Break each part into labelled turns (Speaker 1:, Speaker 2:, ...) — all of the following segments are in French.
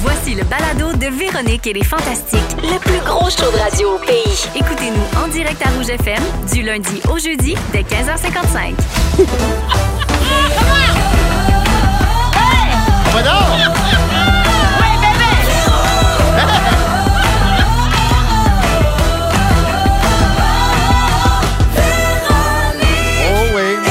Speaker 1: Voici le balado de Véronique et les Fantastiques.
Speaker 2: Le plus gros show de radio au pays.
Speaker 1: Écoutez-nous en direct à Rouge FM du lundi au jeudi dès 15h55.
Speaker 3: Voyons donc! Oh oui.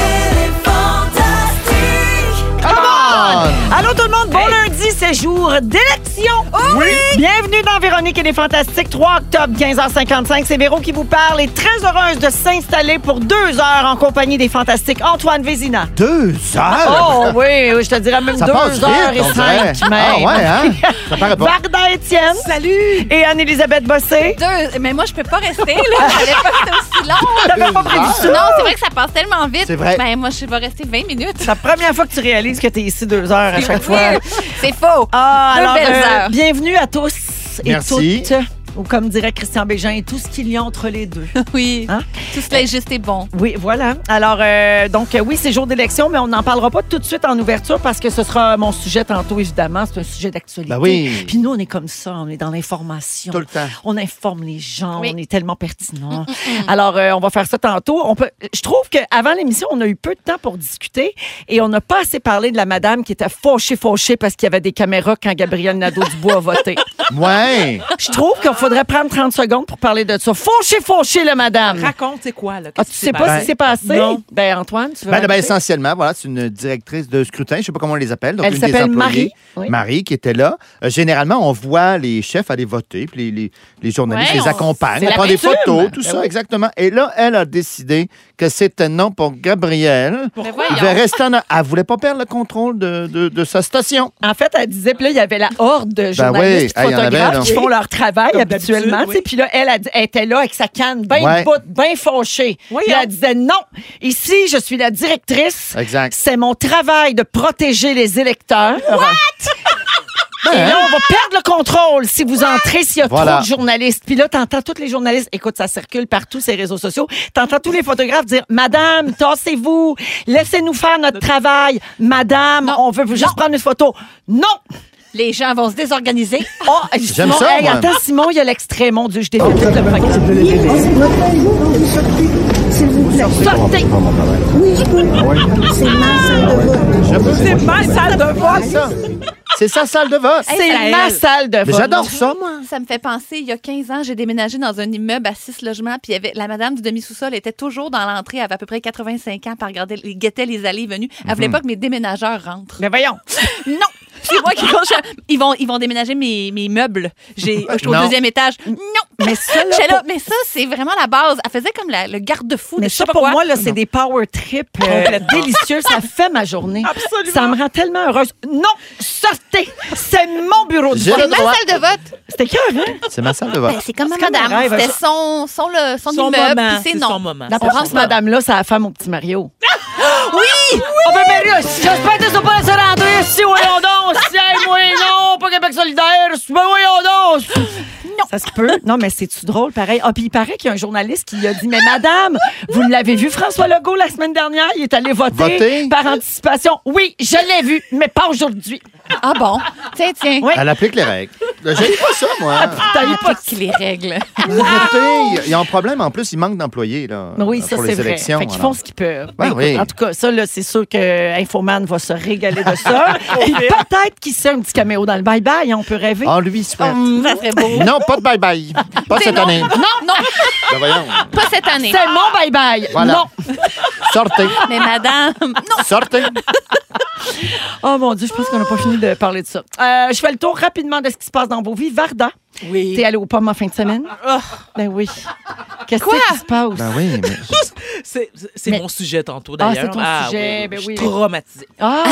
Speaker 3: Come on!
Speaker 4: Allô tout le monde, bon lundi, c'est jour d'élection. Oh oui! Bienvenue dans Véronique et les Fantastiques, 3 octobre, 15h55. C'est Véro qui vous parle et très heureuse de s'installer pour deux heures en compagnie des Fantastiques Antoine Vézina.
Speaker 3: Deux heures?
Speaker 4: Oh oui, oui, je te dirais même
Speaker 3: Ça
Speaker 4: deux
Speaker 3: passe vite,
Speaker 4: heures et
Speaker 3: on dirait.
Speaker 4: cinq
Speaker 3: Ah
Speaker 4: même.
Speaker 3: ouais, hein? Ça paraît pas.
Speaker 4: Varda Étienne
Speaker 5: Salut!
Speaker 4: et Anne-Elisabeth Bossé.
Speaker 5: Deux. Mais moi, je peux pas rester, là. Je voulais pas rester aussi long.
Speaker 4: T'avais pas pris du sou-
Speaker 5: Non, c'est vrai que ça passe tellement vite.
Speaker 3: C'est vrai.
Speaker 5: Ben, moi, je vais rester 20 minutes.
Speaker 4: C'est la première fois que tu réalises que tu es ici deux heures à chaque fois.
Speaker 5: C'est faux.
Speaker 4: Ah,
Speaker 5: Deux
Speaker 4: alors,
Speaker 5: belles
Speaker 4: euh,
Speaker 5: heures.
Speaker 4: bienvenue à tous et
Speaker 3: Merci.
Speaker 4: toutes. Ou comme dirait Christian Bégin, et tout ce qu'il y a entre les deux.
Speaker 5: Ah, Oui.
Speaker 4: Hein?
Speaker 5: Tout cela est juste et bon.
Speaker 4: Oui, voilà. Alors, euh, donc, euh, oui, c'est jour d'élection, mais on n'en parlera pas tout de suite en ouverture parce que ce sera mon sujet tantôt, évidemment. C'est un sujet d'actualité.
Speaker 3: Ben oui.
Speaker 4: Puis nous, on est comme ça, on est dans l'information.
Speaker 3: Tout le temps.
Speaker 4: On informe les gens,
Speaker 5: Oui.
Speaker 4: on est tellement pertinent. Alors, euh, on va faire ça tantôt. On peut... Je trouve qu'avant l'émission, on a eu peu de temps pour discuter et on n'a pas assez parlé de la madame qui était fauchée, fauchée parce qu'il y avait des caméras quand Gabriel Nadeau-Dubois a voté.
Speaker 3: Ouais.
Speaker 4: Je trouve qu'il faudrait prendre 30 secondes pour parler de ça. Fauchée, fauchée, la madame.
Speaker 6: Raconte, c'est quoi, là?
Speaker 4: Ah,
Speaker 6: Qu'est-ce
Speaker 4: tu
Speaker 6: qui
Speaker 4: sais
Speaker 6: s'est
Speaker 4: pas
Speaker 6: passé?
Speaker 4: ce qui s'est passé?
Speaker 6: Non.
Speaker 4: Ben, Antoine, tu veux.
Speaker 3: Ben, ben,
Speaker 4: rajouter?
Speaker 3: essentiellement, voilà, c'est une directrice de scrutin, je ne sais pas comment on les appelle. Donc
Speaker 4: Elle
Speaker 3: une des
Speaker 4: s'appelle
Speaker 3: employées,
Speaker 4: Marie. Oui.
Speaker 3: Marie qui était là. Euh, généralement, on voit les chefs aller voter, puis les, les- les journalistes
Speaker 5: Ouais,
Speaker 3: les
Speaker 5: on-
Speaker 3: accompagnent,
Speaker 5: c'est
Speaker 3: on
Speaker 5: la
Speaker 3: prend des
Speaker 5: coutume.
Speaker 3: photos, tout
Speaker 4: Ben
Speaker 3: ça,
Speaker 4: oui.
Speaker 3: exactement. Et là, elle a décidé que c'était non pour Gabriel.
Speaker 5: Pourquoi?
Speaker 3: Il devait rester en... Elle voulait pas perdre le contrôle de, de- de sa station.
Speaker 4: En fait, elle disait, puis là, il y avait la horde de journalistes,
Speaker 3: Ben oui, hey, il y en avait,
Speaker 4: photographes
Speaker 3: là.
Speaker 4: qui font leur travail
Speaker 6: Comme
Speaker 4: habituellement.
Speaker 6: d'habitude,
Speaker 4: tu sais.
Speaker 6: oui.
Speaker 4: Puis là, elle, elle, elle était là avec sa canne bien
Speaker 3: Ouais.
Speaker 4: bout, bien fauchée. Puis
Speaker 6: Voyons.
Speaker 4: elle disait, non, ici, je suis la directrice.
Speaker 3: Exact.
Speaker 4: C'est mon travail de protéger les électeurs.
Speaker 3: Ben,
Speaker 4: Et
Speaker 3: hein?
Speaker 4: là, on va perdre le contrôle si vous entrez, s'il y a
Speaker 3: Voilà.
Speaker 4: trop de journalistes. Puis là, t'entends tous les journalistes, écoute, ça circule partout ces réseaux sociaux, t'entends tous les photographes dire « Madame, tassez-vous, laissez-nous faire notre travail. Madame,
Speaker 5: Non.
Speaker 4: on veut juste prendre une photo. » Non!
Speaker 5: Les gens vont se désorganiser.
Speaker 4: Oh, Simon,
Speaker 3: ça,
Speaker 4: hey,
Speaker 3: moi.
Speaker 4: attends, Simon, il y a l'extrait. Mon Dieu, je défile tout le programme.
Speaker 7: Sortez, s'il vous plaît.
Speaker 4: Sortez!
Speaker 7: Oui, je peux. C'est ma salle de vote.
Speaker 6: C'est ma salle de vote.
Speaker 3: Ça, C'est sa salle de vote.
Speaker 5: Hey,
Speaker 4: C'est
Speaker 5: ça,
Speaker 4: ma
Speaker 5: elle.
Speaker 4: salle de
Speaker 3: Mais
Speaker 4: vote.
Speaker 3: j'adore ça, moi.
Speaker 5: Ça me fait penser, il y a 15 ans, j'ai déménagé dans un immeuble à six logements, puis il y avait, la madame du demi-sous-sol était toujours dans l'entrée, elle avait à peu près 85 ans, puis elle regardait, elle guettait les allées et venues. Elle
Speaker 4: Mhm.
Speaker 5: voulait pas que mes déménageurs rentrent.
Speaker 4: Mais voyons,
Speaker 5: Non! C'est moi qui congèle. Ils vont, ils vont déménager mes, mes meubles. J'ai, je suis au
Speaker 3: Non.
Speaker 5: deuxième étage. Non!
Speaker 4: mais ça, là,
Speaker 5: J'étais là,
Speaker 4: pour-
Speaker 5: mais ça, c'est vraiment la base. Elle faisait comme la- le garde-fou de
Speaker 4: mais
Speaker 5: je sais
Speaker 4: ça,
Speaker 5: pas
Speaker 4: pour
Speaker 5: quoi.
Speaker 4: moi, là, c'est des power trips euh, délicieux. Ça fait ma journée.
Speaker 6: Absolument.
Speaker 4: Ça me rend tellement heureuse. Non, sortez! C'est mon bureau de
Speaker 3: J'ai
Speaker 4: vote.
Speaker 3: le
Speaker 5: Ma
Speaker 3: droit.
Speaker 5: salle de vote,
Speaker 4: C'était cœur, hein?
Speaker 3: C'est ma salle de
Speaker 5: ben,
Speaker 3: vote.
Speaker 5: c'est comme ma
Speaker 4: C'est comme un
Speaker 5: madame.
Speaker 4: rêve,
Speaker 5: C'était
Speaker 4: ça.
Speaker 5: son, son, le, son,
Speaker 6: Son
Speaker 5: immeuble,
Speaker 6: moment.
Speaker 5: puis c'est
Speaker 6: C'est
Speaker 5: non.
Speaker 6: son moment.
Speaker 4: La
Speaker 6: C'est
Speaker 4: prochaine,
Speaker 6: son
Speaker 4: cette
Speaker 6: moment.
Speaker 4: madame-là, ça va faire mon petit Mario. oui! On va bien J'espère que ne sont pas laissés rentrer ici, voyons donc! Si, hey, moi, non! Pas Québec solidaire! Ben, voyons donc! Non. Ça se peut. Non, mais c'est-tu drôle, pareil? Ah, puis il paraît qu'il y a un journaliste qui lui a dit Mais madame, vous l'avez vu, François Legault, la semaine dernière? Il est allé voter.
Speaker 3: Voter?
Speaker 4: Par anticipation. Oui, je l'ai vu, mais pas aujourd'hui.
Speaker 5: Ah bon? Tiens, tiens.
Speaker 4: Ouais.
Speaker 3: Elle applique les règles. J'ai pas ça, moi.
Speaker 4: T'as eu
Speaker 5: Elle
Speaker 4: pas
Speaker 5: applique les règles.
Speaker 3: Arrêtez. Il y a un problème. En plus, il manque d'employés là,
Speaker 4: Mais Oui, ça,
Speaker 3: Euh, pour
Speaker 4: c'est
Speaker 3: les
Speaker 4: vrai.
Speaker 3: élections.
Speaker 4: Fait qu'ils
Speaker 3: alors.
Speaker 4: font ce qu'ils peuvent.
Speaker 3: Ben
Speaker 4: Écoute,
Speaker 3: oui.
Speaker 4: En tout cas, ça, là, c'est sûr que Infoman va se régaler de ça. Puis peut-être qu'il sait un petit caméo dans le bye-bye. hein, On peut rêver.
Speaker 3: On Ah, lui souhaite.
Speaker 5: Hum, ça serait beau.
Speaker 3: Non, pas de bye-bye. Pas
Speaker 5: C'est
Speaker 3: cette
Speaker 5: non.
Speaker 3: année.
Speaker 5: Non, non,
Speaker 3: Ben voyons.
Speaker 5: pas cette année.
Speaker 4: C'est mon bye-bye.
Speaker 3: Voilà.
Speaker 4: Non.
Speaker 3: Sortez.
Speaker 5: Mais madame, non.
Speaker 3: Sortez.
Speaker 4: Oh mon Dieu, je pense qu'on n'a pas fini de parler de ça. Euh, je fais le tour rapidement de ce qui se passe dans vos vies. Varda, t'es
Speaker 6: Oui.
Speaker 4: allée au pomme en fin de semaine? Ben oui. Qu'est-ce
Speaker 5: Quoi?
Speaker 4: qui se passe?
Speaker 3: Ben oui, mais
Speaker 6: C'est c'est
Speaker 4: Mais-
Speaker 6: mon sujet tantôt,
Speaker 4: Ah,
Speaker 6: d'ailleurs.
Speaker 4: c'est ton sujet, ben
Speaker 6: Je
Speaker 4: oui.
Speaker 6: suis traumatisée.
Speaker 4: Ah!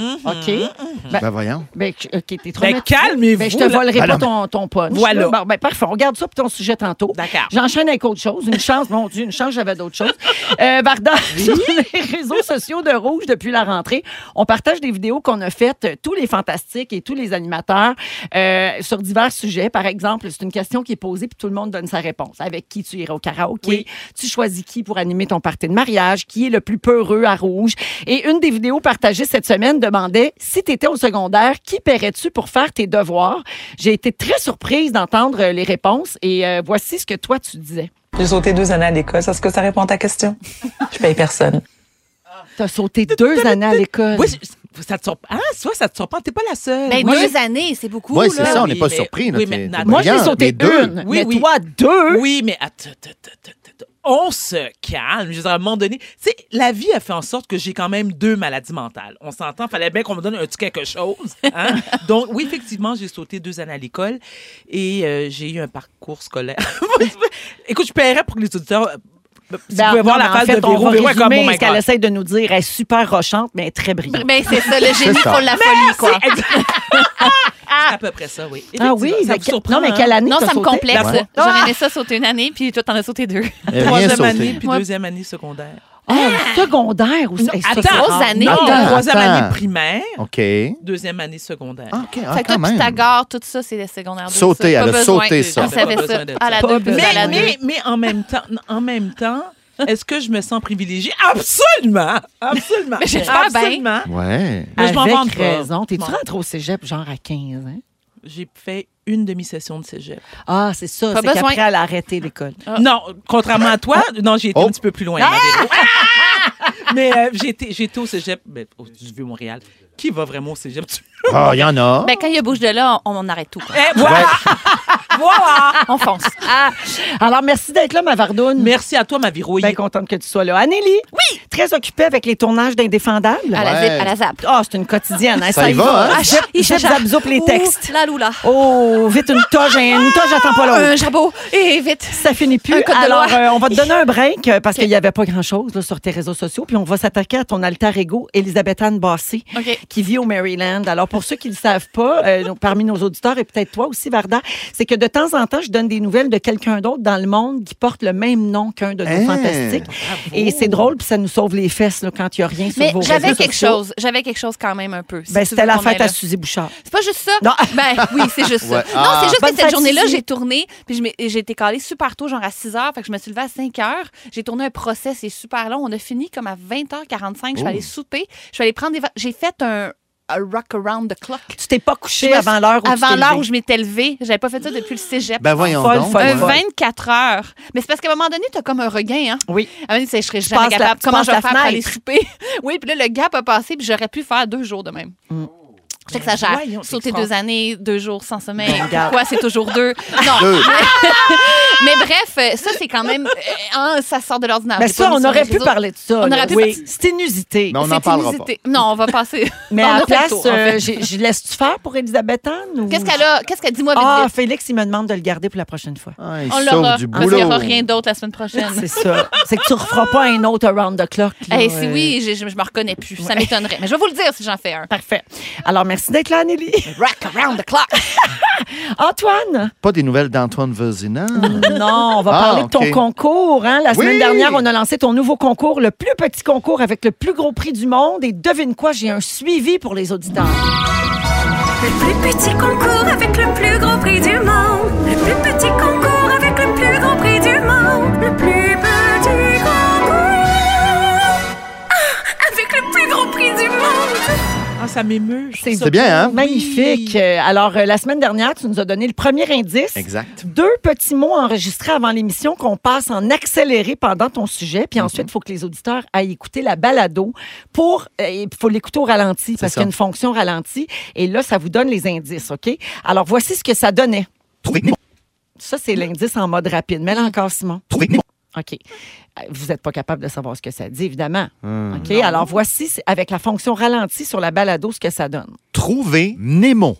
Speaker 3: hein?
Speaker 4: OK.
Speaker 3: ben voyons.
Speaker 4: Ben, OK, t'es trop
Speaker 6: Ben, calmez-vous.
Speaker 4: Ben, je te
Speaker 6: là.
Speaker 4: volerai
Speaker 3: Ben
Speaker 4: pas
Speaker 3: non.
Speaker 4: ton, ton punch.
Speaker 6: Voilà.
Speaker 4: là. Bon, ben, parfait. On garde ça pour ton sujet tantôt.
Speaker 6: D'accord.
Speaker 4: J'enchaîne avec autre chose. Une chance, mon Dieu, une chance, j'avais d'autres choses. Euh, Varda, sur les réseaux sociaux de Rouge depuis la rentrée, on partage des vidéos qu'on a faites, euh, tous les fantastiques et tous les animateurs, euh, sur divers sujets. Par par exemple, c'est une question qui est posée, puis tout le monde donne sa réponse. Avec qui tu iras au karaoké? Tu choisis qui pour animer ton party de mariage? Qui est le plus peureux à rouge? Et une des vidéos partagées cette semaine demandait si tu étais au secondaire, qui paierais-tu pour faire tes devoirs? J'ai été très surprise d'entendre euh, les réponses et euh, voici ce que toi tu disais.
Speaker 8: J'ai sauté deux années à l'école. Est-ce que ça répond à ta question? Je paye personne.
Speaker 4: T'as sauté deux années à l'école.
Speaker 6: Oui, je- ça te surprend. Hein, soit ça te surprend, t'es pas la seule.
Speaker 5: Ben,
Speaker 6: Moi,
Speaker 5: deux
Speaker 6: j'ai-
Speaker 5: années, c'est beaucoup.
Speaker 3: Oui,
Speaker 5: là.
Speaker 3: c'est ça, on
Speaker 6: oui,
Speaker 3: n'est pas
Speaker 6: mais-
Speaker 3: surpris. là,
Speaker 6: oui,
Speaker 3: t'es-
Speaker 6: mais-
Speaker 3: t'es
Speaker 6: moi,
Speaker 4: Moi, j'ai
Speaker 3: brillant,
Speaker 4: sauté
Speaker 3: mais deux.
Speaker 4: une.
Speaker 6: Oui,
Speaker 4: mais
Speaker 6: oui.
Speaker 4: toi, deux.
Speaker 6: Oui, mais attends, attends, attends, attends, attends. on se calme. Je veux dire, à un moment donné, tu sais, la vie a fait en sorte que j'ai quand même deux maladies mentales. On s'entend, fallait bien qu'on me donne un petit quelque chose. hein. Donc, oui, effectivement, j'ai sauté deux années à l'école et euh, j'ai eu un parcours scolaire. Écoute, je paierais pour que les auditeurs. euh, Si
Speaker 4: Ben,
Speaker 6: vous pouvez voir
Speaker 4: non,
Speaker 6: la
Speaker 4: mais en
Speaker 6: face
Speaker 4: fait,
Speaker 6: de
Speaker 4: on
Speaker 6: Véro,
Speaker 4: va
Speaker 6: Véro est comme,
Speaker 4: résumer
Speaker 6: oh my
Speaker 4: ce qu'elle
Speaker 6: God.
Speaker 4: essaie de nous dire. Elle est super rochante, mais très brillante.
Speaker 5: Ben, c'est ça, le génie
Speaker 3: C'est ça.
Speaker 5: pour la folie, quoi.
Speaker 6: C'est à peu près ça, oui.
Speaker 4: Ah oui,
Speaker 6: Effectivement,
Speaker 4: mais
Speaker 6: ça
Speaker 4: que-
Speaker 6: vous surprend,
Speaker 4: non, mais
Speaker 6: hein?
Speaker 4: quelle année
Speaker 5: Non,
Speaker 4: t'as
Speaker 5: ça me
Speaker 4: sauté? Ah!
Speaker 5: complexe.
Speaker 6: La fois.
Speaker 5: J'aurais aimé ça sauter une année, puis toi, t'en as sauté deux.
Speaker 3: Et Rien
Speaker 6: Troisième année,
Speaker 3: sauté.
Speaker 6: puis
Speaker 5: Moi-
Speaker 6: deuxième année secondaire.
Speaker 4: Ah, secondaire aussi. Hey, ça,
Speaker 6: attends,
Speaker 4: c'est
Speaker 5: grosses
Speaker 4: rare.
Speaker 5: années.
Speaker 6: non,
Speaker 5: Attends,
Speaker 6: troisième
Speaker 3: attends.
Speaker 6: année primaire,
Speaker 3: OK.
Speaker 6: deuxième année secondaire.
Speaker 3: Ah, OK, ah,
Speaker 5: Fait que
Speaker 3: quand
Speaker 5: toi,
Speaker 3: même.
Speaker 5: Pythagore, tout ça, c'est le secondaire. deux,
Speaker 3: Sauter,
Speaker 5: ça.
Speaker 3: elle
Speaker 5: Pas
Speaker 3: a
Speaker 5: besoin.
Speaker 3: sauté ça.
Speaker 5: Elle savait
Speaker 6: Pas
Speaker 5: ça.
Speaker 6: besoin de
Speaker 5: À la
Speaker 4: ça.
Speaker 5: deux,
Speaker 4: Pas
Speaker 5: plus à la
Speaker 6: Mais,
Speaker 5: deux.
Speaker 6: mais, mais en même temps, en même temps, est-ce que je me sens privilégiée? Absolument! Absolument!
Speaker 5: Mais j'espère bien.
Speaker 6: Absolument!
Speaker 3: Ouais.
Speaker 6: Mais je m'en vante
Speaker 4: Avec
Speaker 6: pas.
Speaker 4: raison. T'es-tu
Speaker 6: Bon.
Speaker 4: rentré au cégep genre à 15 ans?
Speaker 6: J'ai fait une demi-session de cégep.
Speaker 4: Ah, c'est ça.
Speaker 5: Pas
Speaker 4: C'est
Speaker 5: besoin.
Speaker 4: qu'après, elle a arrêté l'école.
Speaker 5: Ah.
Speaker 6: Non, contrairement à toi, non, j'ai été
Speaker 3: Oh.
Speaker 6: un petit peu plus loin. ma Véro. Ah! Mais euh, j'ai été- j'ai été au cégep mais, au- du Vieux-Montréal. Qui va vraiment au cégep? Tu-
Speaker 3: Ah, il y en a.
Speaker 5: Ben, quand il y a bouche de là, on, on arrête tout. quoi.
Speaker 6: Eh, voilà! voilà!
Speaker 5: On fonce.
Speaker 4: Ah, alors, merci d'être là, ma Vardoune.
Speaker 6: Merci à toi, ma virouille.
Speaker 4: Bien contente que tu sois là. Annélie? Oui! Très occupée avec les tournages d'Indéfendables.
Speaker 5: À la
Speaker 3: Ouais.
Speaker 5: zip, à la zap. Ah,
Speaker 4: Ah, c'est une quotidienne. hein,
Speaker 3: Ça y va, hein?
Speaker 4: Il jette- Il jette zap zoup les textes.
Speaker 5: Ouh, Là, là, là.
Speaker 4: Oh, vite une toge, hein, une toge, j'attends pas l'autre.
Speaker 5: Un jabot. Et vite.
Speaker 4: Ça finit plus.
Speaker 5: Un code de
Speaker 4: Alors,
Speaker 5: loi.
Speaker 4: euh, on va te donner un break euh, parce qu'il n'y avait pas grand-chose là, sur tes réseaux sociaux. Puis on va s'attaquer à ton alter ego, Elisabeth Anne Bassé,
Speaker 5: OK.
Speaker 4: qui vit au Maryland. Alors, pour ceux qui ne le savent pas, euh, donc, parmi nos auditeurs et peut-être toi aussi, Varda, c'est que de temps en temps, je donne des nouvelles de quelqu'un d'autre dans le monde qui porte le même nom qu'un de nos
Speaker 3: Hein?
Speaker 4: fantastiques. Et c'est drôle, puis ça nous sauve les fesses là, quand il n'y a rien
Speaker 5: Mais
Speaker 4: sur vos
Speaker 5: j'avais
Speaker 4: réseaux
Speaker 5: quelque
Speaker 4: sociaux.
Speaker 5: chose. J'avais quelque chose quand même un peu. si
Speaker 4: Ben,
Speaker 5: tu
Speaker 4: c'était
Speaker 5: veux
Speaker 4: la
Speaker 5: qu'on
Speaker 4: fête
Speaker 5: aille
Speaker 4: à
Speaker 5: là.
Speaker 4: Suzy Bouchard.
Speaker 5: C'est pas juste ça.
Speaker 4: Non.
Speaker 5: Ben oui, c'est juste ça.
Speaker 3: Ouais.
Speaker 5: Non,
Speaker 3: Ah.
Speaker 5: c'est juste
Speaker 4: Bonne
Speaker 5: que cette
Speaker 4: fête,
Speaker 5: journée-là,
Speaker 4: Suzy.
Speaker 5: j'ai tourné, puis je m'ai- j'ai été calée super tôt, genre à 6 h. Fait que je me suis levée à 5 h. J'ai tourné un procès, c'est super long. On a fini comme à 20h45. Je suis
Speaker 3: Oh.
Speaker 5: allée souper. Je suis allée prendre des. va- J'ai fait un, un rock around the clock.
Speaker 4: Tu t'es pas couché
Speaker 5: Je me
Speaker 4: avant
Speaker 5: suis-
Speaker 4: l'heure où tu
Speaker 5: Avant
Speaker 4: t'es
Speaker 5: l'heure
Speaker 4: levée.
Speaker 5: où je m'étais levée. J'avais pas fait ça depuis le cégep.
Speaker 3: Ben voyons
Speaker 4: Folle,
Speaker 3: donc.
Speaker 4: folle,
Speaker 5: Un
Speaker 4: folle.
Speaker 5: 24 heures. Mais c'est parce qu'à un moment donné, tu as comme un regain. Hein?
Speaker 4: Oui.
Speaker 5: À un moment donné, je serais jamais
Speaker 4: passes la-
Speaker 5: capable.
Speaker 4: tu
Speaker 5: Comment
Speaker 4: passes
Speaker 5: je vais
Speaker 4: la
Speaker 5: faire pour aller
Speaker 4: fenêtre.
Speaker 5: souper? oui, puis là, le gap a passé, puis j'aurais pu faire deux jours de même.
Speaker 4: Mm.
Speaker 5: Je sais que ça gère.
Speaker 6: Voyons, c'est
Speaker 5: Sauter
Speaker 6: extra-
Speaker 5: deux années, deux jours sans sommeil.
Speaker 4: Ben, regarde.
Speaker 5: Quoi, c'est toujours deux. Non.
Speaker 3: Deux.
Speaker 5: Mais bref, euh, ça, c'est quand même. euh, hein, ça sort de l'ordinaire.
Speaker 4: Mais
Speaker 5: Je l'ai pas
Speaker 4: Ben, ça,
Speaker 5: mis
Speaker 4: on
Speaker 5: sur
Speaker 4: aurait
Speaker 5: les
Speaker 4: pu
Speaker 5: réseaux.
Speaker 4: parler de ça.
Speaker 5: On
Speaker 4: là.
Speaker 5: aurait pu
Speaker 4: Oui.
Speaker 5: parler-
Speaker 4: C'est inusité.
Speaker 3: Mais on n'en
Speaker 5: C'est
Speaker 3: parlera pas.
Speaker 5: inusité. Non, on va passer.
Speaker 4: Mais
Speaker 5: on
Speaker 4: à
Speaker 5: a
Speaker 4: la
Speaker 5: fait le
Speaker 4: place,
Speaker 5: tour, en fait.
Speaker 4: euh, j'ai- je laisse-tu faire pour Elisabeth Anne? ou-
Speaker 5: Qu'est-ce qu'elle a? Qu'est-ce qu'elle Dis-moi vite,
Speaker 4: Ah,
Speaker 5: vite.
Speaker 4: Félix, il me demande de le garder pour la prochaine fois.
Speaker 3: Ah, il
Speaker 5: On
Speaker 3: sauve
Speaker 5: l'aura.
Speaker 3: du
Speaker 5: Parce qu'il n'y
Speaker 3: boulot.
Speaker 5: aura rien d'autre la semaine prochaine.
Speaker 4: C'est ça. C'est que tu referas pas un autre around the clock. là,
Speaker 5: Eh, si
Speaker 4: euh,
Speaker 5: oui, j'ai- je, je me reconnais plus. Ça m'étonnerait. Mais je vais vous le dire si j'en fais un.
Speaker 4: Parfait. Alors, merci d'être là, Nelly.
Speaker 5: Rock around the clock.
Speaker 4: Antoine.
Speaker 3: Pas des nouvelles d'Antoine Vézina.
Speaker 4: Non, on va
Speaker 3: Ah,
Speaker 4: parler de ton
Speaker 3: OK.
Speaker 4: concours. hein. La
Speaker 3: Oui.
Speaker 4: semaine dernière, on a lancé ton nouveau concours, le plus petit concours avec le plus gros prix du monde. Et devine quoi, j'ai un suivi pour les auditeurs.
Speaker 1: Le plus petit concours avec le plus gros prix du monde. Le plus petit concours avec le plus gros prix du monde. Le plus petit concours. Ah, avec le plus gros prix du monde.
Speaker 6: Ah, ça m'émeut. je trouve
Speaker 4: C'est
Speaker 6: ça
Speaker 3: bien, hein?
Speaker 6: beau.
Speaker 4: Magnifique.
Speaker 6: Oui.
Speaker 4: Euh, Alors, euh, la semaine dernière, tu nous as donné le premier indice.
Speaker 3: Exact.
Speaker 4: Deux petits mots enregistrés avant l'émission qu'on passe en accéléré pendant ton sujet.
Speaker 3: Mhm.
Speaker 4: Puis ensuite, il faut que les auditeurs aillent écouter la balado pour. euh, Il faut l'écouter au ralenti parce
Speaker 3: ça.
Speaker 4: qu'il y a une fonction ralenti. Et là, ça vous donne les indices, OK? Alors, voici ce que ça donnait. Ça, c'est l'indice en mode rapide. Mets-le encore, Simon. OK. Euh, Vous n'êtes pas capable de savoir ce que ça dit, évidemment.
Speaker 3: Hum.
Speaker 4: OK? Alors, voici, c'est- avec la fonction ralenti sur la balado, ce que ça donne.
Speaker 3: Trouver Nemo.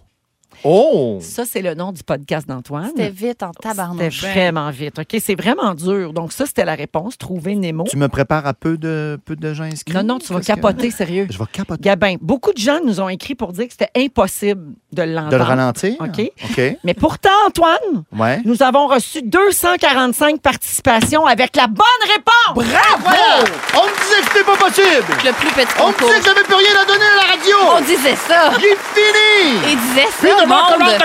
Speaker 3: Oh!
Speaker 4: Ça, c'est le nom du podcast d'Antoine.
Speaker 5: C'était vite en
Speaker 4: C'était
Speaker 5: tabarnouche.
Speaker 4: vraiment vite. OK, c'est vraiment dur. Donc, ça, c'était la réponse. Trouver Nemo.
Speaker 3: Tu me prépares à peu de, peu de gens inscrits?
Speaker 4: Oh. Non, non, tu vas
Speaker 3: Qu'est-ce que-
Speaker 4: capoter, sérieux.
Speaker 3: Je vais capoter.
Speaker 4: Gabin, beaucoup de gens nous ont écrit pour dire que c'était impossible de l'entendre.
Speaker 3: De le ralentir?
Speaker 4: OK.
Speaker 3: OK.
Speaker 4: Mais pourtant, Antoine,
Speaker 3: Ouais.
Speaker 4: nous avons reçu 245 participations avec la bonne réponse.
Speaker 3: Bravo! On me disait que c'était pas possible!
Speaker 5: Le plus petit
Speaker 3: On me
Speaker 5: concours.
Speaker 3: disait que j'avais plus rien à donner à la radio!
Speaker 5: On disait ça.
Speaker 3: Il est fini!
Speaker 5: Il disait ça.
Speaker 3: Puis
Speaker 5: moi,
Speaker 3: demain,
Speaker 5: monde.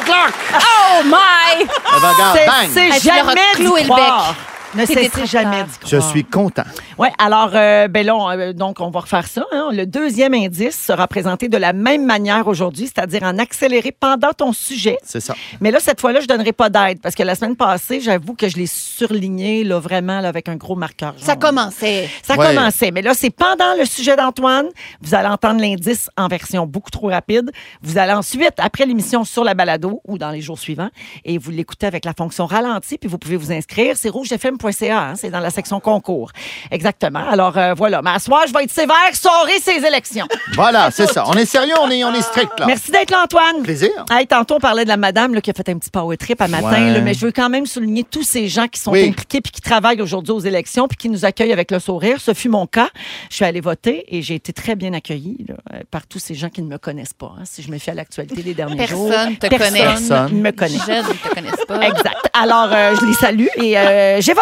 Speaker 5: Oh my!
Speaker 3: Avant-garde, bang!
Speaker 4: Ah, C'est
Speaker 5: Hey, tu leur as
Speaker 4: jamais
Speaker 5: cloué
Speaker 4: d'y
Speaker 5: le
Speaker 4: croire. Ne
Speaker 5: T'es
Speaker 4: cessez
Speaker 5: détractable.
Speaker 4: jamais d'y croire.
Speaker 3: Je suis content.
Speaker 4: Oui, alors, euh, ben là, on, euh, donc, on va refaire ça. hein. Le deuxième indice sera présenté de la même manière aujourd'hui, c'est-à-dire en accéléré pendant ton sujet.
Speaker 3: C'est ça.
Speaker 4: Mais là, cette fois-là, je ne donnerai pas d'aide parce que la semaine passée, j'avoue que je l'ai surligné là, vraiment là, avec un gros marqueur.
Speaker 5: Ça
Speaker 4: jaune.
Speaker 5: commençait.
Speaker 4: Ça
Speaker 3: Ouais.
Speaker 4: commençait, mais là, c'est pendant le sujet d'Antoine. Vous allez entendre l'indice en version beaucoup trop rapide. Vous allez ensuite, après l'émission sur la balado ou dans les jours suivants, et vous l'écoutez avec la fonction ralenti, puis vous pouvez vous inscrire. C'est rougefm.ca, hein, c'est dans la section concours. Exactement. Alors, euh, voilà. Mais à soir, je vais être sévère, saurer ces élections.
Speaker 3: Ah. Voilà, c'est ça. On est sérieux, on est, on est strict, là.
Speaker 4: Merci d'être là, Antoine.
Speaker 3: Plaisir.
Speaker 4: Hey, tantôt, on parlait de la madame là, qui a fait un petit power trip à matin,
Speaker 3: Ouais.
Speaker 4: là, mais je veux quand même souligner tous ces gens qui sont
Speaker 3: Oui.
Speaker 4: impliqués puis qui travaillent aujourd'hui aux élections puis qui nous accueillent avec le sourire. Ce fut mon cas. Je suis allée voter et j'ai été très bien accueillie là, euh, par tous ces gens qui ne me connaissent pas. hein, si je me fie à l'actualité des derniers jours.
Speaker 5: Personne te
Speaker 4: Personne
Speaker 5: connaît.
Speaker 4: ne me connaît.
Speaker 5: Je ne te connaissent pas.
Speaker 4: Exact. Alors, euh, je les salue et euh, j'ai voté.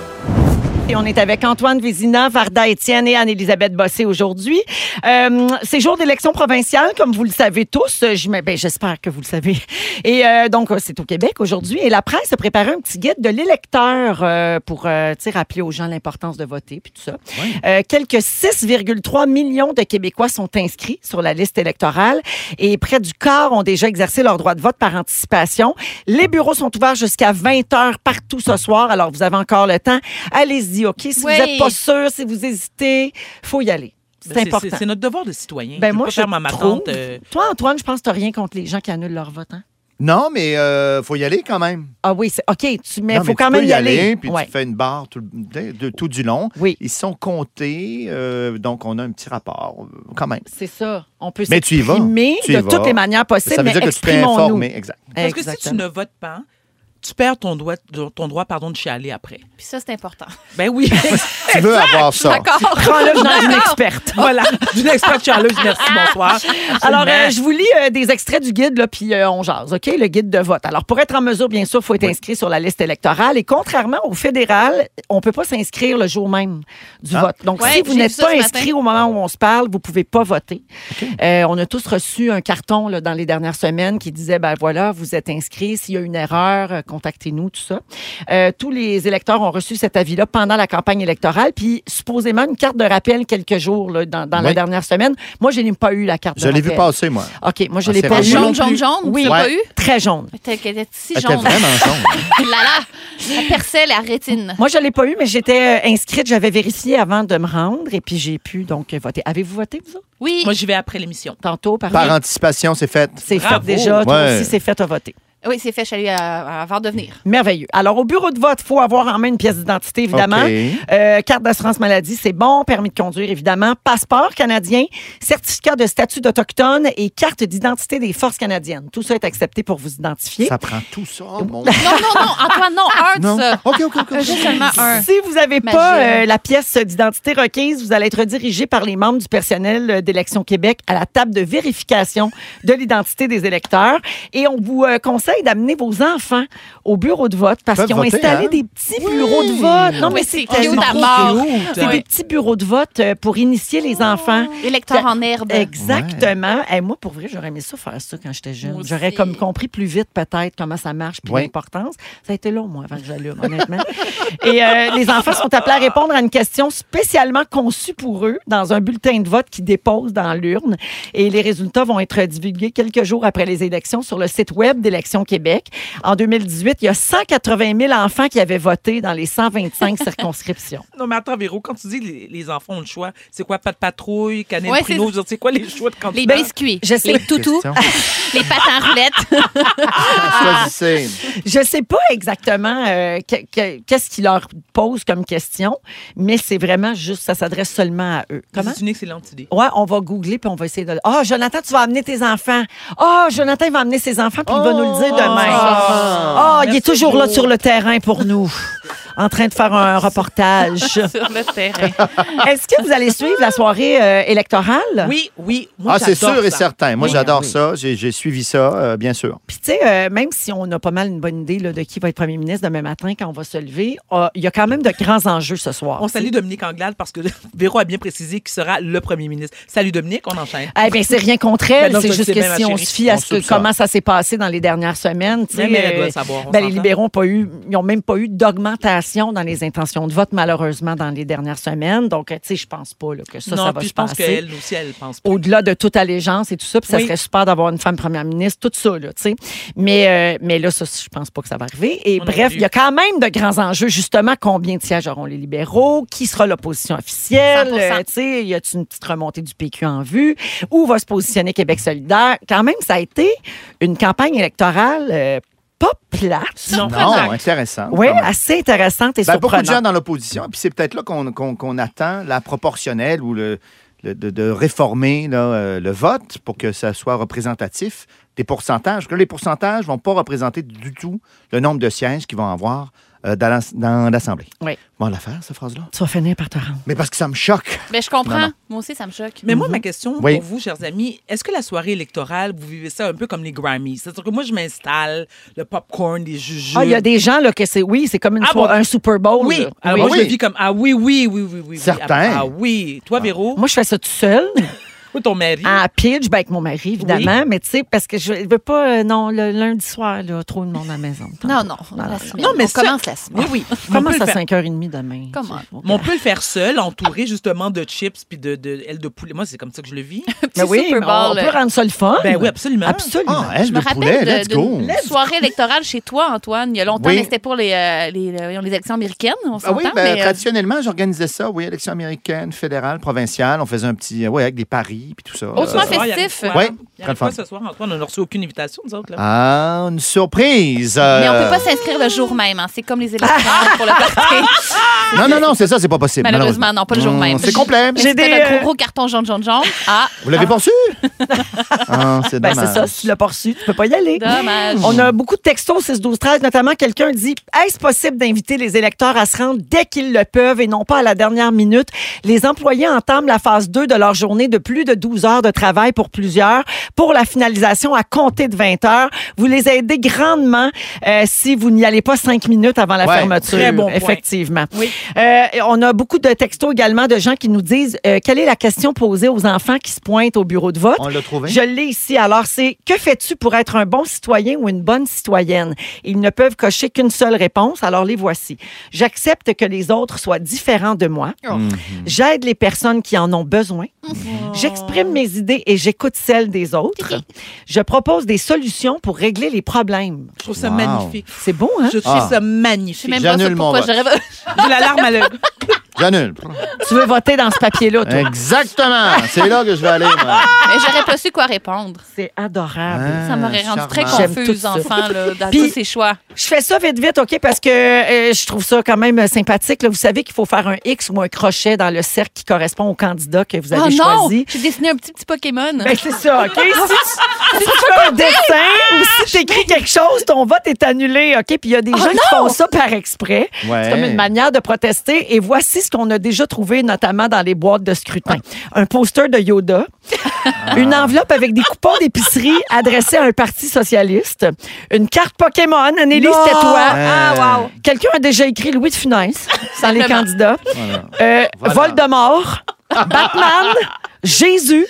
Speaker 4: Et on est avec Antoine Vézina, Varda Étienne et Anne-Élisabeth Bossé aujourd'hui. Euh, c'est jour d'élection provinciale, comme vous le savez tous. Euh, j'im- ben, J'espère que vous le savez. Et euh, donc, euh, c'est au Québec aujourd'hui. Et la presse a préparé un petit guide de l'électeur euh, pour euh, tu sais, rappeler aux gens l'importance de voter, puis tout ça. Euh, quelques 6,3 millions de Québécois sont inscrits sur la liste électorale et près du quart ont déjà exercé leur droit de vote par anticipation. Les bureaux sont ouverts jusqu'à 20 heures partout ce soir, alors vous avez encore le temps. Allez-y, OK? Si
Speaker 5: Oui.
Speaker 4: vous n'êtes pas sûr, si vous hésitez, faut y aller. C'est
Speaker 6: Ben,
Speaker 4: important.
Speaker 6: C'est notre devoir de citoyen.
Speaker 4: Ben,
Speaker 6: je
Speaker 4: moi,
Speaker 6: peux
Speaker 4: je
Speaker 6: faire ma ma
Speaker 4: trouve-
Speaker 6: tante. euh,
Speaker 4: Toi, Antoine, je pense que tu rien contre les gens qui annulent leur vote. hein?
Speaker 3: Non, mais il faut y aller quand même.
Speaker 4: Ah oui, c'est OK, tu, mais
Speaker 3: Non,
Speaker 4: il faut
Speaker 3: tu
Speaker 4: quand
Speaker 3: peux
Speaker 4: même y aller.
Speaker 3: puis
Speaker 4: Ouais.
Speaker 3: tu fais une barre tout, de- de- tout du long.
Speaker 4: Oui.
Speaker 3: Ils sont comptés, euh, donc on a un petit rapport euh, quand même.
Speaker 4: C'est ça. On peut
Speaker 3: Mais tu y vas.
Speaker 4: s'exprimer
Speaker 3: Tu y
Speaker 4: de
Speaker 3: vas.
Speaker 4: toutes les manières possibles,
Speaker 3: ça veut
Speaker 4: mais
Speaker 3: dire que tu t'es
Speaker 4: exprimons-nous.
Speaker 3: informé, exact.
Speaker 6: Parce que si tu
Speaker 4: Exactement.
Speaker 6: ne votes pas, tu perds ton droit, ton droit pardon, de chialer après.
Speaker 5: Puis ça, c'est important.
Speaker 6: Ben oui.
Speaker 3: Tu veux avoir ça.
Speaker 5: D'accord.
Speaker 4: Prends-le, j'en suis une experte.
Speaker 6: voilà. D'une experte chialeuse, merci, bonsoir.
Speaker 4: Alors,
Speaker 6: Absolument.
Speaker 4: euh, je vous lis euh, des extraits du guide, là, puis euh, on jase, OK? Le guide de vote. Alors, pour être en mesure, bien sûr, il faut être inscrit sur la liste électorale. Et contrairement au fédéral, on ne peut pas s'inscrire le jour même du
Speaker 3: Ah.
Speaker 4: vote. Donc,
Speaker 5: Ouais,
Speaker 4: si vous
Speaker 5: j'ai
Speaker 4: n'êtes
Speaker 5: vu ça
Speaker 4: pas
Speaker 5: ce
Speaker 4: inscrit au moment où on se parle, vous ne pouvez pas voter. Euh, on a tous reçu un carton là, dans les dernières semaines qui disait, ben voilà, vous êtes inscrit. S'il y a une erreur, euh, contactez-nous, tout ça. Euh, tous les électeurs ont reçu cet avis-là pendant la campagne électorale, puis supposément une carte de rappel quelques jours là, dans, dans la
Speaker 3: Oui.
Speaker 4: dernière semaine. Moi, je n'ai pas eu la carte
Speaker 3: Je
Speaker 4: de
Speaker 3: l'ai
Speaker 4: rappel.
Speaker 3: vu passer, moi.
Speaker 4: OK, moi, je
Speaker 3: Ah,
Speaker 4: l'ai
Speaker 3: c'est
Speaker 4: pas
Speaker 3: vrai.
Speaker 4: vu.
Speaker 3: Jaune,
Speaker 4: non plus.
Speaker 5: jaune, jaune,
Speaker 4: Oui.
Speaker 5: tu l'as
Speaker 3: Ouais.
Speaker 5: pas eu?
Speaker 4: Très jaune.
Speaker 5: T'es- qu'elle était si
Speaker 3: C'était
Speaker 5: jaune.
Speaker 3: vraiment jaune.
Speaker 5: là là, elle perçait la rétine.
Speaker 4: Moi, je l'ai pas eu, mais j'étais euh, inscrite, j'avais vérifié avant de me rendre et puis j'ai pu donc euh, voter. Avez-vous voté, vous autres?
Speaker 5: Oui,
Speaker 6: Moi, j'y vais après l'émission.
Speaker 4: Tantôt, par,
Speaker 3: Par anticipation, c'est fait.
Speaker 4: C'est fait
Speaker 6: Bravo.
Speaker 4: déjà. Toi
Speaker 3: Ouais.
Speaker 4: aussi, c'est fait à voter.
Speaker 5: oui c'est fait, je suis allée, euh, avant de venir.
Speaker 4: Merveilleux. Alors, au bureau de vote, il faut avoir en main une pièce d'identité, évidemment.
Speaker 3: OK.
Speaker 4: Euh, carte d'assurance maladie, c'est bon. Permis de conduire, évidemment. Passeport canadien, certificat de statut d'autochtone et carte d'identité des forces canadiennes. Tout ça est accepté pour vous identifier.
Speaker 3: Ça prend tout ça, mon
Speaker 5: Non, non, non, Antoine, non, un de
Speaker 3: Non.
Speaker 5: ça. Euh,
Speaker 3: OK, OK, OK.
Speaker 5: Juste seulement un.
Speaker 4: Si vous n'avez pas
Speaker 5: Imagine.
Speaker 4: euh, la pièce d'identité requise, vous allez être redirigé par les membres du personnel euh, d'Élection Québec à la table de vérification de l'identité des électeurs. Et on vous euh, conseille d'amener vos enfants au bureau de vote parce
Speaker 3: Peuvent
Speaker 4: qu'ils ont
Speaker 3: voter,
Speaker 4: installé
Speaker 3: hein?
Speaker 4: des petits bureaux de vote. Non, mais
Speaker 5: Oui,
Speaker 4: c'est
Speaker 5: c'est cute
Speaker 4: tellement
Speaker 5: à
Speaker 4: cute.
Speaker 5: mort. Oh.
Speaker 4: C'est des
Speaker 5: Ouais.
Speaker 4: petits bureaux de vote euh, pour initier les enfants.
Speaker 5: Électeur en herbe.
Speaker 4: Exactement. Et moi, pour vrai, j'aurais aimé ça faire ça quand j'étais
Speaker 5: Moi
Speaker 4: jeune.
Speaker 5: aussi.
Speaker 4: J'aurais comme compris plus vite peut-être comment ça marche puis
Speaker 3: Oui.
Speaker 4: l'importance. Ça a été long, moi, avant que j'allume, honnêtement. Et euh, les enfants sont appelés à répondre à une question spécialement conçue pour eux dans un bulletin de vote qu'ils déposent dans l'urne. Et les résultats vont être divulgués quelques jours après les élections sur le site web d'Élections Québec. En 2018, il y a 180 000 enfants qui avaient voté dans les 125 circonscriptions.
Speaker 6: Non, mais attends, Véro, quand tu dis les, les enfants ont le choix, c'est quoi, pas de patrouille, canette
Speaker 5: Ouais,
Speaker 6: ouais, primo, je veux dire, c'est quoi les choix de quand
Speaker 5: Les
Speaker 6: tu-
Speaker 5: biscuits,
Speaker 4: je sais.
Speaker 5: les toutous,
Speaker 3: Question.
Speaker 5: les pâtes en roulette.
Speaker 3: Choisissez.
Speaker 4: Je sais pas exactement euh, que- que- qu'est-ce qu'ils leur pose comme question, mais c'est vraiment juste, ça s'adresse seulement à eux. Comment?
Speaker 6: C'est une excellente idée.
Speaker 4: Ouais, on va googler puis on va essayer de. Ah, Jonathan, tu vas amener tes enfants. Ah, Jonathan, il va amener ses enfants puis il va nous le dire demain. Ah, il est
Speaker 6: Merci
Speaker 4: toujours là
Speaker 6: beaucoup.
Speaker 4: sur le terrain pour nous. en train de faire un reportage.
Speaker 5: sur le terrain.
Speaker 4: Est-ce que vous allez suivre la soirée euh, électorale?
Speaker 6: Oui, oui. Moi,
Speaker 3: Ah, c'est sûr
Speaker 6: j'adore
Speaker 3: et
Speaker 6: ça.
Speaker 3: certain. Moi,
Speaker 6: Oui,
Speaker 3: j'adore
Speaker 6: oui.
Speaker 3: ça. J'ai j'ai suivi ça, euh, bien sûr.
Speaker 4: Puis, tu sais, euh, même si on a pas mal une bonne idée là, de qui va être premier ministre demain matin quand on va se lever, euh, il y a quand même de grands enjeux ce soir.
Speaker 6: On salue Dominique Anglade parce que Véro a bien précisé qu'il sera le premier ministre. Salut Dominique, on enchaîne.
Speaker 4: Eh bien, c'est rien contre elle.
Speaker 6: Ben non,
Speaker 4: c'est
Speaker 6: je le
Speaker 4: juste
Speaker 6: sais
Speaker 4: que
Speaker 6: bien, ma
Speaker 4: si on
Speaker 6: chérie.
Speaker 4: se fie à
Speaker 3: On
Speaker 4: ce que-
Speaker 3: soupe ça.
Speaker 4: comment ça s'est passé dans les dernières semaines, tu sais,
Speaker 6: Même elle doit
Speaker 4: euh,
Speaker 6: le savoir, on
Speaker 4: ben, les
Speaker 6: s'entend.
Speaker 4: libéraux n'ont pas eu, ils ont même pas eu d'augmentation dans les intentions de vote, malheureusement, dans les dernières semaines. Donc, euh, tu sais, je pense pas là, que ça,
Speaker 6: non,
Speaker 4: ça va
Speaker 6: puis
Speaker 4: se
Speaker 6: je pense
Speaker 4: passer.
Speaker 6: qu'elle aussi, elle pense pas.
Speaker 4: Au-delà de toute allégeance et tout ça, puis ça
Speaker 6: Oui.
Speaker 4: serait super d'avoir une femme première ministre, tout ça, là, tu sais. Mais, euh, mais là, ça, je pense pas que ça va arriver. Et
Speaker 6: Moi non
Speaker 4: bref,
Speaker 6: plus.
Speaker 4: il y a quand même de grands enjeux, justement, combien de sièges auront les libéraux, qui sera l'opposition officielle,
Speaker 5: 100%.
Speaker 4: euh, tu sais, y a-t-il une petite remontée du PQ en vue, où va se positionner Québec solidaire. Quand même, ça a été une campagne électorale euh, pas plate.
Speaker 6: Non.
Speaker 3: Non,
Speaker 5: Exact.
Speaker 3: intéressant.
Speaker 4: Oui,
Speaker 3: quand même.
Speaker 4: assez intéressante et
Speaker 3: Ben, beaucoup
Speaker 4: surprenante.
Speaker 3: de gens dans l'opposition, puis c'est peut-être là qu'on qu'on- qu'on attend la proportionnelle ou le, le- de, de réformer là, euh, le vote pour que ça soit représentatif des pourcentages. Parce Que les pourcentages vont pas représenter du tout le nombre de sièges qu'ils vont avoir euh, dans l'as- dans l'Assemblée.
Speaker 4: Oui.
Speaker 3: Bon, la faire, cette phrase-là.
Speaker 4: Tu vas finir par te rendre.
Speaker 3: Mais parce que ça me choque.
Speaker 5: Mais Ben, je comprends.
Speaker 3: Non, non.
Speaker 5: Moi aussi, ça me choque.
Speaker 6: Mais moi,
Speaker 4: Mhm.
Speaker 6: ma question
Speaker 3: Oui.
Speaker 6: pour vous, chers amis, est-ce que la soirée électorale, vous vivez ça un peu comme les Grammys? C'est-à-dire que moi, je m'installe, le popcorn, les jujubes.
Speaker 4: Ah, il y a des gens là, que c'est, oui, c'est comme une
Speaker 6: Ah,
Speaker 4: fois-
Speaker 6: bon.
Speaker 4: un Super Bowl.
Speaker 6: Oui,
Speaker 4: là.
Speaker 6: alors
Speaker 3: Oui.
Speaker 6: moi, je
Speaker 3: Oui.
Speaker 6: le vis comme, ah oui, oui, oui, oui, oui, oui.
Speaker 3: Certain.
Speaker 6: Ah, ah oui. Toi, Véro,
Speaker 4: Moi, je fais ça tout seul,
Speaker 6: ou ton mari?
Speaker 4: à pitch, ben, avec mon mari, évidemment, mais tu sais, parce que je veux pas, euh, non, le lundi soir, là, trop de monde à la maison.
Speaker 5: Non, non.
Speaker 4: Non,
Speaker 5: la
Speaker 4: non.
Speaker 5: semaine.
Speaker 6: Non, mais
Speaker 5: On
Speaker 6: ça-
Speaker 5: commence la semaine.
Speaker 6: Oui, oui. Mais on peut
Speaker 4: Comment
Speaker 6: le
Speaker 4: ça,
Speaker 6: faire-
Speaker 4: 5h30 demain?
Speaker 5: Comment?
Speaker 4: Tu sais, ok.
Speaker 6: Mais on peut le faire seul, entouré justement de chips puis de, de ailes de poulet. Moi, c'est comme ça que je le vis.
Speaker 4: Mais oui,
Speaker 5: Super
Speaker 4: mais on, on
Speaker 5: Bowl,
Speaker 4: peut
Speaker 5: euh,
Speaker 4: rendre ça le fun.
Speaker 6: Ben oui, absolument.
Speaker 4: Ah, Absolument.
Speaker 3: Ah, elle,
Speaker 5: Je
Speaker 3: le
Speaker 5: me
Speaker 3: poulet,
Speaker 5: rappelle de-
Speaker 3: let's go.
Speaker 5: d'une soirée électorale chez toi, Antoine. Il y a longtemps,
Speaker 3: Oui.
Speaker 5: mais c'était pour les, euh, les, euh, voyons, les élections américaines. On
Speaker 3: Ah
Speaker 5: s'entend,
Speaker 3: oui, ben,
Speaker 5: mais, euh,
Speaker 3: traditionnellement, j'organisais ça, oui, élections américaines, fédérales, provinciales. On faisait un petit, ouais, avec des paris, puis tout ça.
Speaker 5: Autrement
Speaker 3: Euh,
Speaker 5: fait-
Speaker 6: il y a
Speaker 5: festif.
Speaker 6: quoi?
Speaker 3: Ouais,
Speaker 6: Il y a
Speaker 3: très le
Speaker 6: quoi
Speaker 3: fun.
Speaker 6: ce soir, Antoine? On n'a reçu aucune invitation, nous autres. Là.
Speaker 3: Ah, une surprise.
Speaker 5: mais on
Speaker 3: euh,
Speaker 5: peut pas s'inscrire le jour même. hein. C'est comme les élections pour le parti.
Speaker 3: Non, non, non, c'est ça, c'est pas possible.
Speaker 5: Malheureusement, non, pas le jour
Speaker 3: Hum,
Speaker 5: même.
Speaker 3: C'est complet.
Speaker 5: J'ai
Speaker 4: des,
Speaker 5: un
Speaker 4: euh,
Speaker 5: gros, gros carton jaune, jaune, jaune. Ah,
Speaker 3: Vous l'avez pas reçu? Ah, c'est
Speaker 4: Ben, c'est
Speaker 3: dommage.
Speaker 4: ça, si tu l'as pas reçu, tu peux pas y aller.
Speaker 5: dommage.
Speaker 3: Oh,
Speaker 4: On a beaucoup de textos 6 12 13 notamment quelqu'un dit est-ce possible d'inviter les électeurs à se rendre dès qu'ils le peuvent et non pas à la dernière minute Les employés entament la phase 2 de leur journée de plus de 12 heures de travail pour plusieurs pour la finalisation à compter de 20 heures. Vous les aidez grandement euh, si vous n'y allez pas cinq minutes avant la
Speaker 3: Ouais,
Speaker 4: fermeture.
Speaker 6: très bon point.
Speaker 4: effectivement. Euh, et on a beaucoup de textos également de gens qui nous disent euh, quelle est la question posée aux enfants qui se pointent au bureau de vote.
Speaker 3: On l'a trouvé.
Speaker 4: Je l'ai ici. Alors, c'est que fais-tu pour être un bon citoyen ou une bonne citoyenne? Ils ne peuvent cocher qu'une seule réponse, alors les voici. J'accepte que les autres soient différents de moi. J'aide les personnes qui en ont besoin. J'exprime mes idées et j'écoute celles des autres. Je propose des solutions pour régler les problèmes.
Speaker 6: Je trouve ça
Speaker 3: Ah, Wow.
Speaker 6: magnifique.
Speaker 4: C'est beau, hein?
Speaker 6: Je trouve
Speaker 3: Ah.
Speaker 6: ça
Speaker 5: Je sais
Speaker 6: magnifique.
Speaker 5: même pas
Speaker 3: J'annule
Speaker 5: ça,
Speaker 3: mon
Speaker 5: pourquoi
Speaker 3: vote.
Speaker 5: j'aurais voté.
Speaker 6: J'ai l'alarme à l'œil.
Speaker 3: J'annule.
Speaker 4: Tu veux voter dans ce papier-là, toi?
Speaker 3: Exactement. C'est là que je vais aller. moi.
Speaker 5: Mais j'aurais pas su quoi répondre.
Speaker 4: C'est adorable.
Speaker 5: Ça m'aurait rendu très
Speaker 3: Ah, charmant.
Speaker 4: J'aime tout
Speaker 5: confuse,
Speaker 4: ça.
Speaker 5: enfant, là, dans
Speaker 4: Puis-
Speaker 5: tous ses choix.
Speaker 4: Je fais ça vite, vite, OK, parce que euh, je trouve ça quand même euh, sympathique. là. Vous savez qu'il faut faire un X ou un crochet dans le cercle qui correspond au candidat que vous avez
Speaker 5: Oh non!
Speaker 4: choisi.
Speaker 5: J'ai dessiné un petit petit Pokémon.
Speaker 4: Ben, c'est ça, OK? Si tu, si tu fais un dessin ou si tu écris quelque chose, ton vote est annulé, OK? Puis il y a des gens qui font ça par exprès.
Speaker 3: Ouais.
Speaker 4: C'est comme une manière de protester. Et voici ce qu'on a déjà trouvé, notamment dans les boîtes de scrutin. Un poster de Yoda, une enveloppe avec des coupons d'épicerie adressés à un parti socialiste, une carte Pokémon, Anneli,
Speaker 6: Non.
Speaker 4: c'était toi.
Speaker 3: Ah, wow.
Speaker 4: Quelqu'un a déjà écrit Louis de Funès sans les
Speaker 5: Simplement.
Speaker 4: candidats. Euh,
Speaker 3: Voilà.
Speaker 4: Voldemort, Batman, Jésus.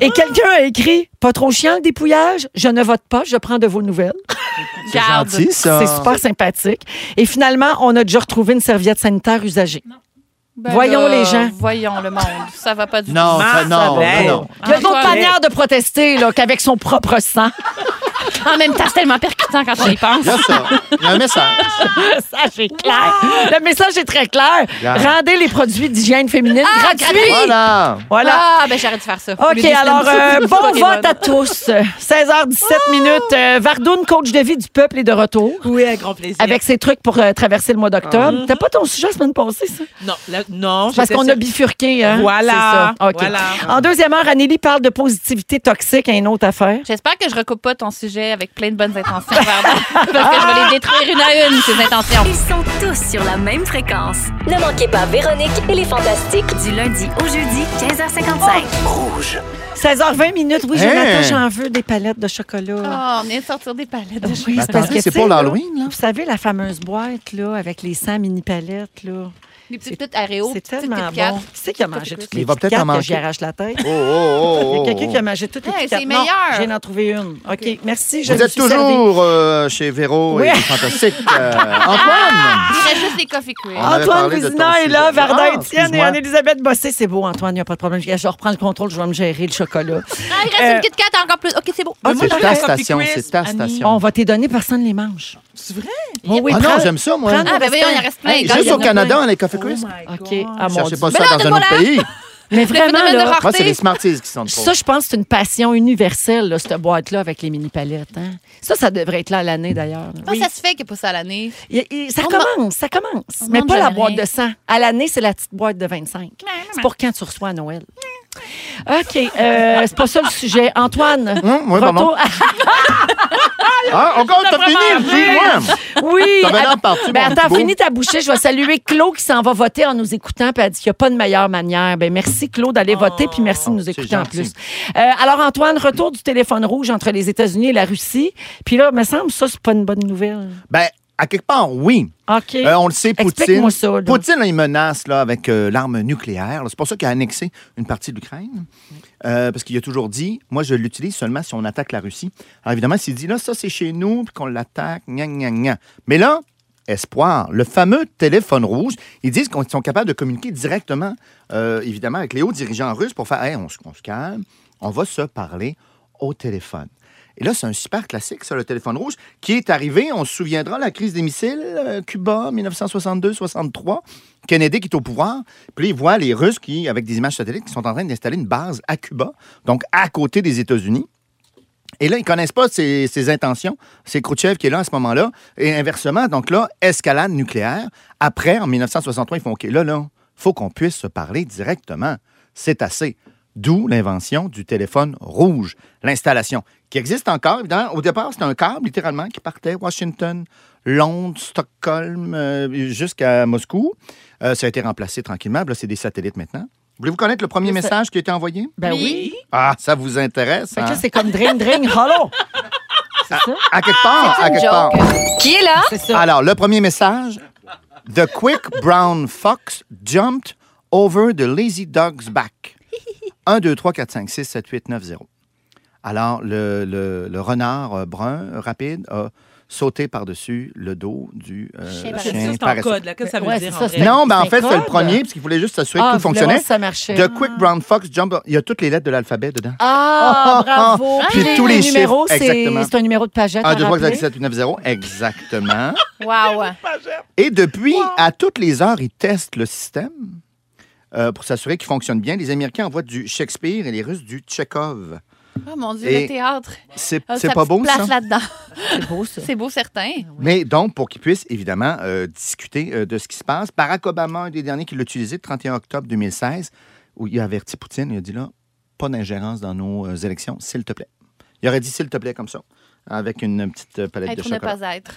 Speaker 4: Et quelqu'un a écrit Pas trop chiant le dépouillage, je ne vote pas, je prends de vos nouvelles.
Speaker 3: C'est
Speaker 5: Garde.
Speaker 3: gentil, ça.
Speaker 4: C'est super sympathique. Et finalement, on a déjà retrouvé une serviette sanitaire usagée.
Speaker 5: Ben
Speaker 4: Voyons
Speaker 5: là,
Speaker 4: les gens.
Speaker 5: Voyons le monde. Ça va pas du tout.
Speaker 3: Non, ça, non,
Speaker 6: Ben,
Speaker 3: non, non.
Speaker 4: Il y a d'autres
Speaker 5: Antoine.
Speaker 4: manières de protester là, qu'avec son propre sang.
Speaker 5: En même temps, c'est tellement percutant quand on y pense.
Speaker 3: Il y a ça. Il y a un message.
Speaker 4: Le message est clair. Le message est très clair.
Speaker 3: Bien.
Speaker 4: Rendez les produits d'hygiène féminine gratuits.
Speaker 5: Ah, gratuits.
Speaker 3: Voilà.
Speaker 4: Voilà.
Speaker 5: Ah, ben j'arrête de faire ça.
Speaker 4: OK,
Speaker 5: Mais
Speaker 4: alors,
Speaker 5: dessiner un
Speaker 4: euh,
Speaker 5: petit
Speaker 4: bon
Speaker 5: Pokémon.
Speaker 4: vote à tous. 16h17 minutes. Euh, Vardoune, coach de vie du peuple, est de retour
Speaker 6: Oui, avec grand plaisir.
Speaker 4: avec ses trucs pour euh, traverser le mois d'octobre.
Speaker 5: Mhm.
Speaker 4: T'as pas ton sujet la semaine passée, ça?
Speaker 6: Non, là, non.
Speaker 4: Parce
Speaker 6: j'étais
Speaker 4: qu'on a
Speaker 6: sur-
Speaker 4: bifurqué, hein?
Speaker 6: Voilà,
Speaker 4: C'est ça. OK.
Speaker 6: voilà.
Speaker 4: En deuxième heure, Anneli parle de positivité toxique à une autre affaire.
Speaker 5: J'espère que je recoupe pas ton sujet projet avec plein de bonnes intentions, pardon, parce que je vais les détruire une à une, ces intentions.
Speaker 1: Ils sont tous sur la même fréquence.
Speaker 2: Ne manquez pas Véronique et les Fantastiques.
Speaker 1: Du lundi au jeudi, 15h55.
Speaker 4: 16h20 minutes. Oui,
Speaker 3: Hein?
Speaker 4: Jonathan, j'en veux des palettes de chocolat.
Speaker 5: Ah, on vient de sortir des palettes de
Speaker 4: Oui,
Speaker 3: Mais
Speaker 4: c'est parce
Speaker 3: attendez,
Speaker 4: que,
Speaker 3: Ben,
Speaker 4: tu sais,
Speaker 3: c'est pour
Speaker 4: là,
Speaker 3: l'Halloween, là?
Speaker 4: Vous savez, la fameuse boîte, là, avec les 100 mini-palettes, là.
Speaker 5: Les petites petites aréos,
Speaker 4: C'est
Speaker 5: petites petites
Speaker 4: tellement
Speaker 5: Kit Kat.
Speaker 4: bon. Qui c'est qui a mangé toutes les
Speaker 3: Il va
Speaker 4: Kit
Speaker 3: peut-être en
Speaker 4: Kat que
Speaker 3: manquer.
Speaker 4: j'y arrache la tête?
Speaker 3: Oh,
Speaker 4: Il
Speaker 3: oh,
Speaker 4: y
Speaker 3: oh,
Speaker 4: a
Speaker 3: oh,
Speaker 4: quelqu'un
Speaker 3: oh.
Speaker 4: qui a mangé toutes les
Speaker 5: Hey,
Speaker 4: Kit Kat.
Speaker 5: c'est
Speaker 4: Non,
Speaker 5: meilleur.
Speaker 4: je viens d'en trouver une. OK, merci. je
Speaker 3: Vous
Speaker 4: me
Speaker 3: êtes
Speaker 4: suis servie.
Speaker 3: toujours euh, chez Véro et
Speaker 4: Oui. Ah,
Speaker 3: les Fantastiques. euh, Antoine!
Speaker 5: Il reste juste les coffee cream.
Speaker 3: On avait
Speaker 4: Antoine
Speaker 3: parlé de ton
Speaker 4: Vézina est là,
Speaker 3: sujet.
Speaker 4: Varda
Speaker 3: Ah,
Speaker 4: Étienne et
Speaker 3: excuse-moi.
Speaker 4: Anne-Elisabeth Bossé. C'est beau, Antoine, il n'y a pas de problème. Je je reprends le contrôle, je vais me gérer le chocolat.
Speaker 5: Ah, il reste
Speaker 4: Euh,
Speaker 5: une Kit Kat encore plus. OK, c'est bon.
Speaker 4: Ah,
Speaker 3: C'est
Speaker 4: moi,
Speaker 3: ta
Speaker 4: j'aurais-
Speaker 3: station,
Speaker 6: Cookies,
Speaker 3: c'est ta
Speaker 6: Annie.
Speaker 4: On
Speaker 3: station.
Speaker 4: va t'y donner, personne ne les mange.
Speaker 6: C'est vrai?
Speaker 4: Oh oui,
Speaker 3: Ah
Speaker 4: prends-
Speaker 3: non, j'aime ça, moi.
Speaker 4: prends-
Speaker 5: Ah, ben voyons, il en reste plein.
Speaker 4: Hey,
Speaker 5: gars, il
Speaker 3: Juste
Speaker 5: y en
Speaker 3: au
Speaker 5: a
Speaker 3: Canada, les Coffee
Speaker 5: Oh,
Speaker 3: Crisp.
Speaker 6: my
Speaker 4: OK, ah mon
Speaker 3: Cherchez
Speaker 4: Dieu.
Speaker 3: pas
Speaker 5: Ben
Speaker 3: ça
Speaker 5: là,
Speaker 3: dans un autre
Speaker 5: donne-moi-la.
Speaker 3: pays.
Speaker 4: Mais
Speaker 5: plein. Le
Speaker 4: vraiment,
Speaker 5: phénomène de
Speaker 4: là,
Speaker 3: Moi, c'est
Speaker 5: rareté.
Speaker 3: les Smarties qui sont de
Speaker 4: ça, je pense que c'est une passion universelle, là, cette boîte-là, avec les mini-palettes. hein. Ça, ça devrait être là à l'année, d'ailleurs. là.
Speaker 5: Comment ça se fait qu'il n'y a pas ça à l'année?
Speaker 4: Il- il- ça
Speaker 5: On
Speaker 4: commence, ça commence.
Speaker 5: on
Speaker 4: Mais
Speaker 5: demande
Speaker 4: pas la
Speaker 5: jamais
Speaker 4: boîte
Speaker 5: rien.
Speaker 4: de 100. À l'année, c'est la petite boîte de 25. C'est pour quand tu reçois à Noël. OK, euh, c'est pas ça le sujet. Antoine,
Speaker 3: Hum, oui, pardon.
Speaker 4: retour à-
Speaker 3: Ah, encore, t'as fini, excuse-moi.
Speaker 4: Oui.
Speaker 3: T'as bien l'air parti,
Speaker 4: Ben,
Speaker 3: mon petit
Speaker 4: attends,
Speaker 3: beau.
Speaker 4: finis ta bouchée. Je vais saluer Claude qui s'en va voter en nous écoutant. Puis elle dit qu'il n'y a pas de meilleure manière. Ben, merci, Claude, d'aller voter. Puis merci de nous
Speaker 3: c'est
Speaker 4: écouter en
Speaker 3: gentil.
Speaker 4: plus. Euh, alors, Antoine, retour du téléphone rouge entre les États-Unis et la Russie. Puis là, me semble, ça, c'est pas une bonne nouvelle.
Speaker 3: Ben, à quelque part, oui.
Speaker 4: OK.
Speaker 3: Euh, on le sait, Poutine.
Speaker 4: Explique-moi ça, là.
Speaker 3: Poutine, là, il menace là, avec euh, l'arme nucléaire. là. C'est pour ça qu'il a annexé une partie de l'Ukraine. Euh, parce qu'il a toujours dit, moi, je l'utilise seulement si on attaque la Russie. Alors, évidemment, s'il dit, là, ça, c'est chez nous, puis qu'on l'attaque, gna, gna, gna. Mais là, espoir, le fameux téléphone rouge, ils disent qu'ils sont capables de communiquer directement, euh, évidemment, avec les hauts dirigeants russes pour faire, hey, on, se- on se calme, on va se parler au téléphone. Et là, c'est un super classique, ça, le téléphone rouge, qui est arrivé, on se souviendra, la crise des missiles, euh, Cuba, 1962-63, Kennedy qui est au pouvoir, puis là, il voit les Russes qui, avec des images satellites, qui sont en train d'installer une base à Cuba, donc à côté des États-Unis. Et là, ils ne connaissent pas ses, ses intentions. C'est Khrouchtchev qui est là à ce moment-là. Et inversement, donc là, escalade nucléaire. Après, en 1963, ils font OK, là, là, faut qu'on puisse se parler directement. C'est assez. D'où l'invention du téléphone rouge, l'installation, qui existe encore. Évidemment, au départ, c'était un câble, littéralement, qui partait Washington, Londres, Stockholm, euh, jusqu'à Moscou. Euh, ça a été remplacé tranquillement. Puis Là, c'est des satellites maintenant. Voulez-vous connaître le premier message qui a été envoyé?
Speaker 4: ben oui.
Speaker 3: Ah, ça vous intéresse?
Speaker 4: Fait que
Speaker 3: hein?
Speaker 4: là, c'est comme dring, dring, hello.
Speaker 3: À quelque
Speaker 4: Ah,
Speaker 3: part, à quelque part.
Speaker 2: Qui est là?
Speaker 4: C'est ça.
Speaker 3: Alors, le premier message. The quick brown fox jumped over the lazy dog's back. 1, 2, 3, 4, 5, 6, 7, 8, 9, 0. Alors, le, le- le renard euh, brun rapide a sauté par-dessus le dos du euh,
Speaker 5: Chien
Speaker 6: Ça,
Speaker 3: chien
Speaker 6: C'est en
Speaker 3: paresseux.
Speaker 6: code, là. Qu'est-ce que ça veut
Speaker 4: Ouais,
Speaker 6: dire
Speaker 4: c'est
Speaker 6: en
Speaker 4: ça,
Speaker 6: vrai?
Speaker 4: c'est-
Speaker 3: Non, ben en
Speaker 4: C'est
Speaker 3: fait, c'est le
Speaker 4: code.
Speaker 3: premier, parce qu'il voulait juste s'assurer que
Speaker 4: Ah,
Speaker 3: tout
Speaker 4: vous voulez voir
Speaker 3: fonctionnait.
Speaker 4: si ça marchait.
Speaker 3: The quick brown fox jump. Il y a toutes les lettres de l'alphabet dedans.
Speaker 4: Ah,
Speaker 3: Ah,
Speaker 4: bravo.
Speaker 3: puis tous les chiffres,
Speaker 4: numéros, c'est-
Speaker 3: exactement.
Speaker 4: c'est un numéro de pagette.
Speaker 3: 1,
Speaker 4: à
Speaker 3: 2, 3, 4, 5,
Speaker 4: rappeler.
Speaker 3: 6, 7, 8, 9, 0. Exactement.
Speaker 5: Wow.
Speaker 3: Et depuis, à toutes les heures, ils testent le système euh, pour s'assurer qu'il fonctionne bien. Les Américains envoient du Shakespeare et les Russes du Tchekhov.
Speaker 5: Oh mon Dieu,
Speaker 3: Et-
Speaker 5: le théâtre.
Speaker 3: C'est
Speaker 5: Ah,
Speaker 3: c'est
Speaker 5: sa
Speaker 3: pas
Speaker 5: petite
Speaker 3: beau, ça?
Speaker 5: place là-dedans.
Speaker 4: C'est beau, ça.
Speaker 5: C'est beau, certain.
Speaker 3: Mais donc, pour qu'ils puissent évidemment euh, discuter euh, de ce qui se passe, Barack Obama, un des derniers qui l'a utilisé le 31 octobre 2016, où il a averti Poutine, il a dit là, pas d'ingérence dans nos euh, élections, s'il te plaît. Il aurait dit s'il te plaît comme ça, avec une petite euh, palette
Speaker 5: Être
Speaker 3: de
Speaker 5: ou ne
Speaker 3: chocolat.
Speaker 5: pas être.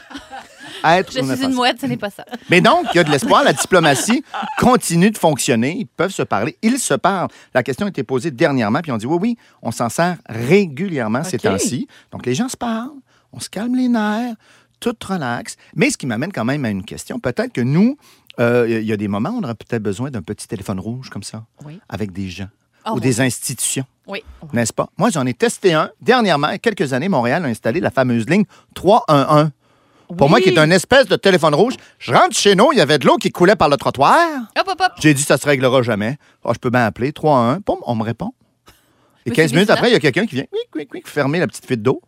Speaker 3: Être
Speaker 5: Je
Speaker 3: ou ne
Speaker 5: suis
Speaker 3: pas
Speaker 5: une
Speaker 3: être.
Speaker 5: mouette, ce n'est pas ça.
Speaker 3: Mais donc, il y a de l'espoir. La diplomatie continue de fonctionner. Ils peuvent se parler. Ils se parlent. La question a été posée dernièrement, puis on dit oui, oui, on s'en sert régulièrement ces
Speaker 4: OK.
Speaker 3: temps-ci. Donc, les gens se parlent, on se calme les nerfs, tout relaxe. Mais ce qui m'amène quand même à une question. Peut-être que nous, euh, il y a des moments où on aurait peut-être besoin d'un petit téléphone rouge comme ça,
Speaker 4: Oui.
Speaker 3: avec des gens
Speaker 5: Ah
Speaker 3: ou
Speaker 5: oui.
Speaker 3: des institutions.
Speaker 5: Oui.
Speaker 3: N'est-ce pas? Moi, j'en ai testé un. Dernièrement, il y a quelques années, Montréal a installé la fameuse ligne 311. Pour moi, qui est une espèce de téléphone rouge, je rentre chez nous, il y avait de l'eau qui coulait par le trottoir.
Speaker 5: Hop, hop, hop.
Speaker 3: J'ai dit, ça se réglera jamais. Ah, je peux bien appeler. 3-1, poum, on me répond. Et 15
Speaker 5: Mais c'est
Speaker 3: minutes
Speaker 5: décevant.
Speaker 3: après, il y a quelqu'un qui vient, oui, oui, oui, fermer la petite fuite d'eau.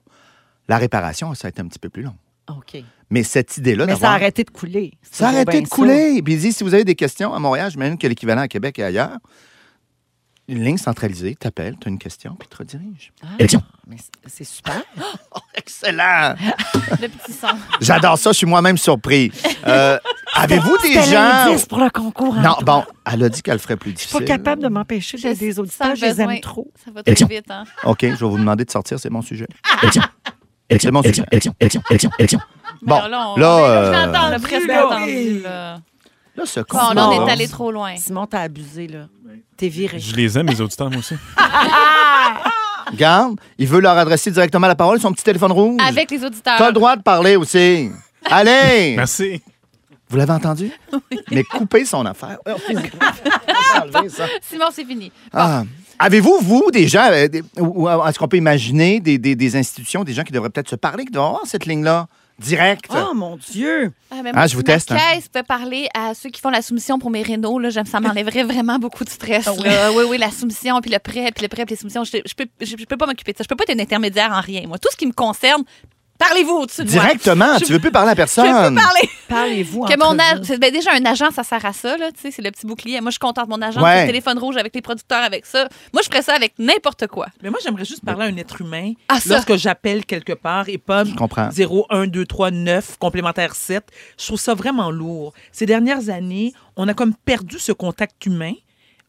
Speaker 3: La réparation, ça a été un petit peu plus long.
Speaker 4: OK.
Speaker 3: Mais cette idée-là,
Speaker 4: Mais ça a
Speaker 3: d'avoir-
Speaker 4: arrêté de couler. C'est
Speaker 3: ça a
Speaker 4: toujours
Speaker 3: arrêté
Speaker 4: bien
Speaker 3: de
Speaker 4: ça.
Speaker 3: couler. Puis il dit, si vous avez des questions à Montréal, j'imagine que l'équivalent à Québec et ailleurs, une ligne centralisée, t'appelles, t'as une question, puis tu te rediriges.
Speaker 4: Ah,
Speaker 3: Élection. Oh,
Speaker 4: mais c'est- C'est super.
Speaker 3: Excellent!
Speaker 5: Le petit son.
Speaker 3: J'adore ça, je suis moi-même surpris. Euh, Avez-vous des
Speaker 4: C'était
Speaker 3: gens...
Speaker 4: l'indice pour le concours.
Speaker 3: Non,
Speaker 4: Antoine.
Speaker 3: bon, elle a dit qu'elle le ferait plus
Speaker 4: Je
Speaker 3: difficile.
Speaker 4: suis pas capable de m'empêcher
Speaker 5: Je
Speaker 4: d'aider des
Speaker 5: sens
Speaker 4: auditeurs.
Speaker 5: le
Speaker 4: Je les
Speaker 5: besoin.
Speaker 4: aime trop.
Speaker 5: Ça va trop
Speaker 3: Élection.
Speaker 5: vite, hein?
Speaker 3: OK, je vais vous demander de sortir, c'est mon sujet. élection, élection, élection, élection, élection, élection. Bon,
Speaker 5: Alors là, on,
Speaker 3: là,
Speaker 5: je l'ai entendu,
Speaker 3: euh,
Speaker 5: on a presque
Speaker 6: là,
Speaker 5: entendu.
Speaker 6: oui.
Speaker 5: Là.
Speaker 3: là, ce
Speaker 5: Bon,
Speaker 3: con-
Speaker 5: là, on
Speaker 3: non.
Speaker 5: est allé trop loin.
Speaker 4: Simon, t'as abusé, là. T'es viré.
Speaker 9: Je les aime, mes auditeurs, moi aussi.
Speaker 3: Garde, il veut leur adresser directement la parole, son petit téléphone rouge.
Speaker 5: Avec les auditeurs.
Speaker 3: T'as le droit de parler aussi. Allez!
Speaker 9: Merci.
Speaker 3: Vous l'avez entendu? Mais coupez son affaire. Oh, c'est grave. Enlever ça.
Speaker 5: Simon, c'est fini.
Speaker 3: Ah. Avez-vous, vous, des gens, euh, des- ou, ou est-ce qu'on peut imaginer des, des- des institutions, des gens qui devraient peut-être se parler, qui devraient avoir cette ligne-là, direct?
Speaker 4: Oh, mon Dieu!
Speaker 5: Ah, ben,
Speaker 3: Ah, je vous
Speaker 5: ma
Speaker 3: teste, hein.
Speaker 5: caisse peut parler à ceux qui font la soumission pour mes rénaux. Là, j'aime- ça m'enlèverait vraiment beaucoup de stress. là. Oui, oui, la soumission, puis le prêt, puis le prêt, puis les soumissions. Je, je peux, je, je peux pas m'occuper de ça. Je peux pas être une intermédiaire en rien. Moi, tout ce qui me concerne, parlez-vous au-dessus de moi.
Speaker 3: Directement, tu veux plus parler à
Speaker 5: Je peux
Speaker 3: personne.
Speaker 5: parler.
Speaker 4: Parlez-vous
Speaker 5: Que mon
Speaker 4: entre
Speaker 5: ag-
Speaker 4: vous.
Speaker 5: c'est- ben, déjà, un agent, ça sert à ça. Là, tu sais, c'est le petit bouclier. Moi, je suis contente. Mon agent,
Speaker 3: Ouais.
Speaker 5: c'est le téléphone rouge avec les producteurs, avec ça. Moi, je ferais ça avec n'importe quoi.
Speaker 6: Mais moi, j'aimerais juste parler à un être humain
Speaker 5: Ah, ça.
Speaker 6: lorsque j'appelle quelque part et pas
Speaker 3: Je comprends.
Speaker 6: 0, 1, 2, 3, 9, complémentaire 7. Je trouve ça vraiment lourd. Ces dernières années, on a comme perdu ce contact humain.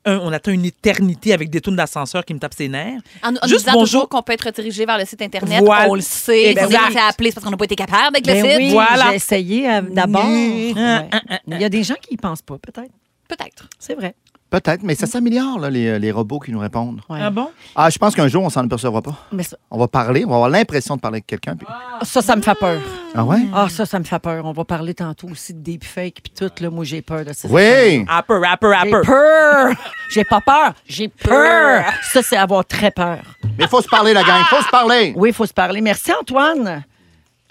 Speaker 6: Un, on attend une éternité avec des tours d'ascenseur qui me tapent ses nerfs.
Speaker 5: En, en
Speaker 6: Juste
Speaker 5: nous disant
Speaker 6: bonjour.
Speaker 5: toujours qu'on peut être redirigé vers le site Internet.
Speaker 6: Voilà.
Speaker 5: On le sait.
Speaker 6: Eh ben
Speaker 5: on a
Speaker 6: oui.
Speaker 5: été appelé c'est parce qu'on n'a pas été capable avec le
Speaker 4: Ben
Speaker 5: site.
Speaker 4: oui,
Speaker 6: Voilà.
Speaker 4: j'ai essayé euh, d'abord.
Speaker 6: Mmh.
Speaker 4: Ouais.
Speaker 6: Ah, ah,
Speaker 4: Il y a des gens qui y pensent pas, peut-être.
Speaker 5: Peut-être.
Speaker 4: C'est vrai.
Speaker 3: Peut-être, mais ça s'améliore, là, les, euh, les robots qui nous répondent.
Speaker 4: Ouais.
Speaker 6: Ah bon?
Speaker 3: Ah, je pense qu'un jour, on s'en apercevra pas.
Speaker 4: Mais ça,
Speaker 3: On va parler, on va avoir l'impression de parler avec quelqu'un. puis-
Speaker 4: ça, ça me fait peur.
Speaker 3: Ah ouais?
Speaker 4: Ah, ça, ça me fait peur. On va parler tantôt aussi de deepfake puis tout. Là, moi, j'ai peur de ça.
Speaker 3: Oui!
Speaker 6: Rapper, rapper,
Speaker 4: J'ai
Speaker 6: rapper.
Speaker 4: peur. J'ai pas peur. J'ai peur. Ça, c'est avoir très peur.
Speaker 3: Mais il faut se parler, la gang, faut se parler.
Speaker 4: Oui, il faut se parler. Merci, Antoine.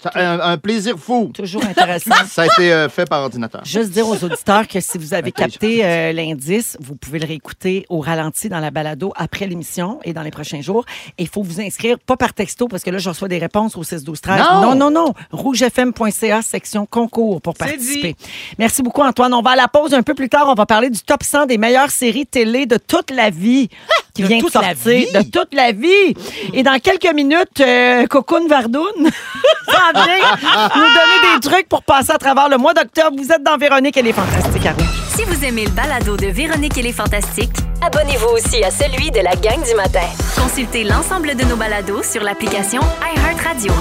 Speaker 3: Ça- un, un plaisir fou.
Speaker 4: Toujours intéressant.
Speaker 3: Ça a été euh, fait par ordinateur.
Speaker 4: Juste dire aux auditeurs que si vous avez
Speaker 3: Ok, je-
Speaker 4: capté euh, l'indice, vous pouvez le réécouter au ralenti dans la balado après l'émission et dans les prochains jours. Et il faut vous inscrire, pas par texto, parce que là, je reçois des réponses au 6 12 13
Speaker 3: Non!
Speaker 4: non, non. non. rougefm.ca, section concours pour
Speaker 6: C'est
Speaker 4: participer. Merci beaucoup, Antoine. On va à la pause un peu plus tard. On va parler du top 100 des meilleures séries télé de toute la vie qui
Speaker 6: De
Speaker 4: vient de
Speaker 6: toute la
Speaker 4: sortir.
Speaker 6: vie?
Speaker 4: De toute la vie. Et dans quelques minutes, euh, Cocoon Vardoun s'en vient nous donner des trucs pour passer à travers le mois d'octobre. Vous êtes dans Véronique, elle est fantastique à Rouge.
Speaker 1: Si vous aimez le balado de Véronique et les Fantastiques,
Speaker 2: Abonnez-vous aussi à celui de la gang du matin.
Speaker 1: consultez l'ensemble de nos balados sur l'application iHeartRadio.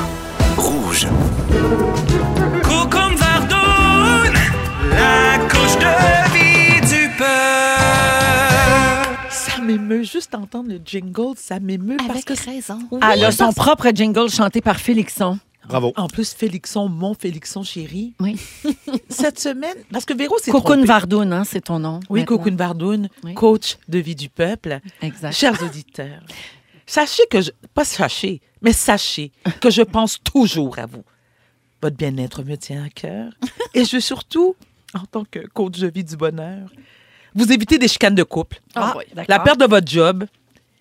Speaker 10: Cocoon Vardoune, la couche de vie du peuple.
Speaker 6: Ça m'émeut. Juste entendre le jingle, ça m'émeut parce
Speaker 5: Avec
Speaker 6: que
Speaker 5: raison.
Speaker 4: Elle a son propre jingle chanté par Félixon.
Speaker 3: Bravo.
Speaker 6: En plus, Félixon, mon Félixon chéri.
Speaker 4: Oui.
Speaker 6: Cette semaine, parce que Véro s'est
Speaker 4: Cocoon
Speaker 6: trompée.
Speaker 4: Vardoun, hein, c'est ton nom.
Speaker 6: Oui,
Speaker 4: maintenant.
Speaker 6: Cocoon Vardoun,
Speaker 4: Oui.
Speaker 6: coach de vie du peuple.
Speaker 4: Exact.
Speaker 6: Chers auditeurs, sachez que je... Pas sachez, mais sachez que je pense toujours à vous. Votre bien-être me tient à cœur. Et je veux surtout, en tant que coach de vie du bonheur, vous éviter des chicanes de couple,
Speaker 4: Ah,
Speaker 6: la
Speaker 4: d'accord.
Speaker 6: perte de votre job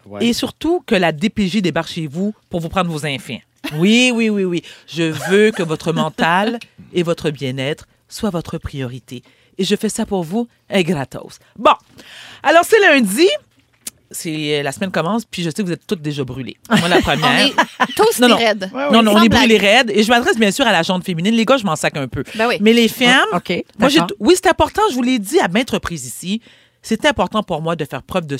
Speaker 3: Ouais.
Speaker 6: et surtout que la DPJ débarque chez vous pour vous prendre vos enfants. Oui, oui, oui, oui. Je veux que votre mental et votre bien-être soient votre priorité. Et je fais ça pour vous, et gratos. Bon, alors c'est lundi. C'est euh, la semaine commence, puis je sais que vous êtes toutes déjà brûlées. Moi, la
Speaker 5: On
Speaker 6: première.
Speaker 5: est tous
Speaker 6: Hein? Non, non.
Speaker 5: des raides.
Speaker 6: Non, non, on
Speaker 5: Sans
Speaker 6: est
Speaker 5: blague.
Speaker 6: brûlés raides. Et je m'adresse bien sûr à la jante féminine. Les gars, je m'en sac un peu.
Speaker 5: Ben oui.
Speaker 6: Mais les femmes,
Speaker 4: Ah, OK,
Speaker 6: moi, j'ai-
Speaker 4: d'accord.
Speaker 6: oui, c'est important. Je vous l'ai dit à maintes reprises ici. C'est important pour moi de faire preuve de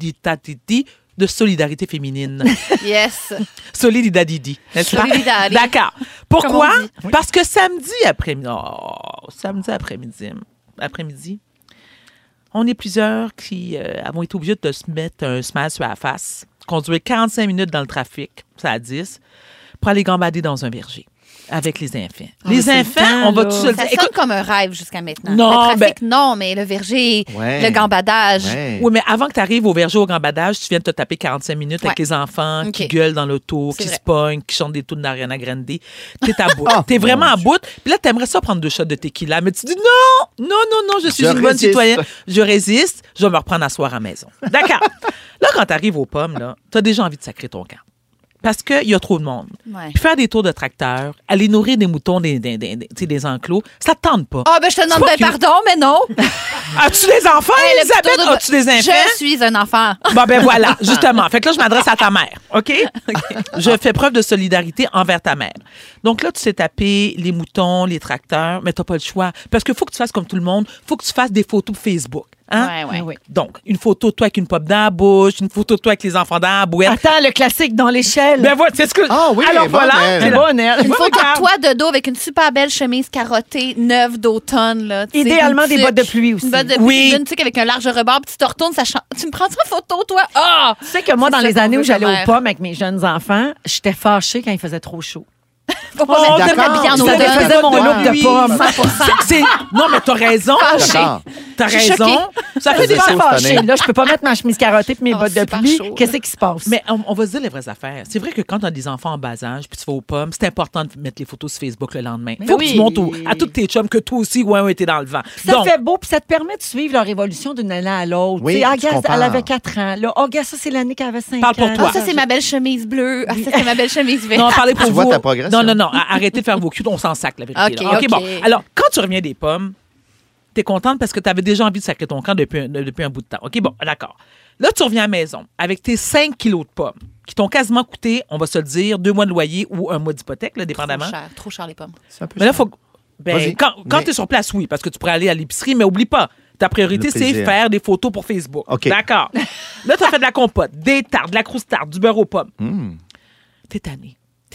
Speaker 6: solidarité, de solidarité féminine.
Speaker 5: Yes.
Speaker 6: Solidarité, n'est-ce pas?
Speaker 5: Solidarité.
Speaker 6: D'accord. Pourquoi?
Speaker 5: Comme
Speaker 6: Parce que samedi après-midi, oh, samedi après-midi, après-midi, on est plusieurs qui euh, avons été obligés de se mettre un smash sur la face, conduire 45 minutes dans le trafic, ça à 10, pour aller gambader dans un verger avec les enfants. les
Speaker 4: Ah, c'est le
Speaker 6: enfants,
Speaker 4: temps,
Speaker 6: on va
Speaker 4: là.
Speaker 6: tout se le dire.
Speaker 5: Ça sonne
Speaker 6: Écoute,
Speaker 5: comme un rêve jusqu'à maintenant.
Speaker 6: Non, ben-
Speaker 5: le trafic, non, mais le verger,
Speaker 3: Ouais.
Speaker 5: le gambadage.
Speaker 3: Ouais.
Speaker 6: Oui, mais avant que tu arrives au verger au gambadage, tu viens de te taper 45 minutes avec
Speaker 5: Ouais.
Speaker 6: les enfants qui
Speaker 5: Ok.
Speaker 6: gueulent dans l'auto,
Speaker 5: C'est
Speaker 6: qui
Speaker 5: vrai. Oh,
Speaker 6: se pognent, qui chantent des tunes d'Ariana Grande. T'es à bout.
Speaker 3: Ah,
Speaker 6: T'es vraiment
Speaker 3: mon
Speaker 6: à bout. Puis là, t'aimerais ça prendre deux shots de tequila, mais tu dis non, non, non, non, je suis
Speaker 3: Je
Speaker 6: une bonne
Speaker 3: résiste.
Speaker 6: citoyenne. Je résiste, je vais me reprendre à soir à la maison. D'accord. là, quand t'arrives aux pommes, là, t'as déjà envie de sacrer ton camp. Parce qu'il y a trop de monde.
Speaker 5: Ouais.
Speaker 6: Puis faire des tours de tracteur, aller nourrir des moutons, des, des, des- des- tu sais, des enclos, ça te tente pas.
Speaker 5: Ah, ben, je te demande
Speaker 6: pas
Speaker 5: bien
Speaker 6: cute.
Speaker 5: pardon, mais non.
Speaker 6: As-tu des enfants,
Speaker 5: Hey, le petit
Speaker 6: Elisabeth?
Speaker 5: tour de-
Speaker 6: As-tu des enfants?
Speaker 5: Je suis un enfant.
Speaker 6: Bon, ben voilà, justement. Fait que là, je m'adresse à ta mère, OK? Je fais preuve de solidarité envers ta mère. Donc là, tu sais taper les moutons, les tracteurs, mais t'as pas le choix. Parce qu'il faut que tu fasses comme tout le monde. faut que tu fasses des photos pour Facebook. Hein?
Speaker 5: Ouais, ouais.
Speaker 4: Ah oui.
Speaker 6: Donc, une photo de toi avec une pop dans la bouche, une photo de toi avec les enfants dans la bouette.
Speaker 4: Attends, le classique dans l'échelle.
Speaker 6: Ben voilà, c'est ce que.
Speaker 3: Ah oui,
Speaker 6: Alors
Speaker 3: elle est bonne,
Speaker 6: voilà,
Speaker 3: elle.
Speaker 6: c'est
Speaker 4: c'est
Speaker 3: Elle
Speaker 6: bon.
Speaker 4: Ah. bonne, elle.
Speaker 5: Une
Speaker 6: Moi,
Speaker 5: photo
Speaker 6: regarde.
Speaker 5: de toi de dos avec une super belle chemise carottée, neuve d'automne. là, tu sais,
Speaker 4: Idéalement,
Speaker 5: une
Speaker 4: des
Speaker 5: tuque.
Speaker 4: bottes de pluie aussi.
Speaker 5: Une botte de pluie,
Speaker 6: Oui.
Speaker 5: une tuque avec un large rebord, puis tu te retournes, ça chan- tu me prends ça en photo, toi? Ah!
Speaker 4: Tu sais que moi,
Speaker 5: C'est
Speaker 4: dans
Speaker 5: ça
Speaker 4: les
Speaker 5: qu'on
Speaker 4: années
Speaker 5: veut
Speaker 4: où j'allais
Speaker 5: comme
Speaker 4: aux pommes avec mes jeunes enfants, j'étais fâchée quand il faisait trop chaud.
Speaker 5: Pourquoi
Speaker 3: d'accord.
Speaker 5: t'habilles en
Speaker 3: Ça
Speaker 5: automne?
Speaker 3: défaisait
Speaker 4: mon look de
Speaker 6: Oui,
Speaker 5: Ah
Speaker 4: pomme.
Speaker 5: 100%.
Speaker 6: C'est- Non, mais t'as raison.
Speaker 3: D'accord.
Speaker 6: T'as
Speaker 5: Je suis choquée.
Speaker 6: raison. Ça fait
Speaker 3: Je
Speaker 6: des
Speaker 3: suis
Speaker 6: affaires.
Speaker 3: cette
Speaker 4: Fâchée,
Speaker 3: année.
Speaker 4: là, je peux pas mettre ma chemise carottée et mes
Speaker 5: Ah,
Speaker 4: bottes de
Speaker 5: super
Speaker 4: pluie.
Speaker 5: chaud.
Speaker 4: Qu'est-ce qui se passe?
Speaker 6: Mais on, on va se dire les vraies affaires. C'est vrai que quand t'as des enfants en bas âge, puis tu vas aux pommes, c'est important de mettre les photos sur Facebook le lendemain. Faut que
Speaker 4: oui.
Speaker 6: tu montres au- à tous tes chums que toi aussi, ouais, ouais, t'es dans le vent.
Speaker 4: ça
Speaker 6: Donc,
Speaker 4: fait beau, puis ça te permet de suivre leur évolution d'une année à l'autre.
Speaker 3: Oui,
Speaker 4: Tu sais, ah,
Speaker 3: tu
Speaker 4: regarde,
Speaker 3: compares.
Speaker 4: elle avait 4 ans. Là, oh, regarde, ça, c'est l'année qu'elle avait 5 ans.
Speaker 6: Parle pour toi.
Speaker 5: Ah, ça, c'est ma belle chemise bleue. Ah, ça, c'est ma belle chemise verte. Ah,
Speaker 6: Non, parlez pour
Speaker 3: Tu
Speaker 6: vous.
Speaker 3: vois ta progression.
Speaker 6: Non, non, non. a- Arrêtez de faire vos culs. On s'en sac, la vérité. là.
Speaker 5: OK, OK.
Speaker 6: bon. Alors, quand tu reviens des pommes, t'es contente parce que t'avais déjà envie de sacrer ton camp depuis un, depuis un bout de temps. OK, bon, d'accord. Là, tu reviens à la maison avec tes 5 kilos de pommes qui t'ont quasiment coûté, on va se le dire, deux mois de loyer ou un mois d'hypothèque, là,
Speaker 5: Trop
Speaker 6: dépendamment.
Speaker 5: cher, trop cher les pommes.
Speaker 3: C'est un peu
Speaker 6: Mais là,
Speaker 3: ça.
Speaker 6: faut. que- Ben,
Speaker 3: Vas-y.
Speaker 6: quand quand
Speaker 3: Mais-
Speaker 6: tu es sur place, oui, parce que tu pourrais aller à l'épicerie, mais oublie pas. Ta priorité,
Speaker 3: Le
Speaker 6: c'est
Speaker 3: plaisir.
Speaker 6: faire des photos pour Facebook.
Speaker 3: OK.
Speaker 6: D'accord. là, tu as fait de la compote, des tartes, de la croustarde, du beurre aux pommes. T'es tanné. Hmm.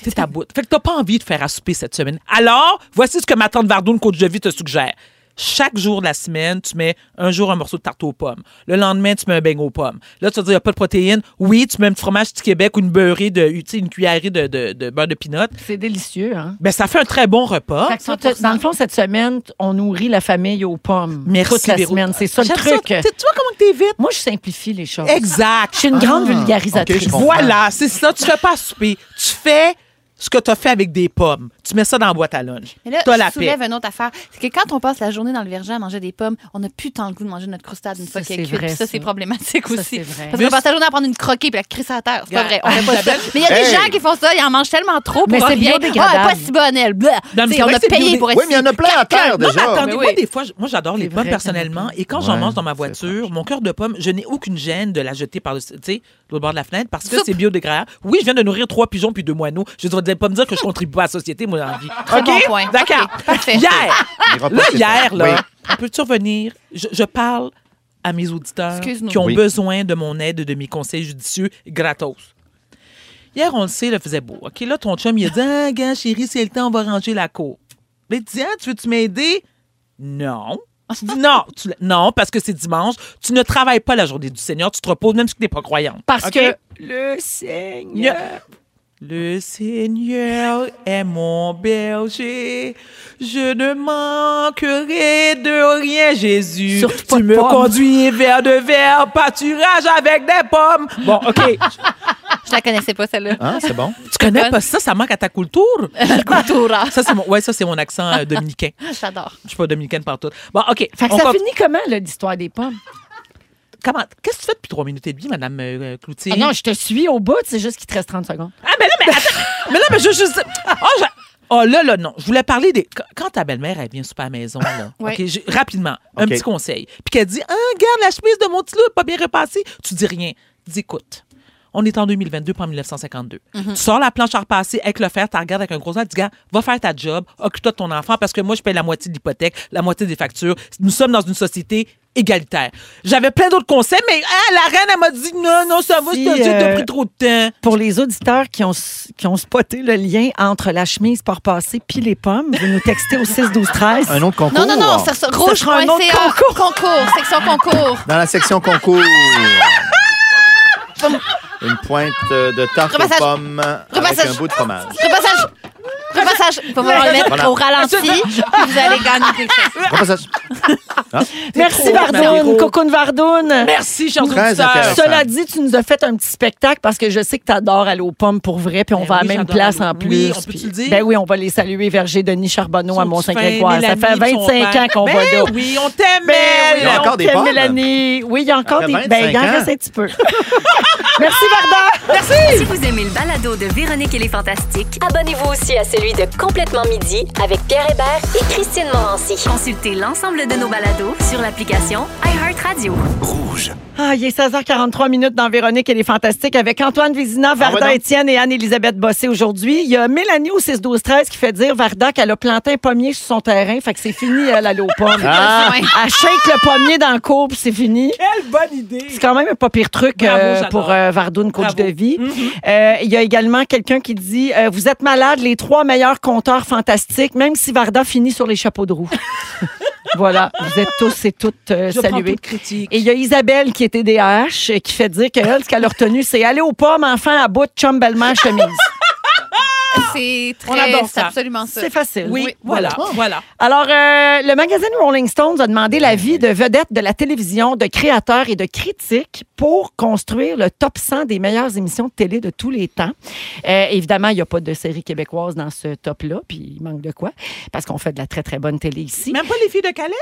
Speaker 6: T'es à bout. Fait que t'as pas envie de faire à souper cette semaine. Alors, voici ce que ma tante Vardoune, coach de vie, te suggère. Chaque jour de la semaine, tu mets un jour un morceau de tarte aux pommes. Le lendemain, tu mets un beignet aux pommes. Là, tu vas dire, il n'y a pas de protéines. Oui, tu mets un petit fromage du Québec ou une beurrée de, tu sais, une cuillerée de, de- de beurre de pinot.
Speaker 4: C'est délicieux, hein?
Speaker 6: Ben, ça fait un très bon repas.
Speaker 4: Fait que ça, t'as- dans le fond, cette semaine, t- on nourrit la famille aux pommes.
Speaker 6: Merci,
Speaker 4: Toute la
Speaker 6: Véro.
Speaker 4: semaine, c'est ça le
Speaker 6: J'aime
Speaker 4: truc.
Speaker 6: Tu tu vois comment que t'es vite?
Speaker 4: Moi, je simplifie les choses. Je
Speaker 6: Exact.
Speaker 4: suis une grande
Speaker 3: ok,
Speaker 4: vulgarisatrice.
Speaker 3: je comprends.
Speaker 6: Voilà, c'est ça. Tu fais pas à souper. Tu fais ce que tu as fait avec des pommes. Tu mets ça dans la boîte à lunch.
Speaker 5: Mais là,
Speaker 6: T'as
Speaker 5: je
Speaker 6: la paix.
Speaker 5: soulève une autre affaire. C'est que quand on passe la journée dans le verger à manger des pommes, on n'a plus tant le goût de manger notre croustade une
Speaker 4: Ça,
Speaker 5: fois qu'elle
Speaker 4: c'est
Speaker 5: est cuite.
Speaker 4: vrai,
Speaker 5: Puis ça,
Speaker 4: ça.
Speaker 5: c'est problématique
Speaker 4: Ça,
Speaker 5: aussi.
Speaker 4: c'est vrai.
Speaker 5: Parce qu'on passe la journée à prendre une croquée puis la crisser à terre. C'est pas vrai. On fait pas ça. Mais il y a des
Speaker 3: Hey!
Speaker 5: gens qui font ça. Ils en mangent tellement trop
Speaker 4: Mais
Speaker 5: pour
Speaker 4: c'est
Speaker 5: rien.
Speaker 4: biodégradable.
Speaker 5: Ah, elle est pas si bonne, elle. Blah.
Speaker 6: mais
Speaker 5: T'sais,
Speaker 6: c'est
Speaker 5: on
Speaker 6: vrai
Speaker 5: a
Speaker 6: que c'est
Speaker 5: payé
Speaker 6: biodé-
Speaker 5: pour être
Speaker 3: Oui, mais il y en a plein à terre
Speaker 5: Non,
Speaker 3: déjà.
Speaker 5: attendez.
Speaker 6: Mais
Speaker 5: Mais
Speaker 6: moi,
Speaker 5: oui.
Speaker 6: des fois, je- moi, j'adore les
Speaker 4: C'est
Speaker 6: pommes
Speaker 4: vrai,
Speaker 6: personnellement.
Speaker 4: t'aimes
Speaker 6: Et quand j'en
Speaker 3: Ouais,
Speaker 6: mange dans ma
Speaker 3: c'est
Speaker 6: voiture, mon cœur de pomme, je n'ai aucune gêne de la jeter par le, tu sais, l'autre bord de la fenêtre parce que
Speaker 5: Soupe.
Speaker 6: c'est biodégradable. Oui, je viens de nourrir trois pigeons puis deux moineaux. Je ne vais pas me dire que je contribue pas à la société, moi, dans la vie. OK?
Speaker 5: bon point.
Speaker 6: D'accord.
Speaker 5: OK, parfait.
Speaker 6: Hier,
Speaker 3: Les repas,
Speaker 6: là,
Speaker 3: c'est
Speaker 6: hier,
Speaker 3: ça.
Speaker 6: là,
Speaker 3: Oui.
Speaker 6: on peut-tu revenir? Je, je parle à mes auditeurs
Speaker 5: Excuse-nous.
Speaker 6: qui ont
Speaker 3: Oui.
Speaker 6: besoin de mon aide, de mes conseils judicieux gratos. Hier, on le sait, il faisait beau. OK, là, ton chum, il a dit Ah, gars, chérie, c'est le temps, on va ranger la cour. Mais il dit Ah, tu veux-tu m'aider? Non. Tu dis non, tu le- non, parce que c'est dimanche. Tu ne travailles pas la journée du Seigneur, tu te reposes, même si tu n'es pas croyante.
Speaker 4: Parce
Speaker 6: OK?
Speaker 4: que le Seigneur.
Speaker 6: Seigneur. Le Seigneur est mon berger, je ne manquerai de rien, Jésus.
Speaker 4: Surtout pas
Speaker 6: tu
Speaker 4: de
Speaker 6: me
Speaker 4: pommes.
Speaker 6: conduis vers de verts pâturages avec des pommes. Bon, OK.
Speaker 4: Ah.
Speaker 5: Je la connaissais pas, celle-là.
Speaker 3: Hein, c'est bon.
Speaker 6: tu connais pas ça, ça manque à ta culture. Ah.
Speaker 5: Cultura.
Speaker 6: Ça, c'est mon, ouais, ça, c'est mon accent euh, dominicain.
Speaker 5: J'adore.
Speaker 6: Je suis pas dominicaine partout. Bon, OK.
Speaker 4: Fait que
Speaker 6: On
Speaker 4: ça
Speaker 6: va-
Speaker 4: finit comment, là, l'histoire des pommes?
Speaker 6: Comment- Qu'est-ce que tu fais depuis trois minutes et demie, Madame euh, Cloutier?
Speaker 4: Ah non, je te suis au bout, c'est juste qu'il te reste 30 secondes.
Speaker 6: Ah, mais là, mais attends. mais là, mais je juste. Oh, je- oh, là, là, non. Je voulais parler des. Qu- Quand ta belle-mère, elle vient souper à la maison, là.
Speaker 5: Ouais.
Speaker 6: OK, j'ai- rapidement, un
Speaker 3: OK.
Speaker 6: petit conseil. Puis qu'elle dit Ah, regarde, la chemise de mon petit loup est pas bien repassée. Tu dis rien. Dis écoute. On est en 2022, pas en 1952. Tu sors la planche à repasser avec le fer, tu la regardes avec un gros oeil, tu dis, gars, va faire ta job, occupe-toi de ton enfant parce que moi, je paye la moitié de l'hypothèque, la moitié des factures. Nous sommes dans une société égalitaire. J'avais plein d'autres conseils, mais hein, la reine, elle m'a dit, non, non, ça va,
Speaker 4: Si,
Speaker 6: je te- je t'ai
Speaker 4: euh,
Speaker 6: pris trop de temps.
Speaker 4: Pour les auditeurs qui ont, s- qui ont spoté le lien entre la chemise pour passer puis les pommes, vous nous textez au 6 12 13
Speaker 3: Un autre concours.
Speaker 5: Non, non, non, ça sera
Speaker 4: sera un autre
Speaker 5: rouge.ca. Concours, section concours.
Speaker 3: Dans la section concours. Une pointe euh, de tarte aux
Speaker 5: Repassage.
Speaker 3: pommes avec
Speaker 5: Repassage.
Speaker 3: un bout de fromage.
Speaker 5: Repassage. Repassage. Il faut vraiment le mettre
Speaker 3: Voilà.
Speaker 5: au ralenti. puis Vous allez gagner quelque chose.
Speaker 3: Repassage.
Speaker 4: Merci
Speaker 6: trop bien,
Speaker 4: Vardoune,
Speaker 6: Véro.
Speaker 4: Cocoon Vardoune.
Speaker 6: Merci, chers
Speaker 3: Très
Speaker 6: auditeurs.
Speaker 3: intéressant.
Speaker 4: Cela dit, tu nous as fait un petit spectacle parce que je sais que tu adores aller aux pommes pour vrai, puis on
Speaker 6: Ben
Speaker 4: va à
Speaker 6: oui,
Speaker 4: la même
Speaker 6: j'adore
Speaker 4: place
Speaker 6: aller
Speaker 4: en
Speaker 6: aux-
Speaker 4: plus.
Speaker 6: Oui, on peut-tu
Speaker 4: puis-
Speaker 6: le dire?
Speaker 4: Ben oui, on va les saluer, Verger, Denis Charbonneau à Mont-Saint-Grégoire. Ça
Speaker 6: Sont-tu
Speaker 4: fait
Speaker 6: fins, Mélanie, son
Speaker 4: 25 ans
Speaker 6: père?
Speaker 4: qu'on va
Speaker 6: Ben
Speaker 4: là.
Speaker 6: Oui, on t'aime.
Speaker 4: Ben
Speaker 6: Mel.
Speaker 4: oui,
Speaker 3: Il y a
Speaker 4: on
Speaker 3: encore des
Speaker 4: t'aime,
Speaker 3: pommes?
Speaker 4: Mélanie. Oui, il y a encore
Speaker 3: Après
Speaker 4: des. Ben, il
Speaker 3: 25
Speaker 4: en
Speaker 3: ans.
Speaker 4: reste un petit peu. Merci, Varda.
Speaker 2: Merci!
Speaker 1: Si vous aimez le balado de Véronique et les Fantastiques,
Speaker 2: Abonnez-vous aussi à celui de Complètement Midi avec Pierre Hébert et Christine Morancy.
Speaker 1: consultez l'ensemble de nos balados sur l'application iHeartRadio.
Speaker 10: Rouge.
Speaker 4: Ah, il est 16h43 minutes dans Véronique et les Fantastiques avec Antoine Vézina, Varda
Speaker 3: ouais, donc.
Speaker 4: Étienne et Anne-Élisabeth Bossé aujourd'hui. Il y a Mélanie au 6-12-13 qui fait dire Varda qu'elle a planté un pommier sur son terrain, fait que c'est fini, elle, aller aux pommes.
Speaker 3: Ah!
Speaker 5: Ouais.
Speaker 4: Elle shake le pommier dans le cours, puis c'est fini.
Speaker 6: Quelle bonne idée!
Speaker 4: C'est quand même un pas pire truc
Speaker 6: Bravo,
Speaker 4: euh,
Speaker 6: j'adore.
Speaker 4: pour euh, Vardoune, coach
Speaker 6: Bravo. Mm-hmm.
Speaker 4: de vie. Euh, Il y a également quelqu'un qui dit euh, Vous êtes malade, les trois meilleurs compteurs fantastiques, même si Varda finit sur les chapeaux de roue. voilà, vous êtes tous et toutes euh,
Speaker 6: Je prends
Speaker 4: salués.
Speaker 6: toute critique.
Speaker 4: Et il y a Isabelle qui était DH et qui fait dire qu'elle, ce qu'elle a retenu, c'est aller aux pommes, enfant, à bout de chum, belle-mère, chemise.
Speaker 5: C'est
Speaker 6: On
Speaker 5: très,
Speaker 6: adore
Speaker 5: c'est
Speaker 6: ça.
Speaker 5: absolument ça.
Speaker 4: C'est facile.
Speaker 6: Oui, voilà, voilà.
Speaker 4: Alors, euh, le magazine Rolling Stones a demandé l'avis de vedettes de la télévision, de créateurs et de critiques pour construire le top 100 des meilleures émissions de télé de tous les temps. Euh, évidemment, il n'y a pas de série québécoise dans ce top-là, puis il manque de quoi, parce qu'on fait de la très, très bonne télé ici.
Speaker 6: Même pas les filles de Calais.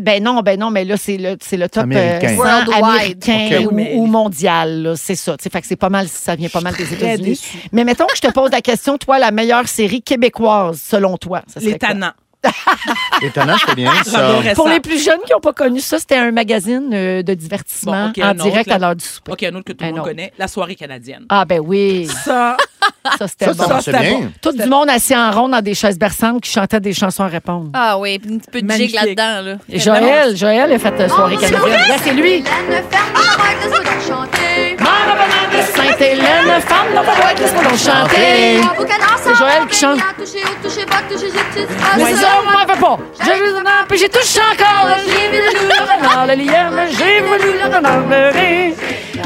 Speaker 4: Ben non, ben non, mais là, c'est le, c'est le top
Speaker 3: Américain.
Speaker 4: euh, 100
Speaker 5: Worldwide.
Speaker 4: américain
Speaker 3: Ok.
Speaker 4: ou-
Speaker 6: Oui, mais-
Speaker 4: ou, mondial, là, c'est ça. Tu sais, Fait que c'est pas mal, ça vient pas mal des
Speaker 6: Très
Speaker 4: États-Unis.
Speaker 6: déçue.
Speaker 4: Mais mettons que je te pose la question, toi, la meilleure série québécoise, selon toi, ça serait
Speaker 6: Les
Speaker 4: quoi?
Speaker 6: tannants.
Speaker 3: Étonnant, c'est bien ça.
Speaker 6: J'adorais
Speaker 4: Pour
Speaker 6: ça.
Speaker 4: les plus jeunes qui n'ont pas connu ça, c'était un magazine euh, de divertissement
Speaker 6: Bon, ok,
Speaker 4: en
Speaker 6: un autre,
Speaker 4: direct
Speaker 6: là.
Speaker 4: à l'heure du souper.
Speaker 6: OK, un autre que tout
Speaker 4: Un
Speaker 6: le monde
Speaker 4: autre.
Speaker 6: connaît, la soirée canadienne.
Speaker 4: Ah ben oui,
Speaker 6: Ben Ça,
Speaker 4: ça c'était
Speaker 3: Ça,
Speaker 4: bon.
Speaker 3: ça marchait
Speaker 6: c'était
Speaker 3: bien.
Speaker 6: bon.
Speaker 4: Tout du monde assis en rond dans des chaises berçantes qui chantaient des chansons à répondre.
Speaker 5: Ah oui, puis un petit peu de jig
Speaker 6: Magnifique.
Speaker 5: là-dedans. Là.
Speaker 4: Et Joël, Joël a fait euh,
Speaker 6: Ah,
Speaker 4: soirée canadienne. Là, c'est lui. Mère venant de Sainte-Hélène, femme, non, pas de qu'est-ce qu'on doit chanter? Eh! C'est Joël qui chante. Les hommes, m'en fait pas. Je les en puis j'ai touché encore. Oh, J'ai vu le loup, le lion, j'ai voulu le renarder.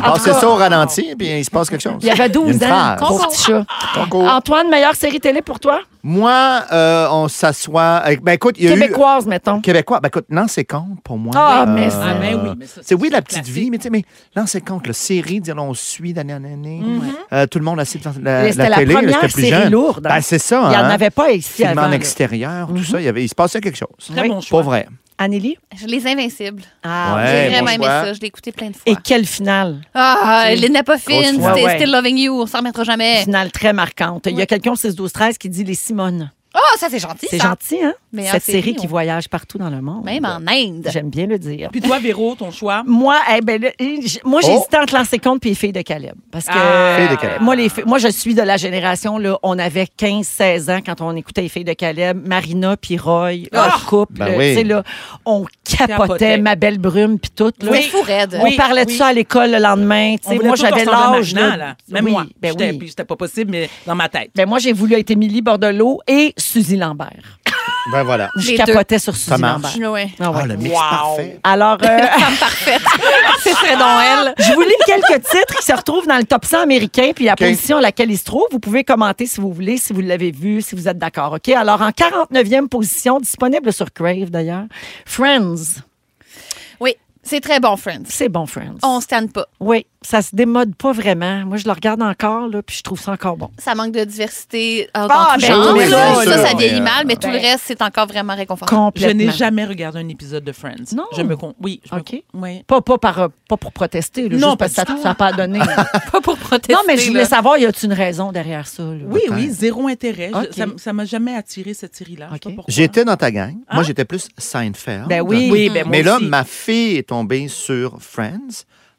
Speaker 4: En tout
Speaker 3: Passez
Speaker 4: cas,
Speaker 3: Ah, ça au ralenti, puis il se passe quelque chose.
Speaker 4: Il Ah. y avait
Speaker 3: Une
Speaker 4: 12 ans,
Speaker 3: phrase.
Speaker 4: mon petit chat.
Speaker 3: Concours.
Speaker 4: Antoine, meilleure série télé pour toi?
Speaker 3: Moi, euh, on s'assoit. avec- Ben écoute, il y a eu.
Speaker 4: Québécoise, mettons.
Speaker 3: Québécois. Ben écoute, Nancy Compte, pour moi. euh,
Speaker 4: Ah, mais
Speaker 6: ah,
Speaker 4: ça-
Speaker 6: mais oui. mais ça,
Speaker 3: C'est oui, la
Speaker 6: un
Speaker 3: petite
Speaker 6: classique.
Speaker 3: vie, mais tu sais, mais Nancy Compte, la série, dire on suit d'année en année. Euh, tout le monde assis devant la,
Speaker 4: Mhm. Mais C'était
Speaker 3: la
Speaker 4: la,
Speaker 3: télé. là,
Speaker 4: première
Speaker 3: j'étais plus
Speaker 4: série
Speaker 3: jeune.
Speaker 4: lourde. hein.
Speaker 3: Ben c'est ça.
Speaker 4: Il n'y en
Speaker 3: hein.
Speaker 4: avait pas ici
Speaker 3: Film
Speaker 4: avant.
Speaker 3: en
Speaker 4: là. Mhm.
Speaker 3: extérieur, tout ça. Il, y avait, il se passait quelque chose.
Speaker 6: Très bon
Speaker 3: Pas
Speaker 6: choix.
Speaker 3: vrai.
Speaker 4: Anneli?
Speaker 5: Les Invincibles.
Speaker 4: Ah,
Speaker 3: Ouais,
Speaker 5: J'ai
Speaker 3: bon
Speaker 5: vraiment aimé
Speaker 3: choix.
Speaker 5: ça. Je l'ai écouté plein de fois.
Speaker 4: Et quelle finale?
Speaker 5: Ah, elle n'est pas
Speaker 3: Grosse
Speaker 5: fine.
Speaker 3: fois.
Speaker 5: C'était
Speaker 4: Ouais, ouais.
Speaker 5: Still Loving You. On s'en remettra jamais.
Speaker 4: Finale très marquante. Il y a quelqu'un au 6-12-13 qui dit les Simones.
Speaker 5: Ah, ça, c'est gentil.
Speaker 4: C'est
Speaker 5: ça.
Speaker 4: gentil, hein?
Speaker 5: Meilleure
Speaker 4: Cette série
Speaker 5: série,
Speaker 4: qui
Speaker 5: on-
Speaker 4: voyage partout dans le monde.
Speaker 5: Même en Inde.
Speaker 4: J'aime bien le dire.
Speaker 6: Puis toi, Véro, ton choix?
Speaker 4: Moi, eh ben, là, j- moi
Speaker 3: Oh.
Speaker 4: j'hésitais entre Lancer Compte et les filles de Caleb. Parce que
Speaker 6: Ah.
Speaker 3: Filles de Caleb.
Speaker 4: Moi, les filles- moi, je suis de la génération, là, on avait 15-16 ans quand on écoutait les filles de Caleb, Marina puis Roy, leur couple.
Speaker 3: Ben
Speaker 4: là,
Speaker 3: oui.
Speaker 4: tu sais, là, on capotait,
Speaker 6: Ah. Capotait.
Speaker 4: ma belle brume puis tout. là.
Speaker 5: C'était fou raide.
Speaker 4: On
Speaker 6: Oui,
Speaker 4: parlait de
Speaker 6: oui.
Speaker 4: ça à l'école le lendemain. tu sais.
Speaker 6: On voulait
Speaker 4: moi,
Speaker 6: tous
Speaker 4: j'avais
Speaker 6: ensemble
Speaker 4: l'âge.
Speaker 6: maintenant,
Speaker 4: là.
Speaker 6: là. hein. Même
Speaker 4: Oui,
Speaker 6: moi.
Speaker 4: ben
Speaker 6: J'étais-
Speaker 4: oui.
Speaker 6: puis C'était pas possible, mais dans ma tête.
Speaker 4: Ben, moi, j'ai voulu être Émilie Bordelot et Suzy Lambert.
Speaker 3: Ben voilà.
Speaker 4: Je
Speaker 5: Les
Speaker 4: capotais sur Suzy
Speaker 3: marche.
Speaker 4: Lambert.
Speaker 5: Ouais.
Speaker 4: Ah ouais.
Speaker 3: Ah, le mix
Speaker 6: Wow.
Speaker 3: parfait.
Speaker 4: Alors, euh,
Speaker 5: C'est très dans elle.
Speaker 4: je vous lis quelques titres qui se retrouvent dans le top 100 américain, puis la
Speaker 3: OK.
Speaker 4: position à laquelle ils se trouvent. Vous pouvez commenter si vous voulez, si vous l'avez vu, si vous êtes d'accord. OK? Alors, en 49e position, disponible sur Crave d'ailleurs, Friends.
Speaker 5: Oui, c'est très bon, Friends.
Speaker 4: C'est bon, Friends.
Speaker 5: On se tanne pas.
Speaker 4: Oui, ça se démode pas vraiment. Moi, je le regarde encore, là, puis je trouve ça encore bon.
Speaker 5: Ça manque de diversité euh,
Speaker 4: Ah,
Speaker 5: dans tout
Speaker 4: ben,
Speaker 5: genre.
Speaker 4: oui,
Speaker 5: ça,
Speaker 3: bien
Speaker 5: ça,
Speaker 3: sûr.
Speaker 5: ça vieillit
Speaker 3: Oui,
Speaker 5: mal, mais
Speaker 3: euh,
Speaker 5: tout le reste, c'est encore vraiment réconfortant.
Speaker 6: Je
Speaker 4: Complètement.
Speaker 6: n'ai jamais regardé un épisode de Friends.
Speaker 4: Non.
Speaker 6: Je me con... Oui. Je me
Speaker 4: OK.
Speaker 6: con- Oui.
Speaker 4: Pas, pas, par, euh, pas pour protester, là, juste
Speaker 6: Non, pas
Speaker 4: parce que
Speaker 6: du
Speaker 4: ça n'a pas donné.
Speaker 5: Pas pour protéger.
Speaker 4: non, mais je voulais savoir, y a-t-il une raison derrière ça? là?
Speaker 6: Oui, oui, zéro intérêt. Je-
Speaker 4: OK.
Speaker 6: ça m- ça m'a jamais attiré cette série-là. Je sais
Speaker 4: OK.
Speaker 6: pas pourquoi.
Speaker 3: J'étais dans ta gang. Moi, j'étais plus Seinfeld.
Speaker 4: Ah. Ben oui.
Speaker 6: Oui, ben moi
Speaker 3: Mais là,
Speaker 6: aussi.
Speaker 3: ma fille est tombée sur Friends.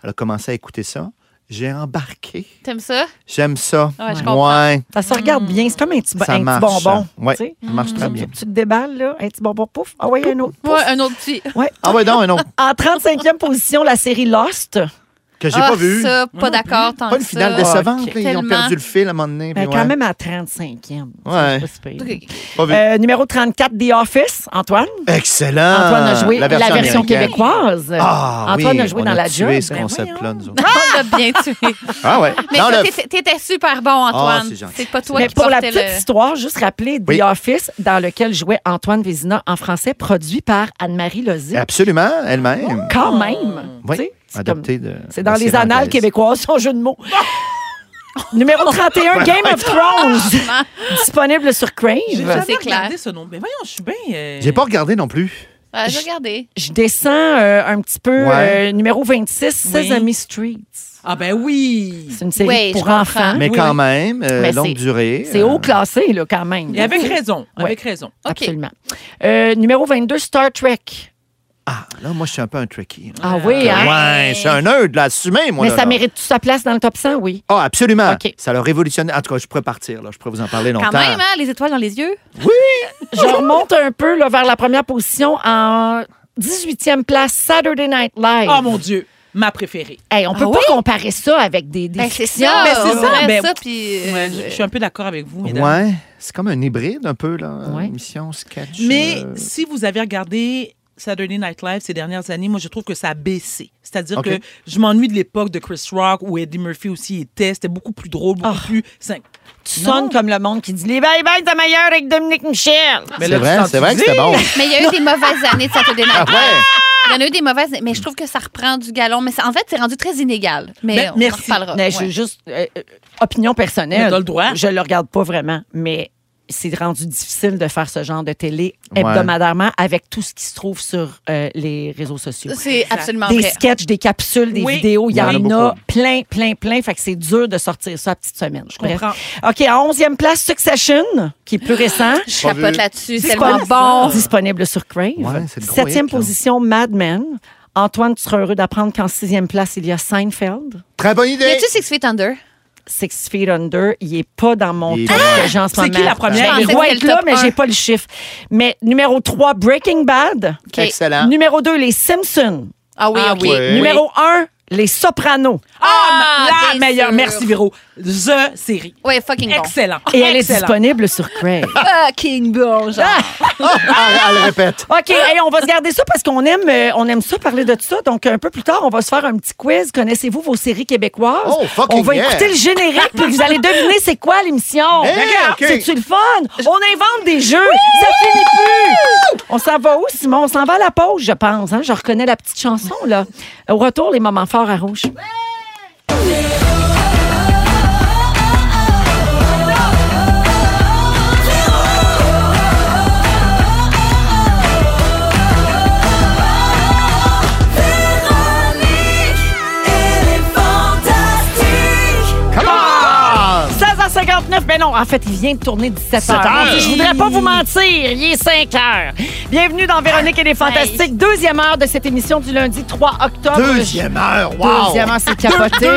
Speaker 3: Elle a commencé à écouter ça. J'ai embarqué.
Speaker 5: T'aimes ça?
Speaker 3: J'aime ça.
Speaker 5: Ouais, je comprends.
Speaker 3: Ouais,
Speaker 4: Ça se regarde bien. C'est comme un petit, bo-
Speaker 3: ça
Speaker 4: Bah, un petit
Speaker 3: marche.
Speaker 4: bonbon.
Speaker 3: Ouais,
Speaker 4: tu sais.
Speaker 3: ça marche très Ah, bien.
Speaker 4: Tu te déballes, là, un petit bonbon, pouf. Ah oui, un autre. pouf.
Speaker 5: Ouais, un autre petit.
Speaker 4: Ouais.
Speaker 3: Ah ouais, non, non,
Speaker 4: En 35e position, la série Lost. Euh,
Speaker 3: que j'ai
Speaker 5: Ah,
Speaker 3: pas vu.
Speaker 5: Ça, pas d'accord tant
Speaker 3: Pas
Speaker 5: que
Speaker 3: une finale
Speaker 5: ça.
Speaker 3: décevante.
Speaker 4: Ok.
Speaker 3: là. Ils ont
Speaker 5: Tellement.
Speaker 3: perdu le fil à un moment donné. puis
Speaker 4: Ben, quand
Speaker 3: ouais.
Speaker 4: même à 35e.
Speaker 3: Ouais.
Speaker 4: C'est pas si pire.
Speaker 5: Ok.
Speaker 3: Pas vu.
Speaker 4: Euh, numéro 34, The Office, Antoine.
Speaker 3: Excellent.
Speaker 4: Antoine a joué la version,
Speaker 3: Ah, américaine.
Speaker 4: québécoise.
Speaker 3: Ah,
Speaker 4: Antoine
Speaker 3: oui,
Speaker 4: a joué
Speaker 3: on
Speaker 4: dans la
Speaker 3: tué
Speaker 4: job.
Speaker 3: ce
Speaker 4: Ben
Speaker 3: concept-là, nous autres.
Speaker 5: Ah, On l'a bien tué.
Speaker 3: Ah ouais.
Speaker 5: Mais
Speaker 3: Dans
Speaker 5: toi,
Speaker 3: le- Ah,
Speaker 5: t'étais- t'étais super bon, Antoine.
Speaker 3: c'est gentil.
Speaker 5: c'est pas toi
Speaker 4: Mais
Speaker 5: qui
Speaker 4: pour la
Speaker 5: portais
Speaker 4: petite histoire, juste rappeler The
Speaker 3: Oui.
Speaker 4: Office, dans lequel jouait Antoine Vézina en français, produit par Anne-Marie Lozé.
Speaker 3: Ah. Absolument, elle-même.
Speaker 4: Quand même. Tu
Speaker 3: Oui,
Speaker 4: sais, c'est comme-
Speaker 3: adoptée de.
Speaker 4: C'est dans
Speaker 3: la
Speaker 4: les
Speaker 3: série
Speaker 4: annales
Speaker 3: anglaise.
Speaker 4: québécoises, son jeu de mots. Numéro 31, Game of Thrones. disponible sur
Speaker 6: J'ai
Speaker 4: Crave.
Speaker 6: jamais
Speaker 5: C'est clair.
Speaker 6: regardé ce nom. Mais voyons, je suis bien. euh,
Speaker 3: J'ai pas regardé non plus.
Speaker 5: le. Ah, J'ai regardé.
Speaker 4: Je descends euh, un petit peu.
Speaker 3: Ouais.
Speaker 4: euh, numéro 26,
Speaker 6: Oui.
Speaker 4: Sesame Street.
Speaker 6: Ah ben oui.
Speaker 4: C'est une série
Speaker 5: Oui,
Speaker 4: pour
Speaker 5: je comprends.
Speaker 4: enfants.
Speaker 3: Mais
Speaker 6: Oui,
Speaker 3: quand
Speaker 6: oui.
Speaker 3: même, euh,
Speaker 4: Ah, Mais c'est-
Speaker 3: longue durée.
Speaker 4: C'est
Speaker 3: euh,
Speaker 4: haut classé, là, quand même.
Speaker 6: Et avec raison. Avec raison.
Speaker 5: OK.
Speaker 4: Absolument. Euh, numéro 22, Star Trek.
Speaker 3: Ah, là, moi, je suis un peu un tricky. là.
Speaker 4: Ah oui, hein?
Speaker 3: Ouais, je suis un nerd, là, assumé, moi.
Speaker 4: Mais
Speaker 3: là,
Speaker 4: ça
Speaker 3: là.
Speaker 4: mérite toute sa place dans le top 100, oui.
Speaker 3: Ah, absolument.
Speaker 4: OK.
Speaker 3: Ça l'a révolutionné. En tout cas, je pourrais partir, là. Je pourrais vous en parler longtemps.
Speaker 5: Quand même, hein, les étoiles dans les yeux.
Speaker 4: Je remonte un peu là, vers la première position en 18e place, Saturday Night Live.
Speaker 6: Oh mon Dieu, ma préférée.
Speaker 4: Hey, on peut
Speaker 5: Ah
Speaker 4: pas
Speaker 5: oui?
Speaker 4: comparer ça avec des, des
Speaker 5: Ben, c'est
Speaker 4: fictions.
Speaker 5: ça.
Speaker 6: Mais c'est
Speaker 5: on
Speaker 6: ça,
Speaker 5: reste
Speaker 6: ben,
Speaker 5: ça, puis, euh,
Speaker 6: Ouais, je, je suis un peu d'accord avec vous, mesdames.
Speaker 3: Ouais, c'est comme un hybride, un peu, là.
Speaker 4: Ouais.
Speaker 3: Émission, sketch.
Speaker 6: Mais
Speaker 3: euh,
Speaker 6: si vous avez regardé Saturday Night Live ces dernières années, moi, je trouve que ça a baissé. C'est-à-dire
Speaker 3: OK.
Speaker 6: que je m'ennuie de l'époque de Chris Rock où Eddie Murphy aussi était. C'était beaucoup plus drôle, beaucoup plus simple.
Speaker 4: Tu sonnes comme le monde qui dit les bye bye de meilleur avec Dominique Michel.
Speaker 3: C'est
Speaker 6: Mais là, tu
Speaker 3: vrai,
Speaker 6: t'en
Speaker 3: c'est vrai que
Speaker 6: dis-
Speaker 3: c'était bon.
Speaker 5: Mais il y a eu des mauvaises années de Saturday
Speaker 3: Ah
Speaker 5: Night Live.
Speaker 3: ouais.
Speaker 5: Il y en a eu des mauvaises, mais je trouve que ça reprend du galon. Mais c'est- en fait, c'est rendu très inégal. Mais
Speaker 6: Ben,
Speaker 5: on
Speaker 6: merci.
Speaker 5: en reparlera.
Speaker 4: Mais je-
Speaker 5: Ouais.
Speaker 4: juste euh, euh, opinion
Speaker 6: Mais
Speaker 4: personnelle.
Speaker 6: t'as le droit.
Speaker 4: Je le regarde pas vraiment, mais c'est rendu difficile de faire ce genre de télé hebdomadairement avec tout ce qui se trouve sur euh, les réseaux sociaux.
Speaker 5: C'est absolument
Speaker 4: Des
Speaker 5: vrai.
Speaker 4: sketchs, des capsules, des
Speaker 6: Oui.
Speaker 4: vidéos, il y
Speaker 3: Il y en
Speaker 4: en,
Speaker 3: a
Speaker 4: a,
Speaker 3: beaucoup.
Speaker 4: plein, plein, plein. Fait que c'est dur de sortir ça à petite semaine. Je
Speaker 6: comprends.
Speaker 4: OK, en 11e place, Succession, qui est plus récent.
Speaker 5: Je
Speaker 3: Pas
Speaker 5: chapote
Speaker 3: vu.
Speaker 5: là-dessus. C'est
Speaker 4: Disponible-
Speaker 5: tellement bon.
Speaker 4: Disponible sur Crave.
Speaker 3: Ouais, c'est le gros
Speaker 4: Septième
Speaker 3: hit, là.
Speaker 4: position, Mad Men. Antoine, tu seras heureux d'apprendre qu'en sixième place, il y a Seinfeld.
Speaker 3: Très bonne
Speaker 5: Y
Speaker 3: idée.
Speaker 5: a-tu Six Feet Under?
Speaker 4: Six Feet Under, il n'est pas dans mon
Speaker 3: Il est
Speaker 4: top
Speaker 3: pas.
Speaker 4: que j'ai en ce
Speaker 6: C'est qui
Speaker 4: moment.
Speaker 6: la première?
Speaker 4: Ben,
Speaker 5: Je
Speaker 4: Il
Speaker 5: pensais
Speaker 4: doit
Speaker 5: que
Speaker 4: être
Speaker 5: c'était le
Speaker 4: là,
Speaker 5: top
Speaker 4: mais j'ai
Speaker 5: un.
Speaker 4: pas le chiffre. Mais numéro 3, Breaking Bad.
Speaker 5: OK.
Speaker 3: Excellent.
Speaker 4: Numéro 2, Les Simpsons.
Speaker 5: Ah oui, ok.
Speaker 3: oui.
Speaker 4: Numéro 1, Les Sopranos.
Speaker 6: Ah,
Speaker 5: Ah,
Speaker 6: la
Speaker 5: bien
Speaker 6: meilleure.
Speaker 5: sûr.
Speaker 6: Merci, Véro. The série.
Speaker 5: Ouais, fucking bon.
Speaker 6: Excellent.
Speaker 4: Et elle est
Speaker 6: Excellent.
Speaker 4: disponible sur Crave.
Speaker 5: Fucking bon, genre.
Speaker 3: Ah, elle répète.
Speaker 4: OK, hey, on va se garder ça parce qu'on aime, euh, on aime ça parler de tout ça. Donc, un peu plus tard, on va se faire un petit quiz. Connaissez-vous vos séries québécoises?
Speaker 3: Oh, fucking
Speaker 4: on va
Speaker 3: yeah.
Speaker 4: écouter le générique puis vous allez deviner c'est quoi l'émission.
Speaker 3: Hey, OK.
Speaker 4: C'est-tu le fun? On invente des jeux. Ça finit plus. On s'en va où, Simon? On s'en va à la pause, je pense. hein? Je reconnais la petite chanson, là. Au retour, les moments forts à rouge.
Speaker 3: Come
Speaker 4: Ah!
Speaker 3: on!
Speaker 4: 16h59, ben non, en fait, il vient de tourner 17h.
Speaker 3: 17 heures.
Speaker 4: Mon Dieu, Je voudrais pas vous mentir, il est 5h. Bienvenue dans Véronique et les Fantastiques, deuxième heure de cette émission du lundi 3 octobre.
Speaker 3: Deuxième heure, wow!
Speaker 4: Deuxième heure, c'est capoté.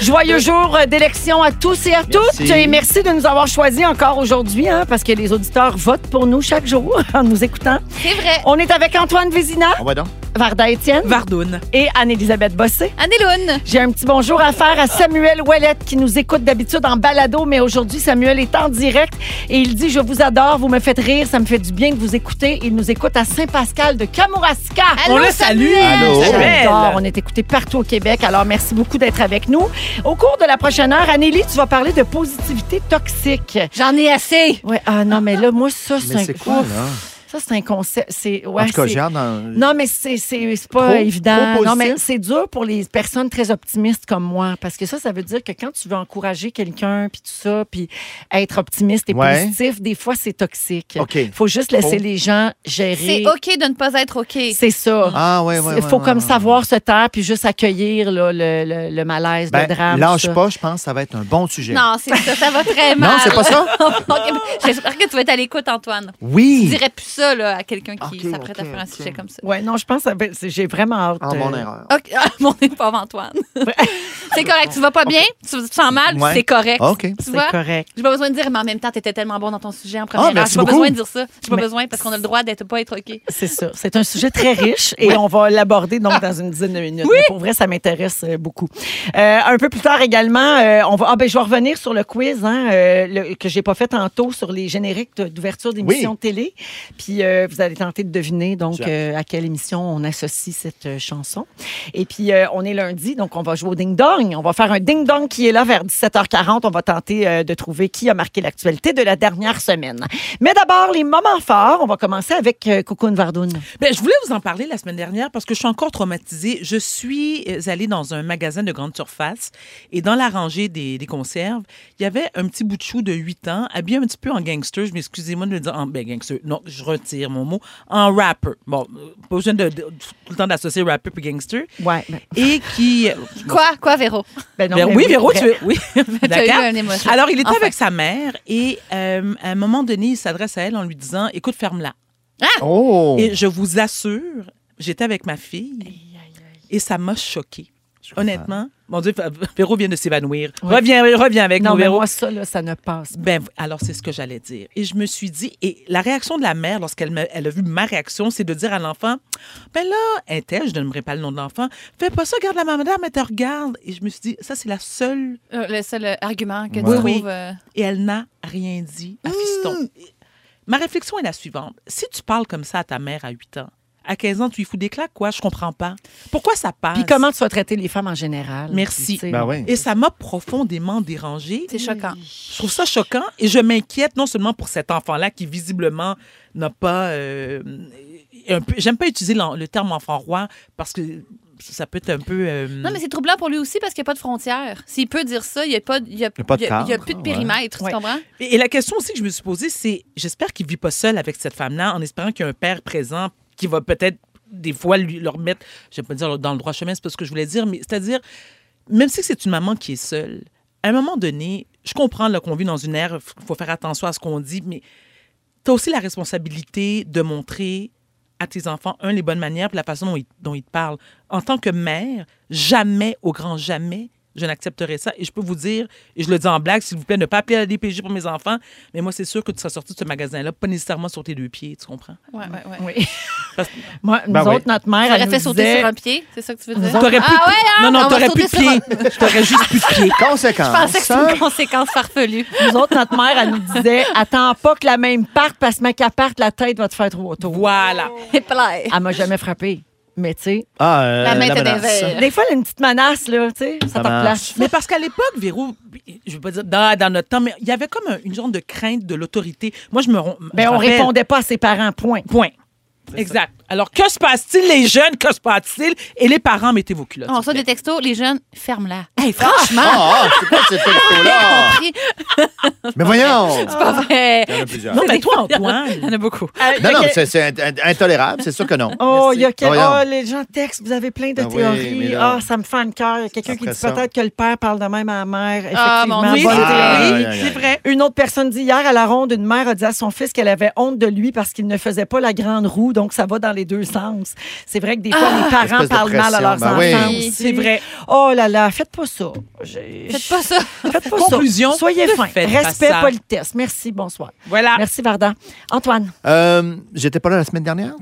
Speaker 4: Joyeux jour euh, d'élection à tous et à toutes. Et merci de nous avoir choisis encore aujourd'hui, hein, parce que les auditeurs votent pour nous chaque jour en nous écoutant.
Speaker 5: C'est vrai.
Speaker 4: On est avec Antoine Vézina,
Speaker 3: On va Ah, donc.
Speaker 4: Varda Étienne
Speaker 6: Vardoun.
Speaker 4: et Anne-Élisabeth Bossé.
Speaker 5: Année Lune.
Speaker 4: J'ai un petit bonjour à faire à Samuel Ouellette qui nous écoute d'habitude en balado, mais aujourd'hui, Samuel est en direct et il dit Je vous adore, vous me faites rire, ça me fait du bien de vous écouter. Il nous écoute à Saint-Pascal de Kamouraska.
Speaker 5: Allô,
Speaker 6: On le
Speaker 5: Samuel.
Speaker 6: salue.
Speaker 3: Allô.
Speaker 6: Samuel.
Speaker 4: J'adore. On est écouté partout au Québec, alors merci beaucoup d'être avec nous. Au cours de la prochaine heure, Anélie, tu vas parler de positivité toxique.
Speaker 5: J'en ai assez.
Speaker 4: Ouais, ah non, mais là, moi, ça, c'est
Speaker 3: Mais
Speaker 4: un,
Speaker 3: c'est quoi,
Speaker 4: ouf,
Speaker 3: là?
Speaker 4: ça, c'est un concept. C'est, ouais,
Speaker 3: en tout cas,
Speaker 4: c'est-
Speaker 3: j'ai hâte d'en-
Speaker 4: non, mais c'est- c'est c'est pas
Speaker 3: Trop-
Speaker 4: évident.
Speaker 3: trop
Speaker 4: non, mais
Speaker 3: positif.
Speaker 4: c'est dur pour les personnes très optimistes comme moi. Parce que ça, ça veut dire que quand tu veux encourager quelqu'un, puis tout ça, puis être optimiste et
Speaker 3: Ouais.
Speaker 4: positif, des fois, c'est toxique.
Speaker 3: OK.
Speaker 4: faut juste laisser
Speaker 3: Oh.
Speaker 4: les gens gérer.
Speaker 5: C'est OK de ne pas être OK.
Speaker 4: C'est ça.
Speaker 3: Ah, ouais,
Speaker 4: Il
Speaker 3: ouais. ouais,
Speaker 4: faut
Speaker 3: ouais,
Speaker 4: comme
Speaker 3: ouais.
Speaker 4: savoir se taire puis juste accueillir là, le, le- le malaise,
Speaker 3: Ben,
Speaker 4: le drame. tout
Speaker 3: lâche
Speaker 4: ça.
Speaker 3: pas, je pense que ça va être un bon sujet.
Speaker 5: Non, c'est ça. Ça va très
Speaker 3: Non,
Speaker 5: mal.
Speaker 3: c'est pas ça?
Speaker 5: OK, J'espère que tu vas être à l'écoute, Antoine. Je
Speaker 3: Oui!
Speaker 5: dirais plus ça là, à quelqu'un qui
Speaker 3: Ok,
Speaker 5: s'apprête
Speaker 3: ok,
Speaker 5: à faire un
Speaker 3: ok.
Speaker 5: sujet comme ça.
Speaker 4: Ouais, non, je pense que ça va- c'est- j'ai vraiment hâte.
Speaker 3: Ah, mon
Speaker 4: euh,
Speaker 3: erreur.
Speaker 5: OK, ah, mon épaule, Antoine. c'est correct. Tu vas pas bien, tu te sens mal,
Speaker 3: Ouais.
Speaker 5: c'est correct.
Speaker 3: OK.
Speaker 5: Tu
Speaker 4: C'est
Speaker 5: vois?
Speaker 4: correct.
Speaker 5: J'ai pas besoin de dire, mais en même temps, t'étais tellement bon dans ton sujet en première.
Speaker 3: Ah,
Speaker 5: heure.
Speaker 3: merci
Speaker 5: J'ai pas
Speaker 3: beaucoup.
Speaker 5: besoin de dire ça. J'ai pas
Speaker 4: Mais-
Speaker 5: besoin parce qu'on a le droit d'être pas être OK.
Speaker 4: C'est ça. C'est un sujet très riche et on va l'aborder donc dans une dizaine de minutes. Mais pour vrai, ça m'intéresse euh, beaucoup. Euh, un peu plus tard également, euh, on va. Ah ben, je vais revenir sur le quiz hein, euh, le- que j'ai pas fait tantôt sur les génériques de- d'ouverture d'émissions
Speaker 3: Oui.
Speaker 4: de télé. Puis euh, vous allez tenter de deviner donc
Speaker 3: Exact.
Speaker 4: euh, à quelle émission on associe cette euh, chanson. Et puis euh, on est lundi, donc on va jouer au ding dong. On va faire un ding dong qui est là vers 17h40. On va tenter euh, de trouver qui a marqué l'actualité de la dernière semaine. Mais d'abord les moments forts. On va commencer avec euh, Cocoon Vardoun.
Speaker 6: Ben, je voulais vous en parler la semaine dernière parce que je suis encore traumatisée. Je suis euh, allée dans un magasin de grande surface et dans la rangée des, des conserves, il y avait un petit bout de chou de 8 ans, habillé un petit peu en gangster. Je m'excusez-moi de le dire en ben, gangster. Non, je retire mon mot. En rapper. Bon, euh, pas besoin de, de- tout le temps d'associer rapper puis gangster.
Speaker 4: Ouais. ben-
Speaker 6: Et qui. euh,
Speaker 5: Quoi, quoi, Véro?
Speaker 4: Ben non,
Speaker 6: Ben
Speaker 4: mais
Speaker 6: oui, Véro,
Speaker 4: vrai.
Speaker 6: tu veux. Oui,
Speaker 5: T'as eu
Speaker 6: d'accord.
Speaker 5: une émotion.
Speaker 6: Alors, il était
Speaker 5: Enfin.
Speaker 6: avec sa mère et euh, à un moment donné, il s'adresse à elle en lui disant Écoute, ferme-la.
Speaker 3: Oh!
Speaker 6: Et je vous assure, J'étais avec ma fille et ça m'a choquée. Honnêtement, mon Dieu, Véro vient de s'évanouir. Reviens, reviens avec
Speaker 4: Non,
Speaker 6: nous,
Speaker 4: mais
Speaker 6: Véro.
Speaker 4: moi, ça, là, ça ne passe pas.
Speaker 6: Ben, alors, c'est ce que j'allais dire. Et je me suis dit, et la réaction de la mère, lorsqu'elle me- elle a vu ma réaction, c'est de dire à l'enfant, ben là, un tel, je ne donnerai pas le nom de l'enfant, fais pas ça, garde la madame, elle te regarde. Et je me suis dit, ça, c'est la seule.
Speaker 5: Euh, le seul euh, argument que
Speaker 3: Oui,
Speaker 5: tu
Speaker 6: oui.
Speaker 5: trouves. euh,
Speaker 6: Et elle n'a rien dit à Fiston. Et Ma réflexion est la suivante. Si tu parles comme ça à ta mère à 8 ans, à 15 ans, tu lui fous des claques, quoi? Je comprends pas. Pourquoi ça passe?
Speaker 4: Puis comment tu vas traiter les femmes en général?
Speaker 6: Merci.
Speaker 4: tu sais.
Speaker 3: Ben oui.
Speaker 6: Et ça m'a profondément dérangée.
Speaker 5: C'est choquant.
Speaker 6: Je trouve ça choquant et je m'inquiète non seulement pour cet enfant-là qui visiblement n'a pas. euh, un peu- J'aime pas utiliser l'en- le terme enfant roi parce que ça peut être un peu. euh,
Speaker 5: Non, mais c'est troublant pour lui aussi parce qu'il n'y a pas de frontières. S'il peut dire ça, il n'y a, pas- il y a,
Speaker 3: Il y a pas de
Speaker 5: il y a- il y a
Speaker 3: cadre,
Speaker 5: plus de
Speaker 3: ouais.
Speaker 5: périmètre,
Speaker 6: Ouais.
Speaker 5: tu comprends?
Speaker 6: Et, et la question aussi que je me suis posée, c'est j'espère qu'il vit pas seul avec cette femme-là en espérant qu'il y a un père présent qui va peut-être des fois lui leur mettre, je vais pas dire dans le droit chemin, c'est pas ce que je voulais dire, mais c'est-à-dire, même si c'est une maman qui est seule, à un moment donné, je comprends là, qu'on vit dans une ère, il faut faire attention à ce qu'on dit, mais tu as aussi la responsabilité de montrer à tes enfants, un, les bonnes manières, puis la façon dont ils, dont ils te parlent. En tant que mère, jamais, au grand jamais, je n'accepterai ça. Et je peux vous dire, et je le dis en blague, s'il vous plaît, ne pas appeler à la DPJ pour mes enfants, mais moi, c'est sûr que tu seras sorti de ce magasin-là, pas nécessairement sur tes deux pieds, tu comprends?
Speaker 5: Ouais, ouais, ouais.
Speaker 4: Oui.
Speaker 6: Parce que-
Speaker 4: Moi, nous
Speaker 3: Ben oui.
Speaker 4: autres, notre mère,
Speaker 5: Tu aurais
Speaker 4: elle nous
Speaker 5: fait sauter
Speaker 4: disait...
Speaker 5: sur un pied, c'est ça que tu veux dire?
Speaker 4: Nous autres-
Speaker 6: T'aurais plus
Speaker 5: Ah
Speaker 6: de-
Speaker 5: ouais, hein?
Speaker 6: Non, non,
Speaker 5: On va
Speaker 6: t'aurais
Speaker 5: sauter
Speaker 6: plus
Speaker 5: sur
Speaker 6: de pieds. Je t'aurais juste plus de pieds.
Speaker 5: Je
Speaker 3: Conséquence.
Speaker 5: pensais que
Speaker 3: hein?
Speaker 5: c'était une conséquence farfelue.
Speaker 4: Nous autres, notre mère, elle nous disait Attends pas que la même parte, parce que ma qu'elle parte, la tête va te faire trop autour.
Speaker 6: Voilà.
Speaker 4: Elle m'a jamais frappé. Mais tu sais,
Speaker 3: Ah, euh,
Speaker 5: La main était
Speaker 3: menace.
Speaker 5: désert.
Speaker 4: des fois, elle a une petite menace, là, tu sais, ça
Speaker 3: Ça
Speaker 4: te
Speaker 3: marche.
Speaker 4: replace.
Speaker 6: Mais parce qu'à l'époque, Véro, je veux pas dire dans, dans notre temps, mais il y avait comme un- une genre de crainte de l'autorité. Moi, je me. ron- je
Speaker 4: Ben, on
Speaker 6: rappelle-
Speaker 4: répondait pas à ses parents, point.
Speaker 6: Point. Exact. Alors, que se passe-t-il, les jeunes? Que se passe-t-il? Et les parents, mettez vos culottes.
Speaker 5: On reçoit des textos, les jeunes, ferme-la. Ah! Hey,
Speaker 3: Ah, ah, c'est quoi ce texto-là? Mais voyons! Il y en a plusieurs.
Speaker 6: Non, mais toi, Antoine.
Speaker 5: Ben, Il y en a beaucoup.
Speaker 3: Non, non, c'est- c'est int- int- intolérable, c'est sûr que non.
Speaker 4: Oh, il y a quel...
Speaker 3: Voyons.
Speaker 4: oh, les gens textent, vous avez plein de
Speaker 3: Ah oui, mais
Speaker 4: théories. Ah,
Speaker 3: là-
Speaker 4: ça me fait un cœur. Il y a quelqu'un qui
Speaker 3: Après
Speaker 4: dit
Speaker 3: ça.
Speaker 4: peut-être que le père parle de même à la mère.
Speaker 5: Ah,
Speaker 4: Effectivement,
Speaker 5: mon Dieu.
Speaker 4: bonne
Speaker 3: Ah,
Speaker 4: théorie.
Speaker 3: aïe, aïe, aïe.
Speaker 6: c'est vrai.
Speaker 4: Une autre personne dit hier à la ronde, une mère a dit à son fils qu'elle avait honte de lui parce qu'il ne faisait pas la grande roue, donc ça va dans les deux sens. C'est vrai que des fois,
Speaker 6: Ah!
Speaker 4: les parents
Speaker 3: Espèce de
Speaker 4: parlent mal à
Speaker 3: pression,
Speaker 4: leurs
Speaker 3: ben oui.
Speaker 4: enfants
Speaker 5: Oui,
Speaker 4: aussi.
Speaker 6: c'est vrai.
Speaker 4: Oh là là, faites pas ça. J'ai-
Speaker 5: Faites pas ça.
Speaker 4: Faites pas
Speaker 6: Conclusion,
Speaker 4: ça. Soyez
Speaker 6: ne
Speaker 4: fin.
Speaker 6: faites pas
Speaker 4: Respect,
Speaker 6: ça.
Speaker 4: politesse. Merci, bonsoir.
Speaker 6: Voilà.
Speaker 4: Merci, Varda. Antoine.
Speaker 3: Euh, J'étais pas là la semaine dernière.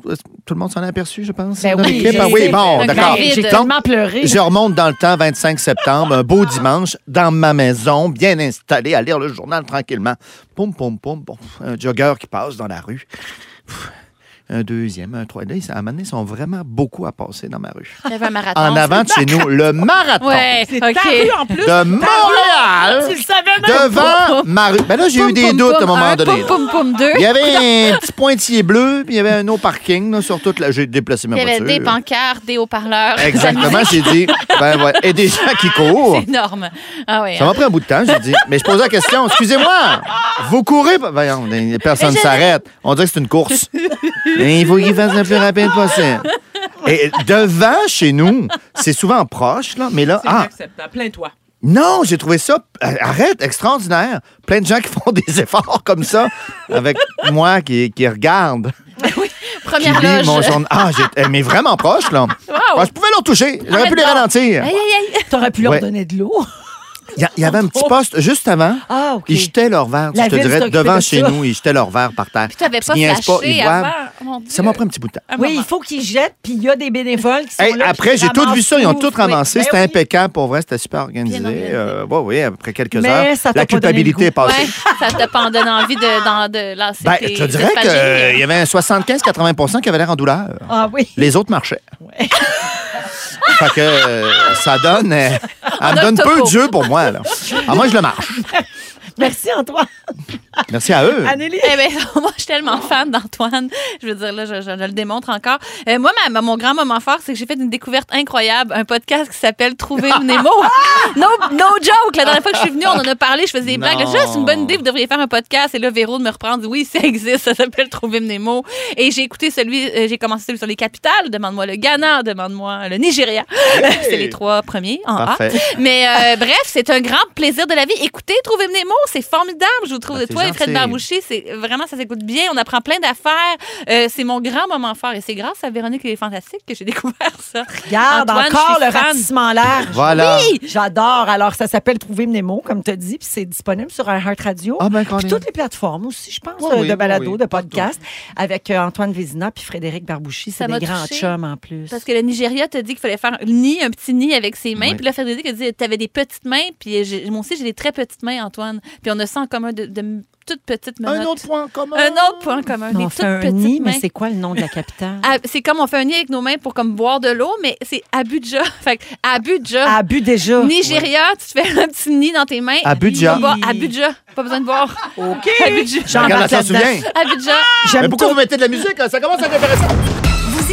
Speaker 3: Tout le monde s'en est aperçu, je pense.
Speaker 4: Ben
Speaker 3: dans
Speaker 4: oui,
Speaker 3: l'équipe. Ah
Speaker 4: j'ai-
Speaker 3: oui, bon,
Speaker 5: j'ai-
Speaker 3: d'accord.
Speaker 5: j'ai-
Speaker 4: J'ai
Speaker 5: Donc,
Speaker 4: tellement pleuré.
Speaker 3: Je remonte dans le temps, 25 septembre, un beau dimanche, dans ma maison, bien installé, à lire le journal tranquillement. Poum, poum, poum, bon, un jogger qui passe dans la rue. Pff, Un deuxième, un troisième. À un moment donné, ils sont vraiment beaucoup à passer dans ma rue.
Speaker 5: Il y avait un marathon.
Speaker 3: En avant de chez nous, le marathon
Speaker 5: Ah, Ouais, Ah,
Speaker 6: C'est ta rue,
Speaker 5: OK.
Speaker 6: en plus.
Speaker 3: de Montréal devant ma rue. Ben là, j'ai eu des
Speaker 5: Poum,
Speaker 3: doutes à un
Speaker 5: poum, hein,
Speaker 3: moment donné.
Speaker 5: Poum, poum, poum, deux.
Speaker 3: Il y avait un petit pointillé bleu, puis il y avait un autre parking là, sur toute la. J'ai déplacé ma
Speaker 5: Il y avait
Speaker 3: voiture.
Speaker 5: des pancartes, des haut-parleurs.
Speaker 3: Exactement, j'ai dit. Ben ouais. Et des gens qui courent.
Speaker 5: C'est énorme. Ah oui.
Speaker 3: Ça m'a pris un bout de temps, j'ai dit. Mais je posais la question, excusez-moi, vous courez. pas- Voyons, les personnes s'arrêtent. On dirait que c'est une course. Mais il faut qu'ils fassent le plus rapide possible. Et devant chez nous, c'est souvent proche, là, mais là,
Speaker 6: C'est
Speaker 3: ah,
Speaker 6: inacceptable. Plains-toi.
Speaker 3: non, j'ai trouvé ça, euh, arrête, extraordinaire. Plein de gens qui font des efforts comme ça, avec moi qui, qui regarde, qui
Speaker 5: Première
Speaker 3: lit
Speaker 5: loge.
Speaker 3: mon journal. Ah, j'étais- mais vraiment proche, là. Ah, je pouvais leur toucher, j'aurais pu les ralentir.
Speaker 5: Aïe, aïe, aïe.
Speaker 4: T'aurais pu leur
Speaker 3: Ouais.
Speaker 4: donner de l'eau.
Speaker 3: Il y a- il y, avait un petit poste juste avant.
Speaker 4: Ah, OK.
Speaker 3: Ils jetaient leur verre,
Speaker 4: La
Speaker 3: je te
Speaker 4: ville
Speaker 3: dirais,
Speaker 4: s'occupait
Speaker 3: devant
Speaker 4: de
Speaker 3: chez
Speaker 4: ça.
Speaker 3: nous, ils jetaient leur verre par terre.
Speaker 5: Tu t'avais pas
Speaker 3: Ils niaisent pas,
Speaker 5: flashé
Speaker 3: ils boivent.
Speaker 5: avant. Mon Dieu.
Speaker 3: Ça m'a pris un petit bout de temps.
Speaker 6: Ah,
Speaker 4: Oui, il faut qu'ils jettent, puis il y a des bénévoles qui sont
Speaker 3: Hey,
Speaker 4: là,
Speaker 3: après,
Speaker 4: qui
Speaker 3: j'ai tout vu
Speaker 4: ramassent
Speaker 3: ça. Ils ont
Speaker 4: tout.
Speaker 3: tout ramassé.
Speaker 4: Oui.
Speaker 3: c'était
Speaker 4: Ben oui.
Speaker 3: impeccable. Pour vrai, c'était super organisé.
Speaker 5: organisé.
Speaker 3: Euh, ouais, oui, après quelques
Speaker 4: Mais
Speaker 3: heures,
Speaker 4: ça t'a pas donné
Speaker 3: la culpabilité
Speaker 4: le
Speaker 3: est passée.
Speaker 5: Ouais, ça te pendait envie de, dans- de lancer
Speaker 3: Ah, Ben,
Speaker 5: tes-
Speaker 3: je te
Speaker 5: tes
Speaker 3: dirais qu'il
Speaker 5: spaghettis.
Speaker 3: y avait un 75-80 qui avait l'air en douleur.
Speaker 4: Ah oui.
Speaker 3: Les autres marchaient. fait que euh, ça donne. euh, elle me
Speaker 5: a
Speaker 3: donne
Speaker 5: le
Speaker 3: peu
Speaker 5: topo.
Speaker 3: de jeu pour moi. Là. À moi, je le marche.
Speaker 4: Merci, Antoine.
Speaker 3: Merci à eux.
Speaker 4: Anneli.
Speaker 5: Eh ben, moi, je suis tellement fan d'Antoine. Je veux dire, là, je, je- je le démontre encore. Euh, moi, ma- ma- mon grand moment fort, c'est que j'ai fait une découverte incroyable, un podcast qui s'appelle Trouver Nemo. No, no joke. La dernière fois que je suis venue, on en a parlé, je faisais des blagues.
Speaker 3: Non.
Speaker 5: Là, c'est une bonne idée, vous devriez faire un podcast. Et là, Véro de me reprendre, dit, oui, ça existe, ça s'appelle Trouver Nemo. Et j'ai écouté celui, euh, j'ai commencé celui sur les capitales. Demande-moi le Ghana, demande-moi le Nigeria. c'est les trois premiers en A.
Speaker 3: Parfait.
Speaker 5: Mais euh, bref, c'est un grand plaisir de la vie. Écoutez, Trouvez Nemo, c'est formidable, je vous trouve.
Speaker 3: Ah, c'est
Speaker 5: Toi et Fred
Speaker 3: gentil.
Speaker 5: Barbouchi, c'est vraiment, ça s'écoute bien. On apprend plein d'affaires. Euh, c'est mon grand moment fort. Et c'est grâce à Véronique et les Fantastiques que j'ai découvert ça.
Speaker 4: Regarde
Speaker 5: Antoine,
Speaker 4: encore
Speaker 5: je
Speaker 4: le
Speaker 5: suis fan.
Speaker 4: ratissement large.
Speaker 3: Voilà.
Speaker 4: Oui, j'adore. Alors, ça s'appelle Trouver Mnemo, comme tu as dit, puis c'est disponible sur Heart Radio.
Speaker 3: Ah, ben, quand
Speaker 4: Puis
Speaker 3: même.
Speaker 4: toutes les plateformes aussi, je pense,
Speaker 3: Oui,
Speaker 4: euh,
Speaker 3: oui,
Speaker 4: de
Speaker 3: oui,
Speaker 4: balado,
Speaker 3: oui,
Speaker 4: de
Speaker 3: partout.
Speaker 4: podcast, avec euh, Antoine Vézina puis Frédéric Barbouchi. C'est
Speaker 5: Ça m'a
Speaker 4: des grands
Speaker 5: touchée.
Speaker 4: chums en plus.
Speaker 5: Parce que le Nigeria t'a dit qu'il fallait faire un nid, un petit nid avec ses mains.
Speaker 3: Oui.
Speaker 5: Puis là, Frédéric a dit T'avais des petites mains. Puis j'ai- moi aussi, j'ai des très petites mains, Antoine. Puis on a ça en commun de, de m- toutes petites mains.
Speaker 3: Un autre point en commun.
Speaker 5: Un autre point commun.
Speaker 4: Non,
Speaker 5: des
Speaker 4: on
Speaker 5: toutes
Speaker 4: fait un
Speaker 5: petites
Speaker 4: nid,
Speaker 5: mains.
Speaker 4: mais c'est quoi le nom de la capitale?
Speaker 5: Ah, C'est comme on fait un nid avec nos mains pour comme boire de l'eau, mais c'est Abuja. Fait que Abuja.
Speaker 4: Abus
Speaker 5: Oh.
Speaker 4: déjà.
Speaker 5: Nigeria, tu te fais un petit nid dans tes mains.
Speaker 3: Abuja.
Speaker 5: Tu vas boire Abuja. Pas besoin de boire.
Speaker 4: OK.
Speaker 5: Abuja.
Speaker 3: Regarde,
Speaker 4: J'embarque
Speaker 3: elle s'en
Speaker 4: là-dedans.
Speaker 3: souvient.
Speaker 5: Abuja.
Speaker 3: Mais
Speaker 4: J'aime
Speaker 3: pourquoi
Speaker 4: tout.
Speaker 3: vous mettez de la musique? hein? Ça commence à être intéressant.
Speaker 1: Vous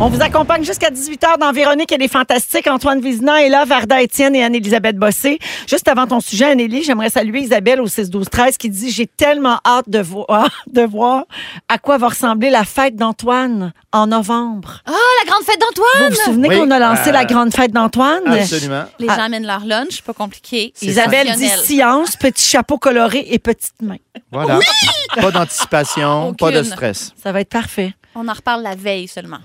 Speaker 4: On vous accompagne jusqu'à 18h dans Véronique et les Fantastiques. Antoine Vézina est là, Varda Étienne et Anne-Élisabeth Bossé. Juste avant ton sujet, Annélie, j'aimerais saluer Isabelle au 6-12-13 qui dit « J'ai tellement hâte de voir, de voir à quoi va ressembler la fête d'Antoine en novembre.
Speaker 5: Ah, la grande fête d'Antoine!
Speaker 4: Vous vous souvenez
Speaker 3: Oui,
Speaker 4: qu'on a lancé
Speaker 3: euh,
Speaker 4: la grande fête d'Antoine?
Speaker 3: Absolument.
Speaker 5: Les
Speaker 4: Ah.
Speaker 5: gens amènent leur lunch, pas compliqué.
Speaker 4: Isabelle dit
Speaker 5: Sensationnel.
Speaker 4: science, petit chapeau coloré et petites mains.
Speaker 3: Voilà. Pas d'anticipation, pas de
Speaker 5: Aucune.
Speaker 3: stress.
Speaker 4: Ça va être parfait.
Speaker 5: On en reparle la veille seulement.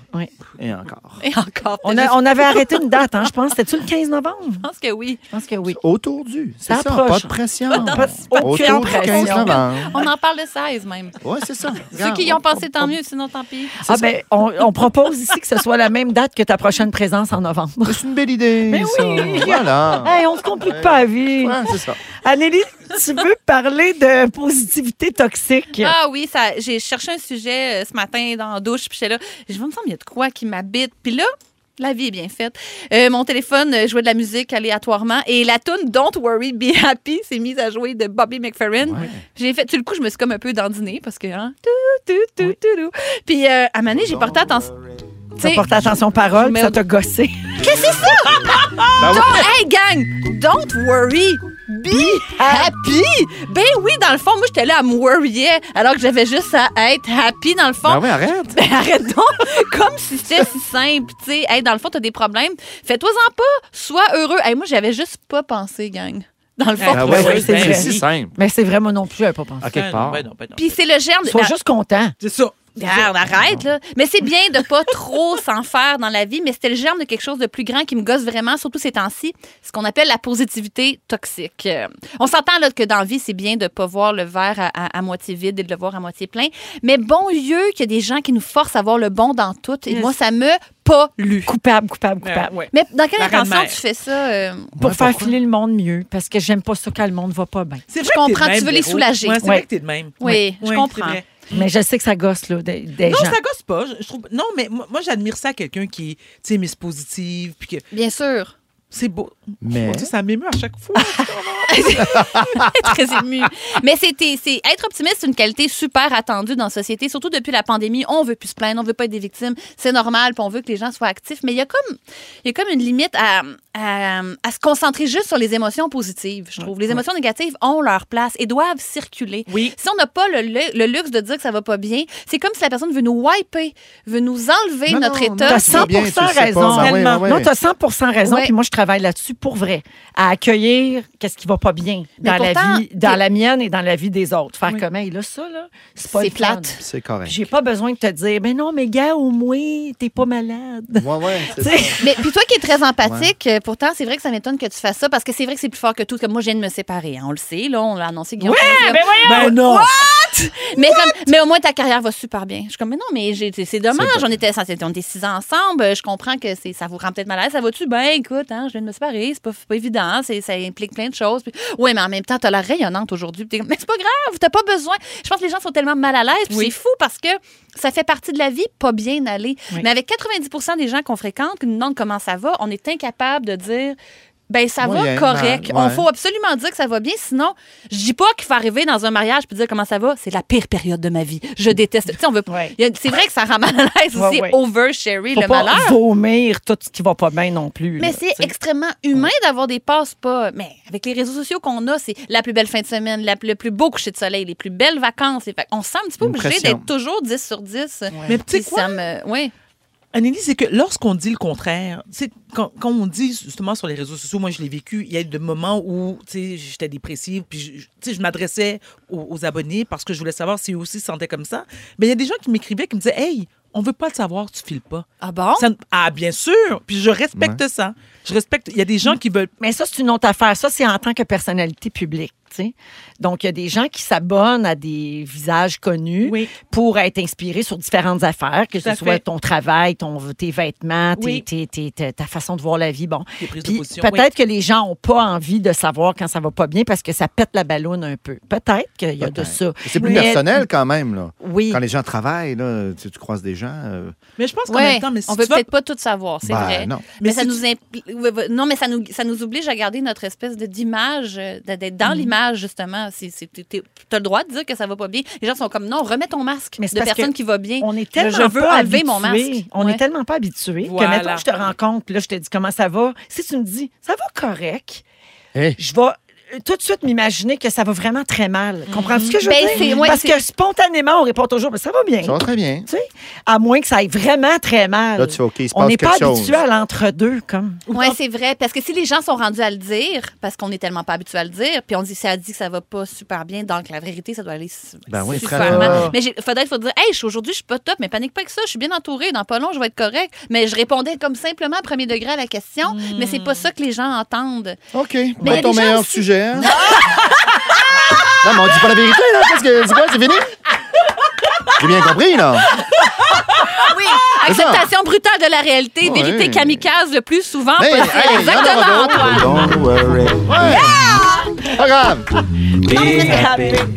Speaker 3: Et encore.
Speaker 5: Et encore.
Speaker 4: On,
Speaker 5: peut-être,
Speaker 4: a- on avait arrêté une date, hein, je pense. C'était-tu le 15 novembre?
Speaker 5: Je pense que oui.
Speaker 4: Je pense que oui.
Speaker 3: Autour du. C'est
Speaker 4: Ça
Speaker 3: ça,
Speaker 4: approche.
Speaker 3: pas de pression.
Speaker 4: Pas-
Speaker 3: Autour
Speaker 4: aucune
Speaker 3: du
Speaker 4: pression.
Speaker 3: 15 novembre.
Speaker 5: On en parle le 16 même.
Speaker 3: Ouais, c'est ça.
Speaker 5: Ceux qui y ont pensé, tant mieux, sinon tant pis.
Speaker 4: Ah ben, on, on propose ici que ce soit la même date que ta prochaine présence en novembre.
Speaker 3: C'est une belle idée.
Speaker 4: Mais
Speaker 3: ça.
Speaker 4: ben oui.
Speaker 3: Voilà.
Speaker 4: Hey, on se complique pas la vie.
Speaker 3: Ouais, c'est ça.
Speaker 4: Annélie, tu veux parler de positivité toxique?
Speaker 5: Ah oui, ça, j'ai cherché un sujet euh, ce matin dans la douche, puis j'étais là, je me semble il y a de quoi qui m'habite. Puis là, la vie est bien faite. Euh, mon téléphone euh, jouait de la musique aléatoirement et la tune Don't Worry Be Happy s'est mise à jouer de Bobby McFerrin. J'ai fait, tout le coup, je me suis comme un peu dandinée parce que hein, tout, tout, tout, tout, tout. Puis euh, à un moment donné, j'ai porté attention. Tu
Speaker 4: T'as
Speaker 5: sais,
Speaker 4: porté attention aux paroles, puis ça
Speaker 5: Merde.
Speaker 4: t'a gossé.
Speaker 3: Ben oui.
Speaker 5: Don't- hey gang, don't worry, be happy. Ben oui, dans le fond, moi j'étais là à me worrier alors que j'avais juste à être happy dans le
Speaker 3: Ben
Speaker 5: fond.
Speaker 3: oui, arrête.
Speaker 5: Ben, arrête donc! Comme si c'était si simple, tu sais. Hey, dans le fond, t'as des problèmes. Fais-toi-en pas. Sois heureux. Hey, moi, j'avais juste pas pensé, gang. Dans le fond.
Speaker 3: Ben
Speaker 4: oui,
Speaker 3: ouais,
Speaker 4: Ah c'est vrai.
Speaker 3: c'est si simple.
Speaker 4: Mais c'est vraiment non plus, j'avais pas pensé.
Speaker 3: À quelque part.
Speaker 6: Ben non, ben non,
Speaker 5: Puis Ah, c'est le germe.
Speaker 4: Sois
Speaker 5: Ben,
Speaker 4: juste content.
Speaker 6: C'est ça.
Speaker 5: Regarde, arrête, là. Mais c'est bien de pas trop s'en faire dans la vie, mais c'était le germe de quelque chose de plus grand qui me gosse vraiment, surtout ces temps-ci, ce qu'on appelle la positivité toxique. Euh, on s'entend là que dans la vie, c'est bien de pas voir le verre à, à- à moitié vide et de le voir à moitié plein, mais bon Dieu qu'il y a des gens qui nous forcent à voir le bon dans tout, et moi, ça me pollue.
Speaker 4: Coupable, coupable,
Speaker 6: Ben,
Speaker 4: coupable.
Speaker 6: ouais.
Speaker 5: Mais dans quelle
Speaker 6: La reine
Speaker 5: intention
Speaker 6: mère.
Speaker 5: tu fais ça? euh?
Speaker 4: Pour
Speaker 3: Ouais,
Speaker 4: faire
Speaker 3: pourquoi?
Speaker 4: filer le monde mieux, parce que j'aime pas ça quand le monde va pas bien.
Speaker 6: C'est
Speaker 5: Je
Speaker 6: vrai que t'es
Speaker 5: comprends,
Speaker 6: de même,
Speaker 5: tu veux les
Speaker 6: Véro.
Speaker 5: soulager.
Speaker 6: Ouais, c'est
Speaker 4: Ouais.
Speaker 6: vrai que t'es de même.
Speaker 5: Oui, je
Speaker 6: c'est
Speaker 5: comprends.
Speaker 6: vrai.
Speaker 4: Mais je sais que ça gosse, là, des, des
Speaker 6: Non,
Speaker 4: gens.
Speaker 6: ça gosse pas. Je, je trouve... Non, mais moi, moi, j'admire ça à quelqu'un qui est, tu sais, Miss Positive, puis que
Speaker 5: Bien sûr.
Speaker 6: c'est beau.
Speaker 3: Mais.
Speaker 6: Mon Dieu, ça m'émeut à chaque fois.
Speaker 5: Très ému. Mais c'était- c'est être optimiste, c'est une qualité super attendue dans la société, surtout depuis la pandémie. On veut plus se plaindre, on veut pas être des victimes. C'est normal, puis on veut que les gens soient actifs. Mais il y a comme, il y a comme une limite à, à- à se concentrer juste sur les émotions positives, je trouve. Les émotions négatives ont leur place et doivent circuler.
Speaker 6: Oui.
Speaker 5: Si on n'a pas le, lu- le luxe de dire que ça va pas bien, c'est comme si la personne veut nous wiper, veut nous enlever
Speaker 3: Non,
Speaker 5: notre
Speaker 3: non,
Speaker 5: état.
Speaker 4: T'as
Speaker 3: Tu vas
Speaker 4: 100
Speaker 3: bien, tu le sais pas.
Speaker 4: raison.
Speaker 3: Ben ouais,
Speaker 4: Tellement.
Speaker 3: ouais,
Speaker 4: Non,
Speaker 3: ouais.
Speaker 4: t'as 100 raison.
Speaker 5: Ouais.
Speaker 4: Puis moi, je travaille là-dessus pour vrai. À accueillir qu'est-ce qui va pas bien
Speaker 5: Mais
Speaker 4: dans la
Speaker 5: pourtant,
Speaker 4: vie, dans
Speaker 5: t'es-
Speaker 4: la mienne et dans la vie des autres. Faire comme, hey, là, ça, là, c'est pas
Speaker 5: C'est
Speaker 4: le fun.
Speaker 5: plate.
Speaker 3: C'est
Speaker 4: Puis
Speaker 3: correct.
Speaker 4: J'ai pas besoin de te dire, mais non, mais gars, au moins, t'es pas malade.
Speaker 3: Ouais, ouais, c'est
Speaker 4: T'sais,
Speaker 3: ça.
Speaker 5: Mais puis toi qui es très empathique, euh, pourtant c'est vrai que ça m'étonne que tu fasses ça parce que c'est vrai que c'est plus fort que tout. Comme moi, je viens de me séparer, hein, on le sait, là, on l'a annoncé. Guillaume Pinel, là.
Speaker 6: ben non.
Speaker 5: mais comme- mais au moins ta carrière va super bien. Je suis comme mais non, mais j'ai- c'est c'est dommage. On était censés- on était six ans ensemble. euh, Je comprends que c'est ça vous rend peut-être mal à l'aise. Ça va-tu bien Écoute, hein, je viens de me séparer, c'est pas, c'est pas évident, c'est- ça implique plein de choses. Puis, ouais, mais en même temps, t'as la rayonnante aujourd'hui. Puis t'es comme, Mais c'est pas grave, t'as pas besoin. Je pense que les gens sont tellement mal à l'aise. puis
Speaker 6: Oui.
Speaker 5: C'est fou parce que ça fait partie de la vie, pas bien aller. Mais avec 90 des gens qu'on fréquente, qui nous demandent comment ça va, on est incapable de dire Ben, ça
Speaker 3: Moyen,
Speaker 5: va correct.
Speaker 3: ouais.
Speaker 5: On faut absolument dire que ça va bien. Sinon, je dis pas qu'il faut arriver dans un mariage puis dire comment ça va. C'est la pire période de ma vie. Je déteste. Tu sais, on veut.
Speaker 4: Ouais.
Speaker 5: il y a- C'est vrai que ça rend mal à l'aise
Speaker 4: Ouais,
Speaker 5: aussi.
Speaker 4: ouais.
Speaker 5: Oversharing,
Speaker 4: Faut
Speaker 5: le
Speaker 4: pas
Speaker 5: malheur.
Speaker 4: vomir tout ce qui va pas bien non plus.
Speaker 5: Mais
Speaker 4: là,
Speaker 5: c'est
Speaker 4: tu sais.
Speaker 5: extrêmement humain d'avoir des passes pas. Mais avec les réseaux sociaux qu'on a, c'est la plus belle fin de semaine, la, le plus beau coucher de soleil, les plus belles vacances. Fait qu'on se sent un petit peu
Speaker 3: Une
Speaker 5: obligé
Speaker 3: pression.
Speaker 5: d'être toujours 10 sur 10.
Speaker 6: Mais tu sais
Speaker 5: Puis
Speaker 6: quoi?
Speaker 5: ça me- Oui.
Speaker 6: Anneli, c'est que lorsqu'on dit le contraire, tu sais, quand, quand on dit justement sur les réseaux sociaux, moi je l'ai vécu, il y a eu des moments où tu sais, j'étais dépressive, puis je, je- tu sais, je m'adressais aux, aux abonnés parce que je voulais savoir si eux aussi se sentaient comme ça. Mais il y a des gens qui m'écrivaient, qui me disaient Hey, on veut pas le savoir, tu files pas.
Speaker 5: Ah bon?
Speaker 6: Ça ne- ah, bien sûr, puis je respecte ça. Je respecte. Il y a des gens
Speaker 5: Mm.
Speaker 6: qui veulent.
Speaker 4: Mais ça, c'est une autre affaire. Ça, c'est en tant que personnalité publique. tu sais. Donc, il y a des gens qui s'abonnent à des visages connus
Speaker 6: Oui.
Speaker 4: pour être inspirés sur différentes affaires, que
Speaker 6: Tout à
Speaker 4: ce soit
Speaker 6: fait.
Speaker 4: ton travail, ton, tes vêtements, tes-
Speaker 6: Oui.
Speaker 4: tes- tes- tes- ta façon de voir la vie. Bon.
Speaker 6: Des prises de
Speaker 4: Puis,
Speaker 6: position,
Speaker 4: Peut-être que les gens n'ont pas envie de savoir quand ça va pas bien parce que ça pète la balloune un peu. Peut-être qu'il y a de
Speaker 3: Peut-être.
Speaker 4: ça.
Speaker 3: C'est plus
Speaker 4: Mais-
Speaker 3: personnel quand même. Là.
Speaker 4: Oui.
Speaker 3: Quand les gens travaillent, là, tu, tu croises des gens. euh,
Speaker 6: Mais je pense qu'en
Speaker 5: Ouais,
Speaker 6: même temps, mais si
Speaker 5: on
Speaker 6: tu
Speaker 5: veut
Speaker 6: vas-
Speaker 5: peut-être pas tout savoir, c'est
Speaker 3: ben,
Speaker 5: vrai.
Speaker 3: non.
Speaker 5: Mais,
Speaker 6: Mais
Speaker 5: ça
Speaker 6: si
Speaker 5: nous impli- non, mais ça nous, ça nous oblige à garder notre espèce de d'image, euh, d'être dans l'image justement. C'est, c'est, t'es- t'es- t'as le droit de dire que ça va pas bien. Les gens sont comme non, remets ton masque.
Speaker 4: Mais
Speaker 5: Mais
Speaker 4: c'est
Speaker 5: de
Speaker 4: parce
Speaker 5: personne
Speaker 4: que
Speaker 5: qui va bien.
Speaker 4: On est tellement
Speaker 5: je veux
Speaker 4: pas
Speaker 5: enlever mon
Speaker 4: habitués.
Speaker 5: masque.
Speaker 4: On
Speaker 5: Ouais.
Speaker 4: est tellement pas habitué
Speaker 6: Voilà.
Speaker 4: que maintenant je te rencontre, là je te dis comment ça va. Si tu me dis ça va correct,
Speaker 3: Hey.
Speaker 4: je vais euh, tout de suite m'imaginer que ça va vraiment très mal. Comprends-tu ce que je veux
Speaker 5: Ben, c'est-
Speaker 4: dire?
Speaker 5: ouais,
Speaker 4: Parce
Speaker 5: c'est-
Speaker 4: que spontanément on répond toujours mais ça va bien.
Speaker 3: Ça va très bien.
Speaker 4: Tu sais, à moins que ça aille vraiment très mal.
Speaker 3: Là, tu fais OK, il se
Speaker 4: on
Speaker 3: passe
Speaker 4: n'est pas
Speaker 3: quelque chose.
Speaker 4: habitué à l'entre-deux comme.
Speaker 5: Oui, c'est vrai. Parce que si les gens sont rendus à le dire, parce qu'on est tellement pas habitué à le dire, puis on dit ça dit que ça va pas super bien, donc la vérité, ça doit aller su-
Speaker 3: Ben oui,
Speaker 5: super
Speaker 3: frère.
Speaker 5: mal. Mais il faudrait, faut dire, hey, je- aujourd'hui, je suis pas top, mais panique pas que ça, je suis bien entourée, dans pas long, je vais être correct. Mais je répondais comme simplement premier degré à la question, mais c'est pas ça que les gens entendent.
Speaker 3: OK.
Speaker 5: il y a
Speaker 3: Pas ton
Speaker 5: des gens
Speaker 3: meilleur
Speaker 5: aussi-
Speaker 3: sujet. hein? non, mais on dit pas la vérité, là. Qu'est-ce que. C'est quoi? C'est fini? J'ai bien compris, là.
Speaker 5: Ah Oui,
Speaker 3: C'est ça.
Speaker 5: acceptation brutale de la réalité,
Speaker 3: Ouais.
Speaker 5: vérité kamikaze le plus souvent
Speaker 3: Hey,
Speaker 5: possible.
Speaker 3: hey, y'en aura
Speaker 5: Exactement,
Speaker 3: d'autres.
Speaker 5: Antoine.
Speaker 10: Don't worry,
Speaker 3: Ouais. Pas grave.
Speaker 10: be happy.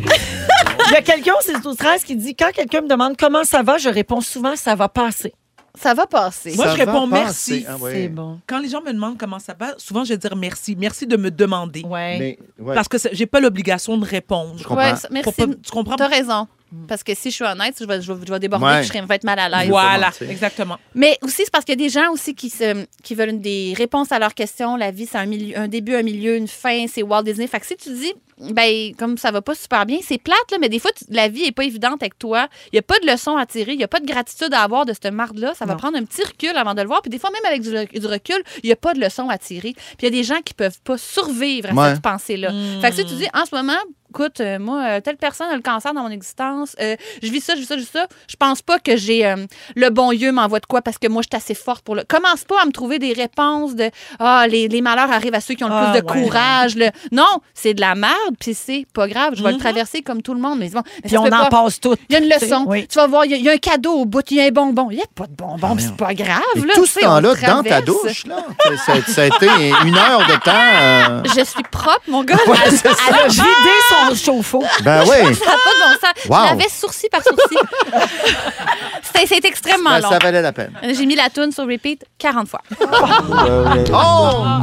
Speaker 4: Il y a quelqu'un c'est 12 13 qui dit quand quelqu'un me demande comment ça va, je réponds souvent ça va passer.
Speaker 5: Ça va passer.
Speaker 6: Moi,
Speaker 3: Ça
Speaker 6: je
Speaker 3: va
Speaker 6: réponds
Speaker 3: passer.
Speaker 6: merci.
Speaker 3: Ah, ouais.
Speaker 4: C'est bon.
Speaker 6: Quand les gens me demandent comment ça va, souvent je vais dire merci. Merci de me demander.
Speaker 4: Ouais.
Speaker 3: Mais, ouais.
Speaker 6: Parce que ça- j'ai pas l'obligation de répondre.
Speaker 3: Je comprends.
Speaker 5: Ouais, ça- merci.
Speaker 6: Faut pas- tu comprends?
Speaker 5: T'as raison. Parce que si je suis honnête, je vais, je vais- je vais déborder,
Speaker 3: Ouais.
Speaker 5: puis je serai- vais être mal à l'aise.
Speaker 6: Voilà,
Speaker 3: Exactement, tu sais.
Speaker 6: exactement.
Speaker 5: Mais aussi, c'est parce qu'il y a des gens aussi qui, se, qui veulent une- des réponses à leurs questions. La vie, c'est un, milieu- un début, un milieu, une fin. C'est Walt Disney. Fait que si tu dis, ben, comme ça va pas super bien, c'est plate, là, mais des fois, tu- la vie est pas évidente avec toi. Il y a pas de leçon à tirer. Il y a pas de gratitude à avoir de cette marde-là. Ça va
Speaker 4: Non.
Speaker 5: prendre un petit recul avant de le voir. Puis des fois, même avec du, le- du recul, il y a pas de leçon à tirer. Puis il y a des gens qui peuvent pas survivre à
Speaker 3: Ouais.
Speaker 5: cette pensée-là. Fait que si
Speaker 3: Hmm.
Speaker 5: tu dis, en ce moment, écoute, euh, moi, euh, telle personne a le cancer dans mon existence, euh, je vis ça, je vis ça, je vis ça, je pense pas que j'ai euh, le bon Dieu m'envoie de quoi parce que moi, je suis assez forte pour le. Commence pas à me trouver des réponses de Ah, les, les malheurs arrivent à ceux qui ont le
Speaker 6: Ah,
Speaker 5: plus de
Speaker 6: ouais.
Speaker 5: courage. le- Non, c'est de la merde, puis c'est pas grave,
Speaker 3: Mm-hmm.
Speaker 5: je vais le traverser comme tout le monde. Mais bon, mais
Speaker 4: Puis
Speaker 5: ça
Speaker 4: on
Speaker 5: fait
Speaker 4: en
Speaker 5: pas-
Speaker 4: passe tout.
Speaker 5: Il y a une
Speaker 4: tu sais,
Speaker 5: leçon.
Speaker 4: oui.
Speaker 5: Tu vas voir, il y a- il y, a un cadeau au bout, il y a un bonbon. Il n'y a pas de bonbon, puis c'est pas grave.
Speaker 3: Mais
Speaker 5: là,
Speaker 3: Ah, tout
Speaker 5: tu
Speaker 3: ce
Speaker 5: sais, on
Speaker 3: temps-là,
Speaker 5: le
Speaker 3: dans ta
Speaker 5: traverse.
Speaker 3: douche, là, ça, ça- ça a été une heure de temps. euh,
Speaker 5: Je suis propre, mon gars.
Speaker 3: Ouais, c'est ça.
Speaker 5: À- à-
Speaker 4: Vider son chauffe-eau.
Speaker 3: Ben oui.
Speaker 5: Ça n'a pas de bon sens.
Speaker 3: Wow.
Speaker 5: Je l'avais sourcil par sourcil. C'était- C'était extrêmement
Speaker 3: Ben,
Speaker 5: long.
Speaker 3: ça valait la peine.
Speaker 5: J'ai mis la tune sur repeat 40 fois.
Speaker 3: Oh!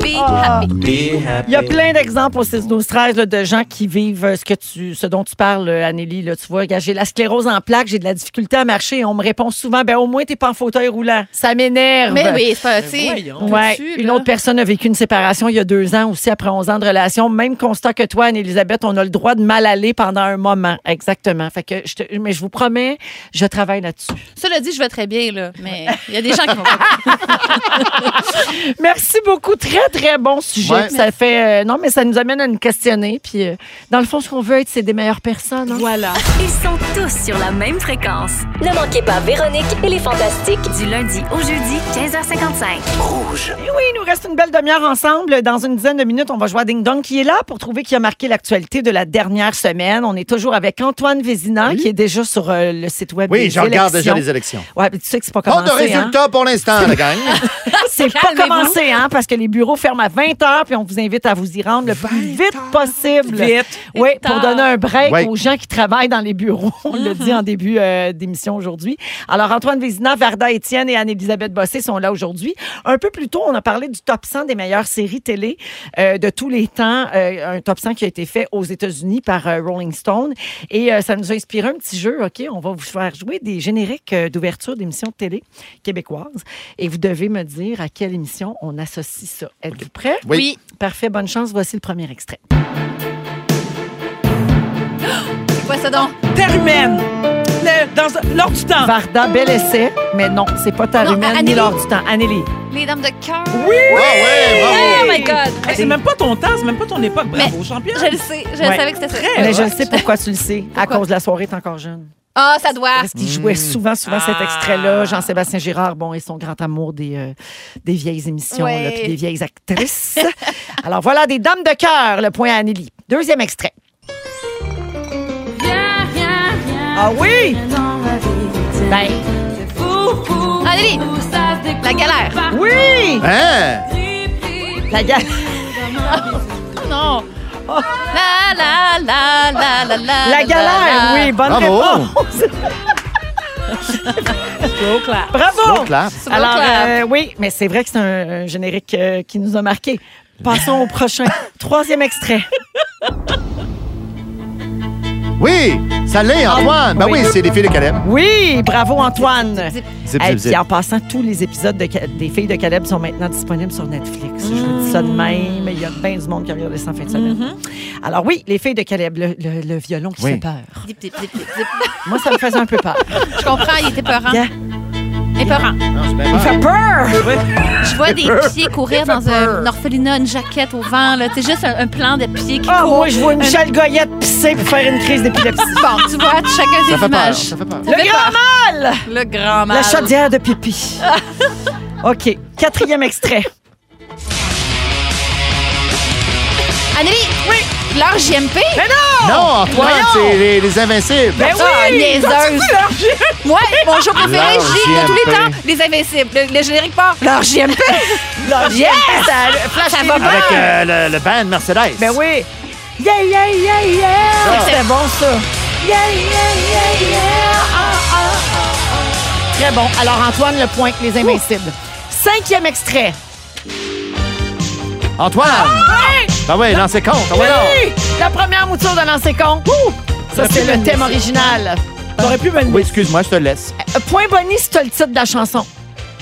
Speaker 5: Be happy.
Speaker 10: Be happy.
Speaker 4: Il y a plein d'exemples au 6 12 13 là, de gens qui vivent euh, ce que tu ce dont tu parles euh, Anneli là, tu vois, regarde, j'ai la sclérose en plaques, j'ai de la difficulté à marcher et on me répond souvent ben au moins t'es pas en fauteuil roulant. Ça m'énerve.
Speaker 5: Mais oui, c'est pas, tu
Speaker 6: Mais
Speaker 5: sais,
Speaker 6: voyons.
Speaker 5: peux-tu,
Speaker 4: ben, Ouais.
Speaker 5: là?
Speaker 4: Une autre personne a vécu une séparation il y a deux ans aussi, après 11 ans de relation. Même constat que toi, Anne-Elisabeth, on a le droit de mal aller pendant un moment. Exactement. Fait que je te- mais je vous promets, je travaille là-dessus.
Speaker 5: Cela dit, je vais très bien, là. Mais il y a des gens qui vont pas.
Speaker 4: Merci beaucoup. Très, très bon sujet.
Speaker 3: Ouais.
Speaker 4: Ça fait. euh, non, mais ça nous amène à nous questionner. Puis, euh, dans le fond, ce qu'on veut être, c'est des meilleures personnes. hein.
Speaker 6: Voilà.
Speaker 2: Ils sont tous sur la même fréquence.
Speaker 1: Ne manquez pas Véronique et les Fantastiques.
Speaker 2: Du lundi au jeudi, 15h55.
Speaker 4: Eh Oui, il nous reste une belle demi-heure ensemble. Dans une dizaine de minutes, on va jouer à Ding Dong qui est là pour trouver qui a marqué l'actualité de la dernière semaine. On est toujours avec Antoine Vézina qui est déjà sur euh, le site web.
Speaker 3: Oui,
Speaker 4: des
Speaker 3: je regarde
Speaker 4: élections.
Speaker 3: déjà les élections.
Speaker 4: Ouais, mais tu sais que c'est pas
Speaker 3: Pas de
Speaker 4: commencé. hein.
Speaker 3: résultat pour l'instant, la gang.
Speaker 4: C'est pas
Speaker 5: Calmez-vous.
Speaker 4: commencé, hein, parce que les bureaux ferme à 20 h, puis on vous invite à vous y rendre le plus vite possible.
Speaker 6: Vite.
Speaker 4: Oui, pour donner un break
Speaker 3: Ouais.
Speaker 4: aux gens qui travaillent dans les bureaux. On l'a dit en début euh, d'émission aujourd'hui. Alors, Antoine Vézina, Varda Étienne et Anne-Élisabeth Bossé sont là aujourd'hui. Un peu plus tôt, on a parlé du top 100 des meilleures séries télé euh, de tous les temps. Euh, un top 100 qui a été fait aux États-Unis par euh, Rolling Stone. Et euh, ça nous a inspiré un petit jeu. OK, on va vous faire jouer des génériques euh, d'ouverture d'émissions de télé québécoises. Et vous devez me dire à quelle émission on associe ça. Êtes-vous prêts?
Speaker 3: Oui.
Speaker 4: Parfait, bonne chance. Voici le premier extrait.
Speaker 5: C'est quoi ça donc?
Speaker 6: Terre humaine. Le- dans, un- lors du temps.
Speaker 4: Varda, bel essai, mais non, c'est pas ta
Speaker 5: Non,
Speaker 4: humaine ni
Speaker 5: Anneli.
Speaker 4: l'heure du temps. Annélie.
Speaker 5: Les dames de cœur.
Speaker 3: Ah ouais, bravo.
Speaker 5: Oh my God!
Speaker 6: Hey, Eh, c'est même pas ton temps, c'est même pas ton époque. Bravo, champion.
Speaker 5: Je le sais, je
Speaker 4: Ouais.
Speaker 5: savais que c'était ça.
Speaker 4: Mais je sais pourquoi tu le sais. À cause de la soirée, t'es encore jeune.
Speaker 5: Ah, ça doit.
Speaker 4: Parce qu'il
Speaker 3: Mm.
Speaker 4: jouait souvent, souvent cet
Speaker 6: Ah.
Speaker 4: extrait-là. Jean-Sébastien Girard, bon, et son grand amour des, euh, des vieilles émissions,
Speaker 5: Ouais.
Speaker 4: là, puis des vieilles actrices. Alors voilà, des dames de cœur, le point à Anneli. Deuxième extrait. Ah oui! Ben,
Speaker 5: Anneli, la galère.
Speaker 4: oui!
Speaker 3: Hein?
Speaker 4: La gars,
Speaker 5: Non. La la la la la la.
Speaker 4: La
Speaker 5: ah.
Speaker 4: galère, oui, bonne
Speaker 3: Bravo.
Speaker 4: réponse. Bravo!
Speaker 3: Slow clap.
Speaker 5: Slow
Speaker 4: Alors,
Speaker 5: clap.
Speaker 4: euh, oui, mais c'est vrai que c'est un, un générique euh, qui nous a marqué. Passons au prochain. Troisième extrait.
Speaker 3: Oui, ça l'est, Antoine. Ben oui, c'est les filles de Caleb.
Speaker 4: Oui, bravo Antoine.
Speaker 3: Zip,
Speaker 4: Et
Speaker 3: zip, zip.
Speaker 4: puis en passant, tous les épisodes de Ca- des filles de Caleb sont maintenant disponibles sur Netflix. Je vous dis ça de même. Il y a bien du monde qui a regardé ça en fin de semaine.
Speaker 3: Mm-hmm.
Speaker 4: Alors oui, les filles de Caleb, le, le- le violon qui
Speaker 3: Oui.
Speaker 4: fait peur.
Speaker 5: Zip, zip, zip, zip, zip.
Speaker 4: Moi, ça me faisait un peu peur.
Speaker 5: Je comprends, il était peurant.
Speaker 4: Yeah.
Speaker 5: Il est peurant.
Speaker 3: Non, c'est bien
Speaker 4: Il
Speaker 3: bon.
Speaker 4: fait peur!
Speaker 5: Je vois des pieds courir dans un, une orphelinat, une jaquette au vent. là. C'est juste un, un plan de pieds qui
Speaker 4: Ah
Speaker 5: courent.
Speaker 4: moi, je vois Michel Goyette pisser pour faire une crise d'épilepsie.
Speaker 5: Bon, tu vois, chacun ses
Speaker 3: Ça fait peur.
Speaker 5: images.
Speaker 3: Ça fait peur.
Speaker 5: Ça fait
Speaker 4: Le grand
Speaker 5: peur.
Speaker 4: mal!
Speaker 5: Le grand mal.
Speaker 4: La chaudière de pipi. OK. Quatrième extrait.
Speaker 5: Anneli, oui. leur JMP.
Speaker 4: Mais non!
Speaker 3: Non, Antoine,
Speaker 4: Voyons.
Speaker 3: c'est les, les Invincibles.
Speaker 4: Ben
Speaker 5: Ah,
Speaker 4: oui!
Speaker 5: niaiseuse. Ouais, mon show préféré,
Speaker 3: Leur
Speaker 5: J de tous les temps,
Speaker 3: JMP.
Speaker 5: Les Invincibles. Le, le générique part. Leur JMP.
Speaker 4: Yes!
Speaker 5: Ça va pas.
Speaker 3: Avec euh, le, le band Mercedes.
Speaker 4: Ben oui! Yeah, yeah, yeah, yeah!
Speaker 3: Ça.
Speaker 4: C'était bon, ça. Yeah, yeah, yeah, yeah! Ah, ah, ah, ah. Très bon. Alors, Antoine, le point, les invincibles. Cinquième extrait.
Speaker 3: Antoine. Ben oui, dans ses comptes. Ah ouais, non.
Speaker 4: Oui! La première mouture de lancer con. Ouh! Ça, c'est le thème original.
Speaker 6: T'aurais pu me le
Speaker 3: Oui, excuse-moi, je te laisse.
Speaker 4: Euh, Point bonus, si t'as le titre de la chanson.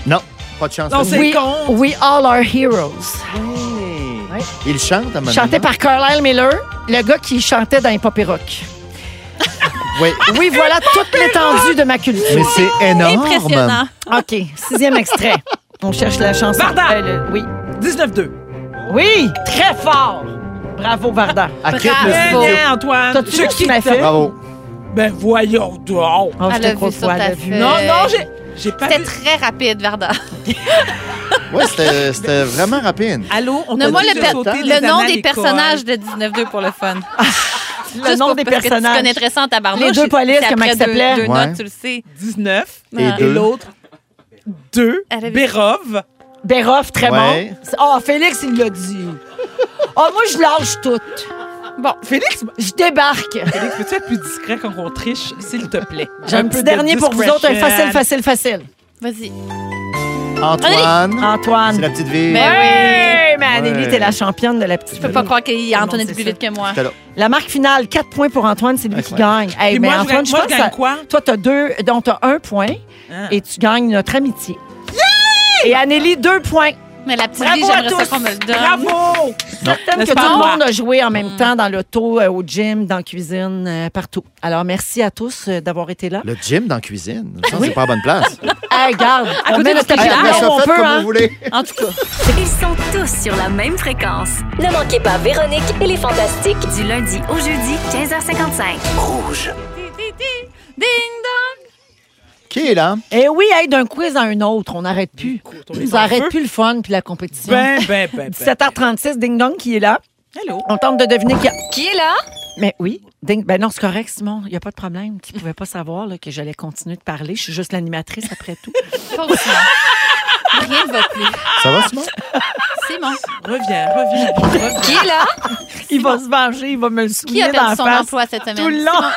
Speaker 3: Non, pas de chance.
Speaker 6: Non, c'est
Speaker 4: We,
Speaker 6: con.
Speaker 4: we all are heroes.
Speaker 3: Oui. Il chante à un moment
Speaker 4: Chanté
Speaker 3: donné.
Speaker 4: par Carlisle Miller, le gars qui chantait dans les pop et rock.
Speaker 3: Oui,
Speaker 4: Oui, voilà toute l'étendue de ma
Speaker 3: mais
Speaker 4: culture.
Speaker 3: c'est énorme.
Speaker 5: Impressionnant.
Speaker 4: OK, sixième extrait. On cherche la chanson.
Speaker 6: Varda!
Speaker 4: Euh, le- oui.
Speaker 6: 19-2.
Speaker 4: Oui, très fort. Bravo, Varda.
Speaker 3: À triple
Speaker 5: Bravo.
Speaker 3: studio.
Speaker 6: Eh Bien, Antoine.
Speaker 4: Ah, T'as-tu
Speaker 6: Je
Speaker 4: vu ce qu'il
Speaker 6: quitte
Speaker 4: m'a fait?
Speaker 6: ta-
Speaker 3: Bravo.
Speaker 6: Ben voyons donc.
Speaker 4: Oh,
Speaker 5: Elle a vu sur ta feuille.
Speaker 6: Non,
Speaker 5: Euh,
Speaker 6: non, j'ai, j'ai pas
Speaker 5: C'était
Speaker 6: vu.
Speaker 5: très rapide, Varda.
Speaker 3: Oui, c'était c'était vraiment rapide.
Speaker 6: Allô, on t'a
Speaker 5: Donne-moi
Speaker 6: dit
Speaker 5: le,
Speaker 6: de
Speaker 5: per-
Speaker 6: sauter
Speaker 5: le nom
Speaker 6: annales
Speaker 5: des
Speaker 6: d'école.
Speaker 5: personnages de 19-2 pour le fun.
Speaker 4: Le nom des
Speaker 5: Parce que tu
Speaker 4: personnages.
Speaker 5: connaîtrais ça en tabarnouche.
Speaker 4: Les deux polices,
Speaker 5: C'est après
Speaker 4: comment ils
Speaker 5: deux-
Speaker 4: s'appelaient?
Speaker 5: Deux
Speaker 3: Ouais.
Speaker 5: notes, tu le sais.
Speaker 6: 19
Speaker 5: Et
Speaker 6: et
Speaker 3: deux.
Speaker 6: l'autre 2
Speaker 5: Elle avait-
Speaker 6: Bérov.
Speaker 4: Béroff, très
Speaker 3: Ouais.
Speaker 4: bon. Oh, Félix, il l'a dit. Oh, moi, je lâche tout.
Speaker 6: Bon, Félix,
Speaker 4: Je débarque.
Speaker 6: Félix, peux-tu être plus discret quand on triche, s'il te plaît?
Speaker 4: J'ai un
Speaker 6: peu
Speaker 4: petit
Speaker 6: de
Speaker 4: dernier pour vous autres, un
Speaker 6: discretion.
Speaker 4: facile, facile, facile.
Speaker 5: Vas-y.
Speaker 3: Antoine. C'est
Speaker 4: Antoine.
Speaker 3: la petite ville.
Speaker 5: Ben
Speaker 4: Hey, mais Anneli,
Speaker 3: Ouais.
Speaker 4: t'es la championne de la petite.
Speaker 5: Je peux pas croire qu'Antoine
Speaker 4: Non,
Speaker 5: a
Speaker 4: c'est
Speaker 5: dit plus
Speaker 4: ça.
Speaker 5: vite que moi.
Speaker 3: J'étais là.
Speaker 4: La marque finale, 4 points pour Antoine, c'est lui qui gagne. Hey,
Speaker 6: Puis
Speaker 4: mais
Speaker 6: moi, je
Speaker 4: Eh ben, Antoine,
Speaker 6: gagne-
Speaker 4: je
Speaker 6: moi,
Speaker 4: pense
Speaker 6: je
Speaker 4: que
Speaker 6: gagne quoi?
Speaker 4: Toi, t'as deux, donc t'as un point
Speaker 6: Hein?
Speaker 4: et tu gagnes notre amitié. Et Anneli, deux points.
Speaker 5: Mais la petite vie,
Speaker 4: Bravo à
Speaker 5: j'aimerais ça
Speaker 4: tous.
Speaker 5: qu'on me le donne.
Speaker 6: Bravo!
Speaker 4: Thème que
Speaker 6: N'est-ce
Speaker 4: tout
Speaker 6: pas? Mm.
Speaker 4: le monde a joué en même temps dans l'auto, euh, au gym, dans la cuisine, euh, partout. Alors, merci à tous euh, d'avoir été là.
Speaker 3: Le gym dans la cuisine. Je pense que c'est pas la bonne place.
Speaker 4: Hey, garde, on
Speaker 5: côté
Speaker 4: met
Speaker 5: du
Speaker 4: le tapis
Speaker 5: frigidaire.
Speaker 3: Mais
Speaker 4: là
Speaker 3: ça
Speaker 4: où on
Speaker 3: fait
Speaker 4: peut,
Speaker 3: comme
Speaker 4: hein.
Speaker 3: vous voulez.
Speaker 5: En tout cas.
Speaker 1: Ils sont tous sur la même fréquence.
Speaker 2: Ne manquez pas Véronique et les Fantastiques.
Speaker 1: Du lundi au jeudi, 15h55.
Speaker 5: Ding dong.
Speaker 3: Qui est là?
Speaker 4: Eh oui, hey, d'un quiz à un autre, on n'arrête plus.
Speaker 6: on est
Speaker 4: On
Speaker 6: en
Speaker 4: n'arrête
Speaker 6: feu.
Speaker 4: plus le fun puis la compétition.
Speaker 6: Ben, ben, ben, ben.
Speaker 4: 17h36, Ding Dong qui est là.
Speaker 6: Allô?
Speaker 4: On tente de deviner qui a...
Speaker 5: Qui est là?
Speaker 4: Mais oui, Ding- ben non, c'est correct, Simon. Il n'y a pas de problème. Tu ne pouvais pas savoir là, que j'allais continuer de parler. Je suis juste l'animatrice après tout.
Speaker 5: Pauvre Simon. Rien ne va plus.
Speaker 3: Ça va, Simon?
Speaker 5: Simon.
Speaker 6: Reviens, reviens, reviens.
Speaker 5: Qui est là?
Speaker 4: Il va se venger, il va me le
Speaker 5: Qui
Speaker 4: souligner
Speaker 5: a
Speaker 4: dans
Speaker 5: perdu
Speaker 4: la
Speaker 5: son
Speaker 4: face.
Speaker 5: emploi cette semaine?
Speaker 4: Tout le long.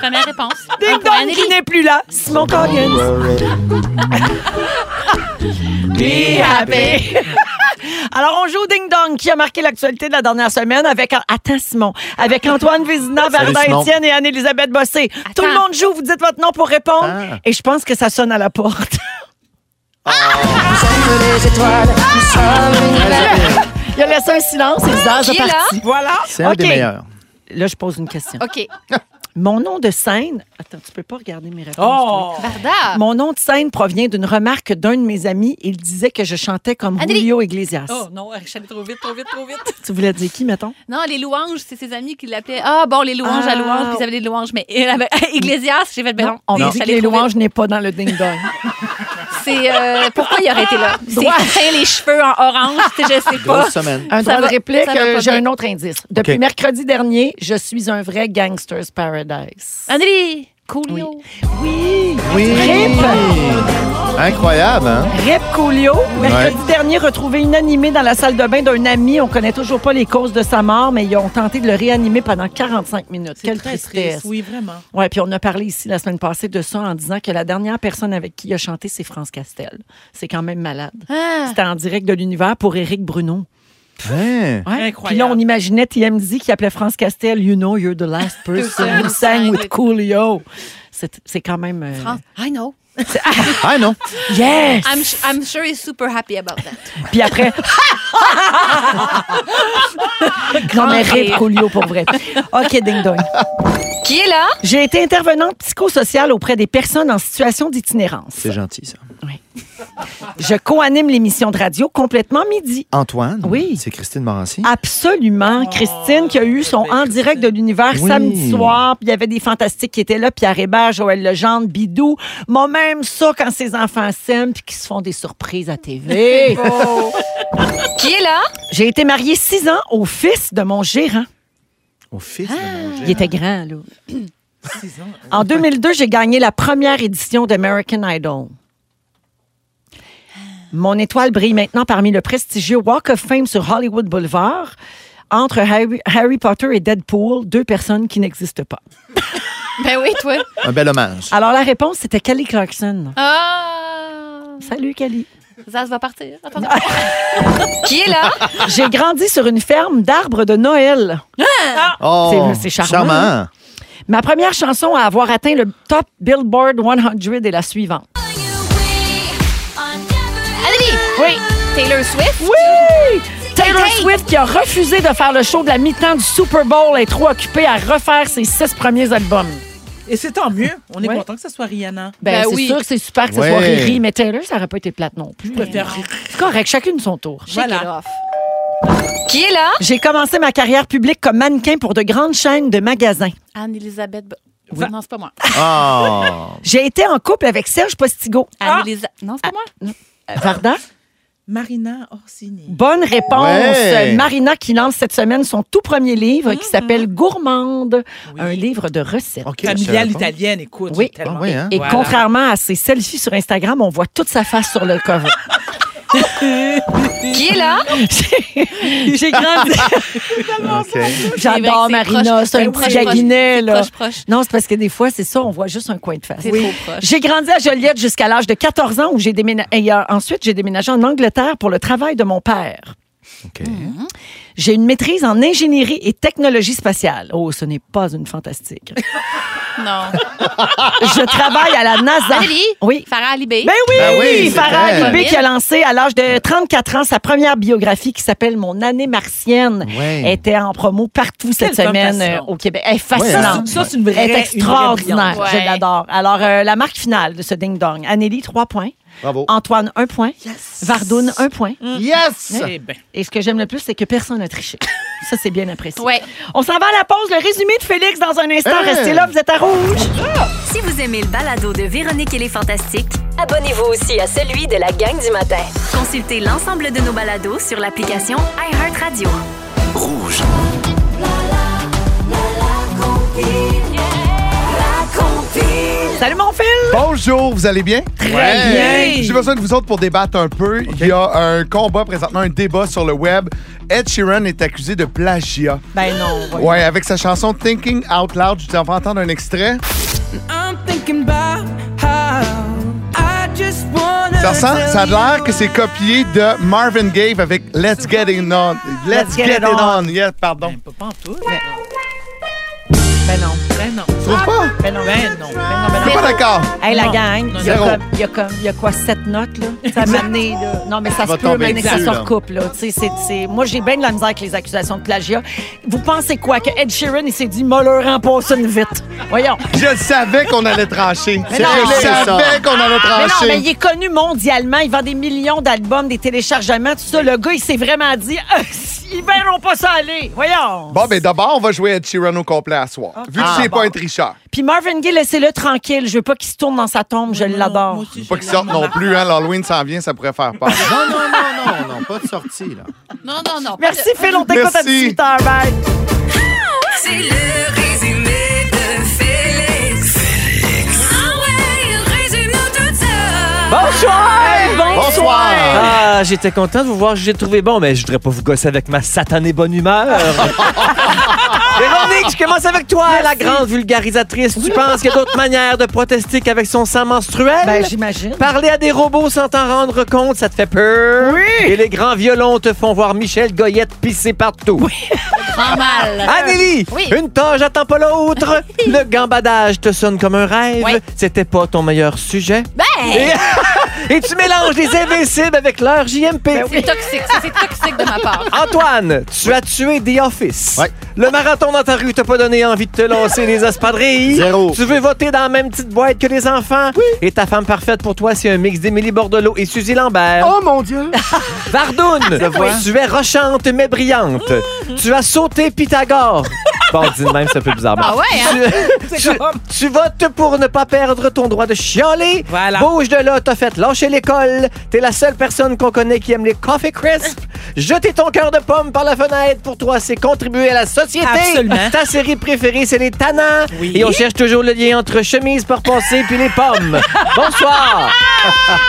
Speaker 5: Première réponse.
Speaker 4: Ding dong qui n'est plus là. Simon Collins.
Speaker 10: Be
Speaker 4: Alors, on joue au Ding Dong qui a marqué l'actualité de la dernière semaine avec, attends Simon, avec Antoine Vézina,
Speaker 3: Salut,
Speaker 4: Verdun
Speaker 3: Simon.
Speaker 4: Étienne et Anne-Élisabeth Bossé. Tout le monde joue, vous dites votre nom pour répondre.
Speaker 3: Ah.
Speaker 4: Et je pense que ça sonne à la porte. Il a laissé un silence et les âges
Speaker 5: Qui est là?
Speaker 4: parti. Voilà.
Speaker 3: C'est un des
Speaker 4: OK.
Speaker 3: meilleurs.
Speaker 4: Là, je pose une question.
Speaker 5: OK.
Speaker 4: Mon nom de scène. Attends, tu peux pas regarder mes réponses. toi.
Speaker 6: Oh!
Speaker 5: Varda.
Speaker 4: Mon nom de scène provient d'une remarque d'un de mes amis. Il disait que je chantais comme
Speaker 5: Anneli.
Speaker 4: Julio Iglesias.
Speaker 6: Oh non, je suis allée trop vite, trop vite, trop vite.
Speaker 4: Tu voulais dire qui, mettons?
Speaker 5: Non, les louanges, c'est ses amis qui l'appelaient. Ah, bon, les louanges
Speaker 4: Ah.
Speaker 5: à louanges, puis ils avaient des louanges. Mais Iglesias, j'ai fait ben non.
Speaker 4: On
Speaker 5: je
Speaker 4: dit
Speaker 5: suis
Speaker 4: que
Speaker 5: allée
Speaker 4: les
Speaker 5: trop vite.
Speaker 4: louanges n'est pas dans le ding-dong.
Speaker 5: C'est euh, pourquoi il aurait été là. C'est
Speaker 4: Droit.
Speaker 5: teint les cheveux en orange, tu sais, je sais pas.
Speaker 3: Grosse semaine.
Speaker 4: Un
Speaker 5: Ça
Speaker 4: droit
Speaker 5: va-
Speaker 4: de réplique,
Speaker 5: ça va
Speaker 4: euh,
Speaker 5: pas
Speaker 4: j'ai
Speaker 5: bien.
Speaker 4: un autre indice. Depuis
Speaker 3: OK.
Speaker 4: mercredi dernier, je suis un vrai gangster's paradise.
Speaker 5: André, Coolio.
Speaker 4: Oui!
Speaker 3: Oui.
Speaker 4: Rip!
Speaker 3: Incroyable, hein?
Speaker 4: Rip Coolio, mercredi dernier retrouvé inanimé dans la salle de bain d'un ami. On connaît toujours pas les causes de sa mort, mais ils ont tenté de le réanimer pendant 45 minutes.
Speaker 6: C'est
Speaker 4: Quelle
Speaker 6: très
Speaker 4: tristesse.
Speaker 6: triste. Oui, vraiment.
Speaker 4: Ouais, puis on a parlé ici la semaine passée de ça en disant que la dernière personne avec qui il a chanté, c'est France Castel. C'est quand même malade.
Speaker 5: Ah.
Speaker 4: C'était en direct de l'univers pour Éric Bruno.
Speaker 3: Hein?
Speaker 4: Ouais.
Speaker 6: Incroyable.
Speaker 4: Puis là, on imaginait TMZ qui appelait France Castel You know you're the last person who sang with Coolio. C'est c'est quand même. euh,
Speaker 5: France. I know.
Speaker 3: Ah non!
Speaker 4: Yes!
Speaker 5: I'm, su- I'm sure he's super happy about that.
Speaker 4: Puis après. non, mais rip Coolio pour vrai. OK, ding dong.
Speaker 2: Qui est là?
Speaker 4: J'ai été intervenante psychosociale auprès des personnes en situation d'itinérance.
Speaker 3: C'est gentil, ça.
Speaker 4: Je co-anime l'émission de radio complètement midi.
Speaker 3: Antoine?
Speaker 4: Oui. Ah.
Speaker 3: C'est Christine Morancy?
Speaker 4: Absolument. Christine qui a eu son
Speaker 6: belle
Speaker 4: en direct de l'univers
Speaker 3: Oui.
Speaker 4: samedi soir. Puis il y avait des fantastiques qui étaient là. Pierre Hébert, Joël Legendre, Bidou. Moi-même, ça, quand ses enfants s'aiment puis qu'ils se font des surprises à TV.
Speaker 2: Qui est là?
Speaker 4: J'ai été mariée six ans au fils de mon gérant.
Speaker 3: Au fils de mon
Speaker 4: Il était grand, là.
Speaker 6: Six ans.
Speaker 4: En 2002, j'ai gagné la première édition d'American Idol. Mon étoile brille maintenant parmi le prestigieux Walk of Fame sur Hollywood Boulevard entre Harry, Harry Potter et Deadpool, deux personnes qui n'existent pas.
Speaker 5: Ben oui, toi.
Speaker 3: Un bel hommage.
Speaker 4: Alors la réponse, c'était Kelly Clarkson.
Speaker 5: Ah.
Speaker 4: Salut Kelly.
Speaker 5: Zaz va partir. Attends.
Speaker 2: Qui est là?
Speaker 4: J'ai grandi sur une ferme d'arbres de Noël.
Speaker 3: Oh,
Speaker 4: Ah, c'est- c'est charmant.
Speaker 3: charmant.
Speaker 4: Ma première chanson à avoir atteint le top Billboard 100 est la suivante.
Speaker 5: Anneli. Oui. Taylor Swift.
Speaker 4: Oui! Taylor
Speaker 5: Tay-Tay.
Speaker 4: Swift qui a refusé de faire le show de la mi-temps du Super Bowl est trop occupée à refaire ses six premiers albums.
Speaker 6: Et c'est tant mieux. On est
Speaker 4: Ouais.
Speaker 6: content que ce soit Rihanna.
Speaker 4: Ben,
Speaker 5: Ben
Speaker 4: c'est
Speaker 5: oui.
Speaker 4: sûr que c'est super que ce
Speaker 3: Ouais.
Speaker 4: soit Riri, mais Taylor, ça aurait pas été plate non plus. C'est correct, chacune son tour.
Speaker 5: Voilà.
Speaker 6: Voilà.
Speaker 2: Qui est là?
Speaker 4: J'ai commencé ma carrière publique comme mannequin pour de grandes chaînes de magasins.
Speaker 5: Anne-Elisabeth. Bo- Non, c'est pas moi.
Speaker 3: Oh.
Speaker 4: J'ai été en couple avec Serge Postigo.
Speaker 5: Anne-Elisa- Non, c'est pas moi.
Speaker 4: Ah! Varda?
Speaker 6: Marina Orsini.
Speaker 4: Bonne réponse.
Speaker 3: Ouais.
Speaker 4: Marina qui lance cette semaine son tout premier livre qui s'appelle Gourmande, un livre de recettes.
Speaker 3: OK.
Speaker 6: Familiale
Speaker 3: je savais pas.
Speaker 6: italienne, écoute.
Speaker 4: Oui.
Speaker 6: tellement.
Speaker 3: Ah oui, hein?
Speaker 4: Et
Speaker 6: Voilà.
Speaker 4: contrairement à ses selfies sur Instagram, on voit toute sa face sur le cover.
Speaker 2: Qui est là?
Speaker 4: J'ai j'ai grandi.
Speaker 3: OK.
Speaker 4: J'adore
Speaker 5: C'est vrai que c'est
Speaker 4: Marina,
Speaker 5: proche.
Speaker 4: c'est un
Speaker 5: Ben oui.
Speaker 4: petit gaguinet,
Speaker 5: C'est
Speaker 4: là.
Speaker 5: proche, proche.
Speaker 4: Non, c'est parce que des fois, c'est ça, on voit juste un coin de face.
Speaker 5: C'est trop proche.
Speaker 4: J'ai grandi à Joliette jusqu'à l'âge de 14 ans où j'ai déménagé. et, euh, ensuite, j'ai déménagé en Angleterre pour le travail de mon père. Mmh.
Speaker 3: OK.
Speaker 4: J'ai une maîtrise en ingénierie et technologie spatiale. Oh, ce n'est pas une fantastique.
Speaker 5: Non.
Speaker 4: Je travaille à la NASA.
Speaker 5: Anneli.
Speaker 4: Oui.
Speaker 5: Farah Alibé.
Speaker 4: Ben oui,
Speaker 3: Ben oui,
Speaker 4: Farah
Speaker 3: c'était-
Speaker 4: Alibé qui a lancé à l'âge de 34 ans sa première biographie qui s'appelle Mon année martienne.
Speaker 3: Ouais.
Speaker 4: Elle était en promo partout cette
Speaker 6: Quelle femme
Speaker 4: semaine euh,
Speaker 6: fascinante.
Speaker 4: au Québec. Elle est
Speaker 6: Ça,
Speaker 4: fascinante.
Speaker 6: c'est- ça, c'est une vraie.
Speaker 4: Elle est
Speaker 6: une vraie
Speaker 4: extraordinaire.
Speaker 6: brillante.
Speaker 5: brillante.
Speaker 4: Je
Speaker 5: Ouais.
Speaker 4: l'adore. Alors, euh, la marque finale de ce ding-dong. Anneli, 3 points.
Speaker 3: Bravo.
Speaker 4: Antoine, 1 point. Vardoun, 1 point.
Speaker 3: Yes!
Speaker 6: Eh ben,
Speaker 4: Et ce que j'aime le plus, c'est que personne n'a triché. Ça, c'est bien apprécié.
Speaker 5: Ouais.
Speaker 4: On s'en va à la pause. Le résumé de Félix dans un instant.
Speaker 3: Hey!
Speaker 4: Restez là, vous êtes à rouge.
Speaker 1: Si vous aimez le balado de Véronique et les Fantastiques,
Speaker 2: Abonnez-vous aussi à celui de la gang du matin.
Speaker 1: consultez l'ensemble de nos balados sur l'application iHeartRadio.
Speaker 7: Compile.
Speaker 4: Salut mon fils!
Speaker 3: Bonjour, vous allez bien?
Speaker 4: Ouais. bien.
Speaker 3: J'ai besoin de vous autres pour débattre un peu. Il y a un combat présentement, un débat sur le web. Ed Sheeran est accusé de plagiat.
Speaker 4: Ben non. voyons.
Speaker 3: Ouais, avec sa chanson Thinking Out Loud. Je vous en fais entendre un extrait. Ça ressemble, ça a l'air que c'est copié de Marvin Gaye avec Let's Get It On. Let's, Get, It On. Yeah, pardon.
Speaker 6: Ben, pas en tout.
Speaker 4: Ben non.
Speaker 6: Ben non.
Speaker 3: Tu trouves pas?
Speaker 4: Ben non.
Speaker 6: Ben non. Ben non.
Speaker 3: Je suis pas d'accord.
Speaker 4: Hey, la
Speaker 6: Non.
Speaker 4: gang,
Speaker 6: Non,
Speaker 4: il y, a
Speaker 3: zéro.
Speaker 4: comme- il y a comme- il y a quoi, sept notes, là? Ça m'a amené, là. Non, mais ça
Speaker 3: Tu
Speaker 4: se
Speaker 3: vas
Speaker 4: peut,
Speaker 3: tomber
Speaker 4: maintenant que ça
Speaker 3: dessus,
Speaker 4: se
Speaker 3: là.
Speaker 4: recoupe, là. Tu sais, c'est- c'est- Moi, j'ai bien de la misère avec les accusations de plagiat. Vous pensez quoi? Que Ed Sheeran, il s'est dit, moi, leur en passe une vite. Voyons.
Speaker 3: Je savais qu'on allait trancher.
Speaker 4: non.
Speaker 3: Je savais qu'on allait
Speaker 4: Ah, Mais non,
Speaker 3: trancher.
Speaker 4: mais il est connu mondialement. Il vend des millions d'albums, des téléchargements, tout ça. Le gars, il s'est vraiment dit, Ah, ils verront pas ça aller. Voyons.
Speaker 3: Bon, ben d'abord, on va jouer Ed Sheeran au complet à soir. Vu que
Speaker 4: Ah,
Speaker 3: c'est
Speaker 4: bon.
Speaker 3: pas un tricheur.
Speaker 4: Puis Marvin Gaye, laissez-le tranquille. Je veux pas qu'il se tourne dans sa tombe. Je l'adore.
Speaker 3: Pas qu'ils sortent non plus, hein. L'Halloween s'en vient, ça pourrait faire peur.
Speaker 11: Non, non, non, non, non, pas de sortie, là.
Speaker 5: Non, non, non.
Speaker 4: Merci, Phil. On t'écoute à
Speaker 3: Merci.
Speaker 4: 18 h. Bye.
Speaker 1: C'est le résumé de Félix. Félix. Ah ouais, il résume tout ça.
Speaker 3: Bonsoir!
Speaker 10: Ah, j'étais content de vous voir, j'ai trouvé bon, mais je voudrais pas vous gosser avec ma satanée bonne humeur. Véronique, je commence avec toi, la grande vulgarisatrice. Tu penses qu'il y a d'autres manières de protester qu'avec son sang menstruel?
Speaker 4: Ben, j'imagine.
Speaker 10: Parler à des robots sans t'en rendre compte, ça te fait peur. Oui. Et les grands violons te font voir Michel Goyette pisser partout.
Speaker 5: mal.
Speaker 10: Amélie,
Speaker 5: Oui.
Speaker 10: Euh, une tâche attend pas l'autre. Le gambadage te sonne comme un rêve.
Speaker 5: Oui. Ben!
Speaker 10: C'était pas ton meilleur sujet. Et, et tu mélanges les invincibles avec leur JMP.
Speaker 4: Ben
Speaker 5: C'est toxique. Ça, c'est toxique de ma part.
Speaker 10: Antoine, tu as tué The Office.
Speaker 11: Ouais.
Speaker 10: Le marathon dans ta rue t'a pas donné envie de te lancer les espadrilles.
Speaker 11: Zéro.
Speaker 10: Tu veux voter dans la même petite boîte que les enfants. Et ta femme parfaite pour toi, c'est un mix d'Émilie Bordelot et Suzy Lambert.
Speaker 11: Oh mon Dieu!
Speaker 10: Vardoune,
Speaker 11: vois.
Speaker 10: tu es rochante mais brillante. Tu as sauté Pythagore. Bon, dis de même, c'est un peu bizarre.
Speaker 5: Ah ouais, hein?
Speaker 10: Tu, tu, tu votes pour ne pas perdre ton droit de chialer.
Speaker 6: Voilà.
Speaker 10: Bouge de là, t'as fait lâcher l'école. T'es la seule personne qu'on connaît qui aime les coffee crisp. Jeter ton cœur de pomme par la fenêtre, pour toi, c'est contribuer à la société.
Speaker 6: Absolument.
Speaker 10: Ta série préférée, c'est les tannants.
Speaker 6: Oui.
Speaker 10: Et on cherche toujours le lien entre chemise pour penser puis les pommes. Bonsoir.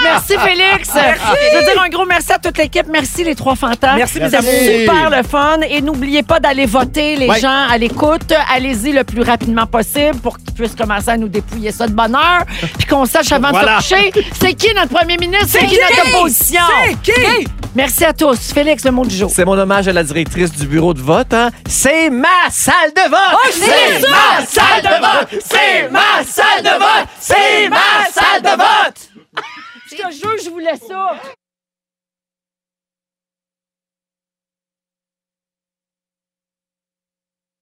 Speaker 4: Merci, Félix. Je veux dire un gros merci à toute l'équipe. Merci, les trois fantasmes.
Speaker 6: Merci, mes
Speaker 4: C'était
Speaker 6: amours.
Speaker 4: super le fun. Et n'oubliez pas d'aller voter, les
Speaker 11: Ouais.
Speaker 4: gens, à l'écoute. Allez-y le plus rapidement possible pour qu'ils puissent commencer à nous dépouiller ça de bonne heure. Puis qu'on sache avant
Speaker 11: Voilà.
Speaker 4: de se coucher, c'est qui notre premier ministre, c'est qui, notre opposition. Merci à tous. Félix, le mot du jour.
Speaker 10: C'est mon hommage à la directrice du bureau de vote. hein. C'est ma salle de
Speaker 6: Oh,
Speaker 10: vote! c'est ma salle de vote! C'est ma salle de vote! C'est ma salle de vote!
Speaker 4: Je te jure, je voulais ça.